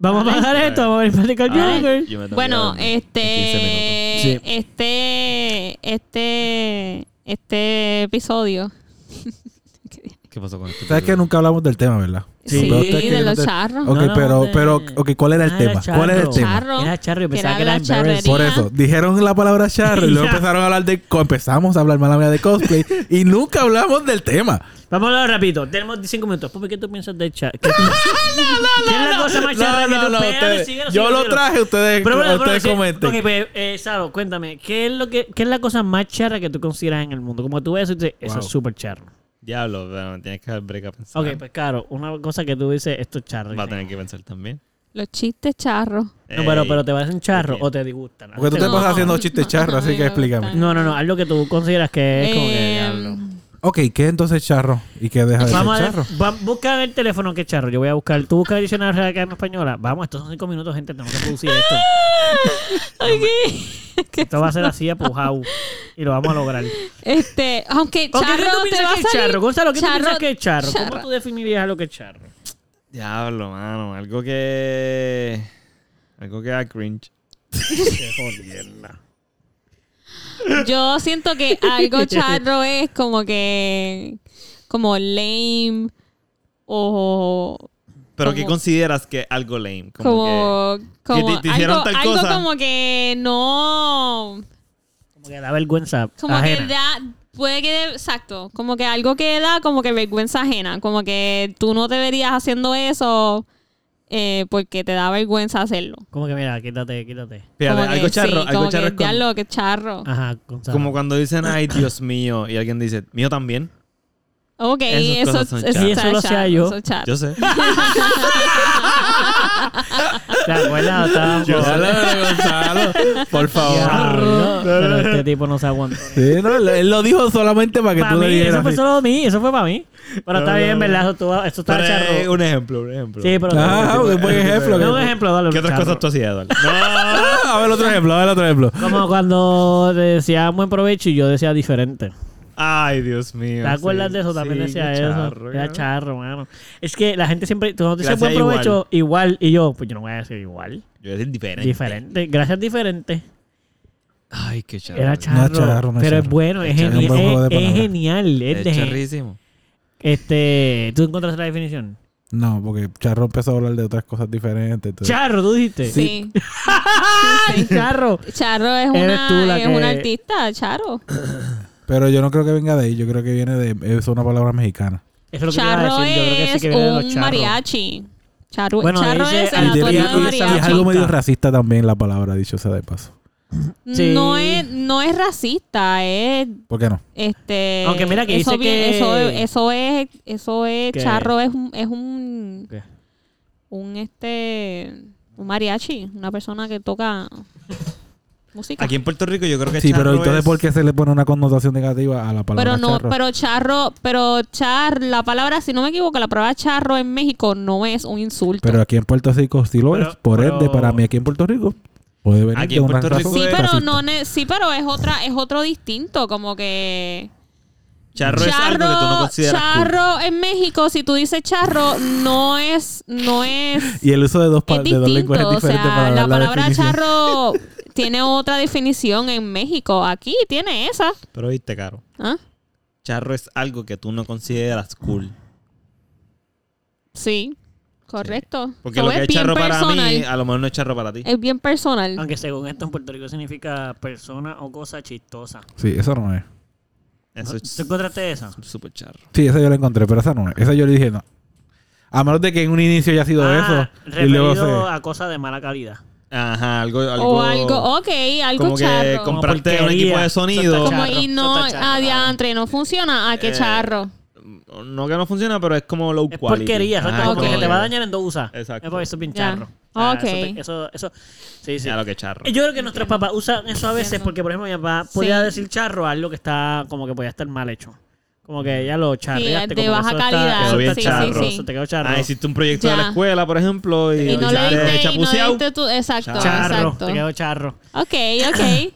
Speaker 2: vamos a bajar esto, vamos a ver Practical
Speaker 3: Ah,
Speaker 2: Joker.
Speaker 3: yo me tengo
Speaker 1: Bueno,
Speaker 3: que ir
Speaker 2: este,
Speaker 3: en 15 minutos.
Speaker 1: este,
Speaker 2: Sí.
Speaker 1: este, este, este episodio.
Speaker 3: ¿Qué este pasó con esto?
Speaker 4: Sabes que nunca hablamos del tema, ¿verdad?
Speaker 2: Sí,
Speaker 1: Sí,
Speaker 4: Pero esto es que
Speaker 1: de
Speaker 4: yo
Speaker 1: los
Speaker 4: no te-
Speaker 1: charros.
Speaker 4: Ok,
Speaker 2: No, no,
Speaker 4: pero,
Speaker 2: de-
Speaker 4: pero, ok, ¿cuál era el
Speaker 2: Ah,
Speaker 4: tema? ¿Cuál era el tema?
Speaker 1: Charro.
Speaker 2: Era charro, yo
Speaker 1: Que
Speaker 2: pensaba
Speaker 1: era
Speaker 2: que era
Speaker 1: la
Speaker 2: embarrassing.
Speaker 1: charrería.
Speaker 4: Por eso, dijeron la palabra charro y luego
Speaker 2: Ya.
Speaker 4: empezaron a hablar de. co- Empezamos a hablar mala mía de cosplay y nunca hablamos del tema.
Speaker 2: Vamos a hablar rápido. Tenemos cinco minutos. Pupi, ¿qué tú piensas de charro? ¿Qué, ¿Qué es la cosa más charra que tú Espérame,
Speaker 4: ustedes-
Speaker 2: síguelo,
Speaker 4: yo
Speaker 2: síguelo,
Speaker 4: lo
Speaker 2: síguelo.
Speaker 4: traje, ustedes,
Speaker 2: Pero bueno, pero,
Speaker 4: ustedes
Speaker 2: sí,
Speaker 4: comenten.
Speaker 2: Ok, pues, eh, Saro, cuéntame. ¿Qué es, lo que, ¿Qué es la cosa más charra que tú consideras en el mundo? Como tú ves eso y dices, eso
Speaker 4: Wow.
Speaker 2: es súper charro.
Speaker 3: Diablo, pero me tienes que dar break a pensar.
Speaker 2: Ok, pues claro, una cosa que tú dices, esto es charro.
Speaker 3: Va a tener que pensar también.
Speaker 1: Los chistes charros.
Speaker 2: No, pero, pero te parecen charro
Speaker 3: Ok.
Speaker 2: o te disgustan.
Speaker 4: Porque eh, tú te
Speaker 1: No,
Speaker 4: pasas haciendo chistes
Speaker 1: no,
Speaker 4: charros, así
Speaker 1: no,
Speaker 4: que
Speaker 1: no,
Speaker 4: explícame.
Speaker 1: no.
Speaker 2: No, no, no, haz lo que tú consideras que es como que
Speaker 1: Eh,
Speaker 2: diablo.
Speaker 4: Ok, ¿qué es entonces charro? ¿Y qué deja de ser
Speaker 2: Vamos a ver,
Speaker 4: charro?
Speaker 2: va- busca en el teléfono que es charro. Yo voy a buscar. Tú buscas el diccionario de acá en española. Vamos, estos son cinco minutos, gente. Tenemos que producir esto. Esto va a ser así apujado. Y lo vamos a lograr.
Speaker 1: Este, aunque
Speaker 2: Ok, ¿Qué tú
Speaker 1: charro te
Speaker 2: piensas
Speaker 1: va a
Speaker 2: que es
Speaker 1: salir.
Speaker 2: charro? Gonzalo, ¿qué tú piensas que es charro? ¿Cómo
Speaker 1: charra.
Speaker 2: tú definirías lo que es charro?
Speaker 3: Diablo, mano. Algo que. Algo que da cringe.
Speaker 1: Yo siento que algo charro es como que como lame o
Speaker 3: Pero ¿qué
Speaker 1: Como-
Speaker 3: consideras que algo lame? Como,
Speaker 1: como como
Speaker 3: te- te hicieron
Speaker 1: algo,
Speaker 3: tal
Speaker 1: algo
Speaker 3: cosa.
Speaker 1: como que no
Speaker 2: Como que da vergüenza.
Speaker 1: como
Speaker 2: ajena.
Speaker 1: que da puede que de- exacto como que algo que da como que vergüenza ajena como que tú no te verías haciendo eso eh, porque te da vergüenza hacerlo
Speaker 2: Como que mira, quítate, quítate.
Speaker 3: que. Fíjate,
Speaker 1: Como que
Speaker 3: algo charro.
Speaker 1: sí,
Speaker 3: algo
Speaker 1: como
Speaker 3: charro
Speaker 1: que,
Speaker 3: es cuando-
Speaker 1: diablo, qué charro
Speaker 2: Ajá, Gonzalo.
Speaker 3: como cuando dicen, ay, Dios mío. Y alguien dice, mío también.
Speaker 1: ok
Speaker 3: Esas
Speaker 1: eso,
Speaker 3: cosas son
Speaker 1: eso,
Speaker 3: charro.
Speaker 2: Y eso
Speaker 1: está
Speaker 2: lo hacía
Speaker 1: charro,
Speaker 2: yo.
Speaker 1: eso es charro.
Speaker 3: Yo sé.
Speaker 2: ¿Te acuerdas? Estábamos-
Speaker 4: Gonzalo, Gonzalo, por favor.
Speaker 2: Diablo, Pero este tipo no se aguantó.
Speaker 4: Sí, no, él- él lo dijo solamente para que
Speaker 2: Para
Speaker 4: tú
Speaker 2: mí,
Speaker 4: le
Speaker 2: eso
Speaker 4: dijeras.
Speaker 2: fue
Speaker 4: sí.
Speaker 2: solo mí, eso fue para mí. Pero está
Speaker 3: No,
Speaker 2: bien,
Speaker 3: no,
Speaker 2: ¿verdad? Eso, estuvo- eso está
Speaker 3: Pero es
Speaker 2: charro.
Speaker 3: un ejemplo, un ejemplo.
Speaker 2: Sí, pero.
Speaker 4: eh, Ah, un buen ejemplo.
Speaker 2: No, un ejemplo, dale.
Speaker 3: ¿Qué otras
Speaker 2: charro.
Speaker 3: cosas tú hacías, Eduardo?
Speaker 4: Ah, a ver otro ejemplo, a ver otro ejemplo.
Speaker 2: Como cuando te decía buen provecho y yo decía diferente.
Speaker 3: Ay, Dios mío.
Speaker 2: ¿Te acuerdas
Speaker 3: sí,
Speaker 2: de eso? También
Speaker 3: sí,
Speaker 2: decía
Speaker 3: qué
Speaker 2: eso.
Speaker 3: charro,
Speaker 2: Era
Speaker 3: ¿no?
Speaker 2: charro, mano. Es que la gente siempre. Tú no dices
Speaker 3: Gracias,
Speaker 2: buen provecho igual. Y yo, pues yo no voy a decir igual.
Speaker 3: Yo decía diferente.
Speaker 2: Diferente. Gracias, diferente.
Speaker 3: Ay, qué charro.
Speaker 2: Era charro.
Speaker 4: es charro, no es
Speaker 2: pero es
Speaker 4: charro.
Speaker 2: bueno, es,
Speaker 3: Es charro,
Speaker 2: geni-
Speaker 4: es un buen juego
Speaker 2: es-
Speaker 4: de
Speaker 2: es
Speaker 4: palabras.
Speaker 2: genial. Es
Speaker 3: Es
Speaker 2: de-
Speaker 3: charrísimo.
Speaker 2: este, ¿Tú encontraste la definición?
Speaker 4: No, porque Charro empezó a hablar de otras cosas diferentes. entonces-
Speaker 2: Charro, tú dijiste.
Speaker 1: sí
Speaker 2: ¡Ay, charro!
Speaker 1: Charro es
Speaker 2: Eres tú
Speaker 1: una,
Speaker 2: la
Speaker 1: es una
Speaker 2: que-
Speaker 1: artista, Charo.
Speaker 4: Pero yo no creo que venga de ahí, yo creo que viene de. Es una palabra mexicana.
Speaker 2: Eso es lo que iba a
Speaker 1: Charro
Speaker 2: decir. Yo creo que sí
Speaker 1: es
Speaker 2: que viene de los
Speaker 1: un
Speaker 2: charros.
Speaker 1: mariachi. Charro,
Speaker 2: Bueno,
Speaker 1: charro
Speaker 2: dice
Speaker 1: es el
Speaker 2: al-
Speaker 4: Y,
Speaker 1: atuendo
Speaker 4: y-
Speaker 1: de
Speaker 4: y-
Speaker 2: Antonio
Speaker 4: y es
Speaker 1: mariachi.
Speaker 4: algo medio
Speaker 2: Mariachi.
Speaker 4: racista también la palabra, dicho sea de paso.
Speaker 2: Sí.
Speaker 1: Mm, No es, no es racista, es
Speaker 4: ¿Por qué no?
Speaker 1: este
Speaker 2: Aunque mira que
Speaker 1: eso,
Speaker 2: dice
Speaker 1: viene-
Speaker 2: que-
Speaker 1: eso, eso es, eso es,
Speaker 2: Que-
Speaker 1: charro es un, es un,
Speaker 2: ¿Qué?
Speaker 1: un este un mariachi, una persona que toca música.
Speaker 3: Aquí en Puerto Rico yo creo que
Speaker 4: Sí, pero
Speaker 3: charro
Speaker 4: entonces,
Speaker 3: es-
Speaker 4: ¿por qué se le pone una connotación negativa a la palabra
Speaker 1: pero no,
Speaker 4: charro?
Speaker 1: pero charro, pero char, la palabra, si no me equivoco, la palabra charro en México no es un insulto.
Speaker 4: Pero aquí en Puerto Rico sí lo
Speaker 2: Pero-
Speaker 4: es. Por
Speaker 2: pero-
Speaker 4: ende, para mí aquí en Puerto Rico puede venir
Speaker 3: Aquí
Speaker 4: de
Speaker 3: en
Speaker 4: una
Speaker 3: Puerto Rico
Speaker 4: razón
Speaker 1: Sí,
Speaker 3: es
Speaker 1: pero
Speaker 4: racista.
Speaker 1: no, ne- sí, pero es otra, es otro distinto, como que
Speaker 3: Charro es algo que tú no consideras cool.
Speaker 1: charro en México, si tú dices charro, no es, no es,
Speaker 4: Y el uso de dos, pa-
Speaker 1: es
Speaker 4: de dos
Speaker 1: distinto.
Speaker 4: lenguajes
Speaker 1: O
Speaker 4: diferentes
Speaker 1: sea,
Speaker 4: para
Speaker 1: la
Speaker 4: dar
Speaker 1: palabra
Speaker 4: definición.
Speaker 1: charro tiene otra definición en México. Aquí tiene esa.
Speaker 3: Pero viste, Caro.
Speaker 1: ¿Ah?
Speaker 3: Charro es algo que tú no consideras cool.
Speaker 1: Sí, correcto.
Speaker 3: Porque
Speaker 1: So,
Speaker 3: lo que es
Speaker 1: bien
Speaker 3: charro para mí,
Speaker 1: personal.
Speaker 3: a lo mejor no es charro para ti.
Speaker 2: Eh,
Speaker 1: es bien personal.
Speaker 2: Aunque según esto en Puerto Rico significa persona o cosa chistosa.
Speaker 4: Sí, eso no es.
Speaker 3: Eso
Speaker 2: ¿Tú
Speaker 3: es
Speaker 2: encontraste esa?
Speaker 3: súper charro.
Speaker 4: Sí, esa yo la encontré, pero esa no es. Esa yo le dije no. A menos de que en un inicio haya sido
Speaker 2: Ah,
Speaker 4: eso. Y luego
Speaker 2: referido
Speaker 4: se...
Speaker 2: a cosas de mala calidad.
Speaker 3: Ajá, algo... algo
Speaker 1: o algo, ok, algo
Speaker 3: como que
Speaker 1: charro.
Speaker 2: Como
Speaker 3: compraste un
Speaker 2: porquería.
Speaker 3: equipo de sonido.
Speaker 2: Eso
Speaker 1: Como
Speaker 2: Charro,
Speaker 1: y no,
Speaker 2: eso está charro.
Speaker 1: adiantre, no funciona. Ah, qué
Speaker 3: Eh,
Speaker 1: charro.
Speaker 3: No que no funciona, pero es como low
Speaker 2: Es
Speaker 3: quality.
Speaker 2: porquería,
Speaker 3: Ajá,
Speaker 2: ¿sabes? Como
Speaker 1: ok.
Speaker 2: que
Speaker 3: como
Speaker 2: te va a dañar en dos usas.
Speaker 3: Exacto.
Speaker 2: Es porque eso es bien
Speaker 1: Ya.
Speaker 2: charro. Ah,
Speaker 1: Ok.
Speaker 2: eso, te- eso, eso- sí, sí.
Speaker 3: Ya lo que es charro.
Speaker 2: Yo creo que nuestros papás usan eso a veces porque, por ejemplo, mi papá podía decir charro a algo que está como que podía estar mal hecho. Como que ya lo
Speaker 1: Sí, de
Speaker 2: charreaste. como que
Speaker 1: baja
Speaker 2: eso está-
Speaker 1: calidad.
Speaker 2: eso
Speaker 3: Quedó bien
Speaker 2: está
Speaker 3: charro.
Speaker 2: charro,
Speaker 3: Sí, sí,
Speaker 2: eso
Speaker 1: sí.
Speaker 2: te quedó charro.
Speaker 3: Ah, hiciste un proyecto de la
Speaker 1: Ya.
Speaker 3: escuela, por ejemplo, y,
Speaker 1: Y no le
Speaker 3: sale
Speaker 1: diste, y no le
Speaker 3: chapuceado.
Speaker 1: diste tú. Exacto,
Speaker 2: charro,
Speaker 1: exacto.
Speaker 2: te quedó charro.
Speaker 1: Ok, ok.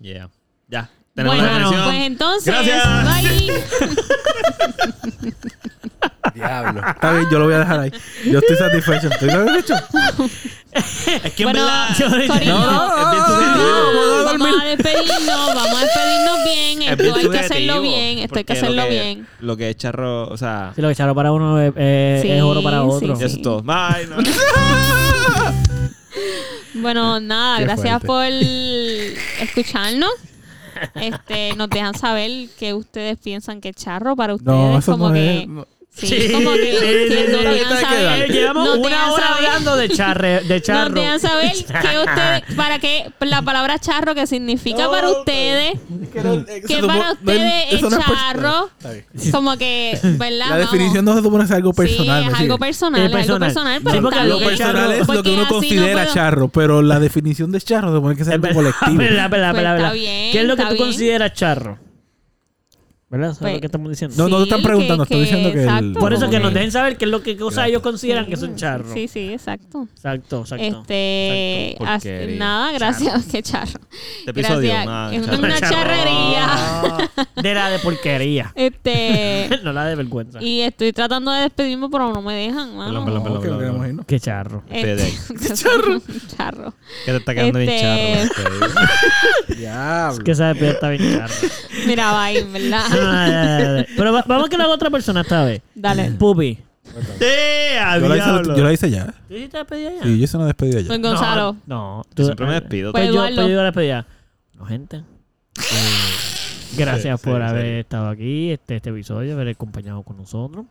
Speaker 3: Yeah. Ya. Tenemos
Speaker 1: bueno,
Speaker 3: la definición.
Speaker 1: pues entonces,
Speaker 3: Gracias.
Speaker 1: bye.
Speaker 4: Está bien, yo lo voy a dejar ahí. Yo estoy satisfecho. ¿Estoy satisfecho?
Speaker 3: Es que
Speaker 1: Bueno,
Speaker 3: en verdad.
Speaker 1: Corillo.
Speaker 3: No, no, es bien subjetivo.
Speaker 1: Vamos, vamos a despedirnos, vamos a despedirnos bien.
Speaker 3: Es
Speaker 1: Esto
Speaker 3: bien
Speaker 1: hay que hacerlo
Speaker 3: subjetivo,
Speaker 1: bien, esto hay que
Speaker 3: porque lo
Speaker 1: hacerlo bien.
Speaker 3: Lo que es charro, o sea.
Speaker 2: Si lo que echaron para uno es, es-
Speaker 1: Sí,
Speaker 2: es oro para
Speaker 1: sí,
Speaker 2: otro.
Speaker 1: sí.
Speaker 3: Ya eso es todo. Bye. no.
Speaker 1: Bueno, nada,
Speaker 4: Qué
Speaker 1: gracias
Speaker 4: fuerte.
Speaker 1: por escucharnos. Este, nos dejan saber que ustedes piensan que es charro para ustedes.
Speaker 4: No, eso
Speaker 1: como
Speaker 4: no
Speaker 1: que,
Speaker 4: es. no.
Speaker 1: Sí,
Speaker 2: Sí,
Speaker 1: como que,
Speaker 2: sí,
Speaker 1: que
Speaker 2: sí,
Speaker 1: nos
Speaker 2: sí.
Speaker 1: dejan
Speaker 3: Ahorita
Speaker 1: saber-
Speaker 3: quedan.
Speaker 2: Eh, Llevamos
Speaker 1: nos
Speaker 2: una
Speaker 1: dejan
Speaker 2: hora
Speaker 1: saber-
Speaker 2: hablando de, charre, de charro.
Speaker 1: Nos dejan saber que ustedes, para qué, la palabra charro que significa para ustedes, que para ustedes es
Speaker 4: eso no es pers-
Speaker 1: charro,
Speaker 4: Está bien.
Speaker 1: como que, ¿verdad?
Speaker 4: La
Speaker 1: Vamos.
Speaker 4: definición no se supone que es algo personal.
Speaker 1: Sí,
Speaker 4: ¿me
Speaker 1: es algo
Speaker 4: sigues?
Speaker 1: personal,
Speaker 2: Es
Speaker 1: es algo personal,
Speaker 2: personal. Sí,
Speaker 1: pero
Speaker 2: porque
Speaker 1: está
Speaker 2: lo
Speaker 4: Lo
Speaker 1: bien.
Speaker 4: personal es lo
Speaker 1: Porque
Speaker 4: que uno
Speaker 1: así no
Speaker 4: considera
Speaker 1: puedo-
Speaker 4: charro, pero la definición de charro se supone que es algo colectivo.
Speaker 2: Verdad, verdad,
Speaker 1: Pues
Speaker 2: verdad,
Speaker 1: está
Speaker 2: verdad.
Speaker 1: bien,
Speaker 2: ¿Qué es lo que
Speaker 1: está
Speaker 2: tú
Speaker 1: bien.
Speaker 2: consideras charro? ¿Verdad? ¿Sabes
Speaker 1: Pues-
Speaker 2: lo que estamos diciendo?
Speaker 4: No, no te están
Speaker 1: que-
Speaker 4: preguntando, estoy diciendo que el-
Speaker 1: exacto,
Speaker 2: Por eso
Speaker 1: como
Speaker 2: que nos
Speaker 4: Ok.
Speaker 2: dejen saber qué es lo que cosas ellos consideran que son
Speaker 1: Sí,
Speaker 2: charros.
Speaker 1: Sí, sí, exacto.
Speaker 2: Exacto, exacto.
Speaker 1: Este,
Speaker 3: Exacto.
Speaker 1: as-
Speaker 3: Porquería.
Speaker 1: nada, gracias, qué charro.
Speaker 3: Este episodio,
Speaker 1: Gracias.
Speaker 3: una
Speaker 1: Es
Speaker 3: charrería.
Speaker 1: una charrería.
Speaker 2: De la de porquería.
Speaker 1: Este,
Speaker 2: no la de vergüenza.
Speaker 1: y estoy tratando de despedirme, pero no me dejan, mano.
Speaker 3: Perdón, perdón, perdón,
Speaker 4: No, que no
Speaker 3: perdón.
Speaker 4: queremos irnos.
Speaker 2: Qué charro.
Speaker 1: Este, charro. charro.
Speaker 3: Que te está quedando bien
Speaker 1: Este-
Speaker 3: charro. este.
Speaker 4: Diablo.
Speaker 2: Que esa despedida está bien charro.
Speaker 1: Mira, va en ¿verdad?
Speaker 2: No, no, no, no, no. Pero va- vamos a que la haga otra persona esta vez.
Speaker 1: Dale.
Speaker 2: Pupi. ¡Eh,
Speaker 4: Yo la, hice, yo la hice ya.
Speaker 2: ¿Tú hiciste la despedida ya?
Speaker 4: Sí, yo hice una despedida ya.
Speaker 1: Don Gonzalo.
Speaker 2: No, no, tú-
Speaker 3: Yo siempre me despido.
Speaker 1: Pues-
Speaker 2: Pues yo,
Speaker 1: Eduardo.
Speaker 2: pues yo digo la despedida. No, gente. eh, gracias
Speaker 3: Sí, sí,
Speaker 2: por
Speaker 3: sí.
Speaker 2: haber estado aquí, este, este episodio, haber acompañado con nosotros.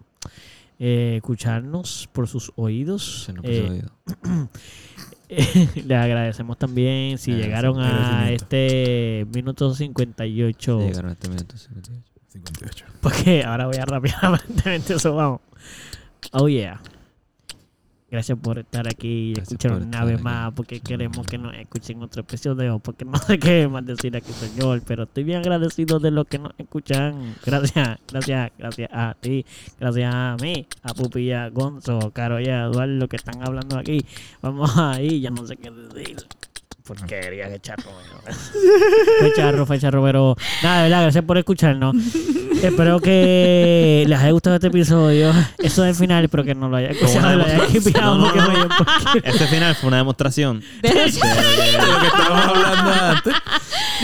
Speaker 2: eh, escucharnos por sus oídos.
Speaker 3: Se nos
Speaker 2: Eh,
Speaker 3: puso oído.
Speaker 2: le agradecemos también si llegaron a
Speaker 4: Agradecimiento.
Speaker 2: este minuto 58.
Speaker 3: Llegaron a este minuto 58.
Speaker 4: 58.
Speaker 2: Porque ahora voy a rapear aparentemente eso, vamos. Oh yeah. Gracias por estar aquí y
Speaker 3: Gracias
Speaker 2: escucharnos
Speaker 3: por
Speaker 2: una
Speaker 3: estar
Speaker 2: vez
Speaker 3: aquí.
Speaker 2: más, porque queremos que nos escuchen otro episodio, porque no sé qué más decir aquí, señor, pero estoy bien agradecido de lo que nos escuchan. Gracias, gracias, gracias a ti, gracias a mí, a Pupi, y a Gonzo, Caro y a Eduardo que están hablando aquí. Vamos ahí, ya no sé qué decir. Porquería, qué charro, bueno. Fue charro, fue charro, pero nada, de verdad, gracias por escucharnos. Espero que les haya gustado este episodio. Eso es el final, pero que no lo haya escuchado.
Speaker 3: una
Speaker 2: lo haya
Speaker 3: demostración.
Speaker 2: esquipado,
Speaker 3: No, no,
Speaker 2: porque
Speaker 3: no.
Speaker 2: me dio un poquito
Speaker 3: Este final fue una demostración.
Speaker 1: De, de
Speaker 4: Lo que estábamos hablando antes.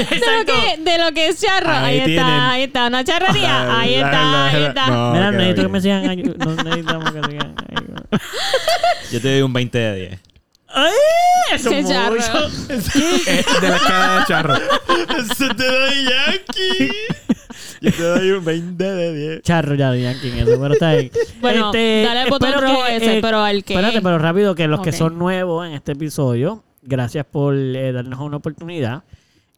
Speaker 1: lo que, de lo que es charro. Ahí,
Speaker 3: Ahí
Speaker 1: está,
Speaker 3: tienen.
Speaker 1: ahí está. Una charrería. Ahí
Speaker 3: La-
Speaker 1: está,
Speaker 3: la-
Speaker 1: ahí
Speaker 3: la-
Speaker 1: está.
Speaker 3: no,
Speaker 2: Mira,
Speaker 3: queda
Speaker 2: necesito que me
Speaker 3: bien.
Speaker 2: sigan ayu- No necesitamos que sigan ayudando.
Speaker 3: Yo te doy un 20 de 10.
Speaker 2: ¡Ay! Eso
Speaker 1: Qué
Speaker 2: es
Speaker 1: charro.
Speaker 2: mucho.
Speaker 4: Eh, De la cara de charro.
Speaker 3: Se te doy Yankee. Yo te doy un 20 de 10.
Speaker 2: Charro ya digan quién es eso, pero está bien. Este,
Speaker 1: Bueno, dale al botón
Speaker 2: espero eh,
Speaker 1: rojo ese, pero al que-
Speaker 2: Espérate, pero rápido, que los
Speaker 1: Ok.
Speaker 2: que son nuevos en este episodio, gracias por eh, darnos una oportunidad.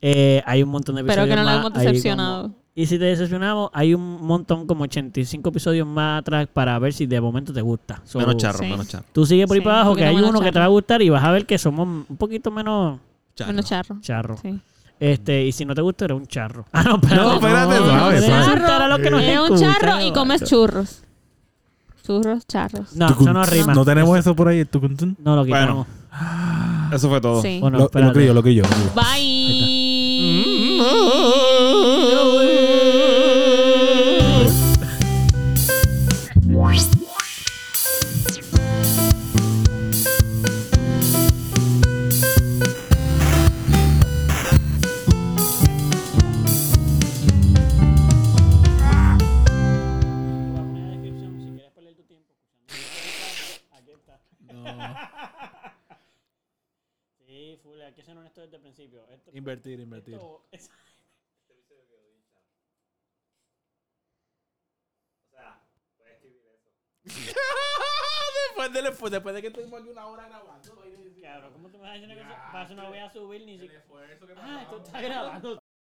Speaker 2: Eh, hay un montón de
Speaker 1: Espero
Speaker 2: episodios
Speaker 1: que no lo
Speaker 2: más,
Speaker 1: hemos
Speaker 2: hay
Speaker 1: decepcionado.
Speaker 2: como- y si te decepcionamos, hay un montón, como 85 episodios más atrás para ver si de momento te gusta. So,
Speaker 3: Menos charro,
Speaker 1: Sí.
Speaker 3: menos charro.
Speaker 2: Tú sigue por ahí
Speaker 1: Sí,
Speaker 2: para
Speaker 1: un
Speaker 2: abajo, que
Speaker 1: poquito
Speaker 2: hay
Speaker 1: menos
Speaker 2: uno que te
Speaker 1: charro.
Speaker 2: va a gustar y vas a ver que somos un poquito menos
Speaker 3: Charro.
Speaker 1: Bueno, charro.
Speaker 2: charro.
Speaker 1: Sí.
Speaker 2: Este, y si no te gusta, eres un charro. Ah, no, espérate.
Speaker 4: No, espérate,
Speaker 2: no,
Speaker 4: suave,
Speaker 2: no,
Speaker 4: suave.
Speaker 2: insultar a los que nos
Speaker 1: Es un
Speaker 2: escuchan,
Speaker 1: charro y
Speaker 2: no.
Speaker 1: comes churros. Churros, charros.
Speaker 2: No, eso no rima.
Speaker 4: No tenemos eso por ahí. tucun, tun.
Speaker 2: No lo quitamos.
Speaker 3: Bueno. Eso fue todo.
Speaker 1: Sí.
Speaker 2: Bueno,
Speaker 4: Lo, lo
Speaker 2: espérate.
Speaker 4: que yo, lo que yo.
Speaker 1: Bye.
Speaker 2: Sí, full, hay que ser honesto desde el principio. Esto-
Speaker 4: Invertir, invertir.
Speaker 2: esto- es-
Speaker 4: después, de, después, de que estuvimos aquí una hora grabando.
Speaker 2: Cabrón, ¿cómo tú me vas a decir una cosa? Para eso no voy a subir ni siquiera. Ah, esto está grabando.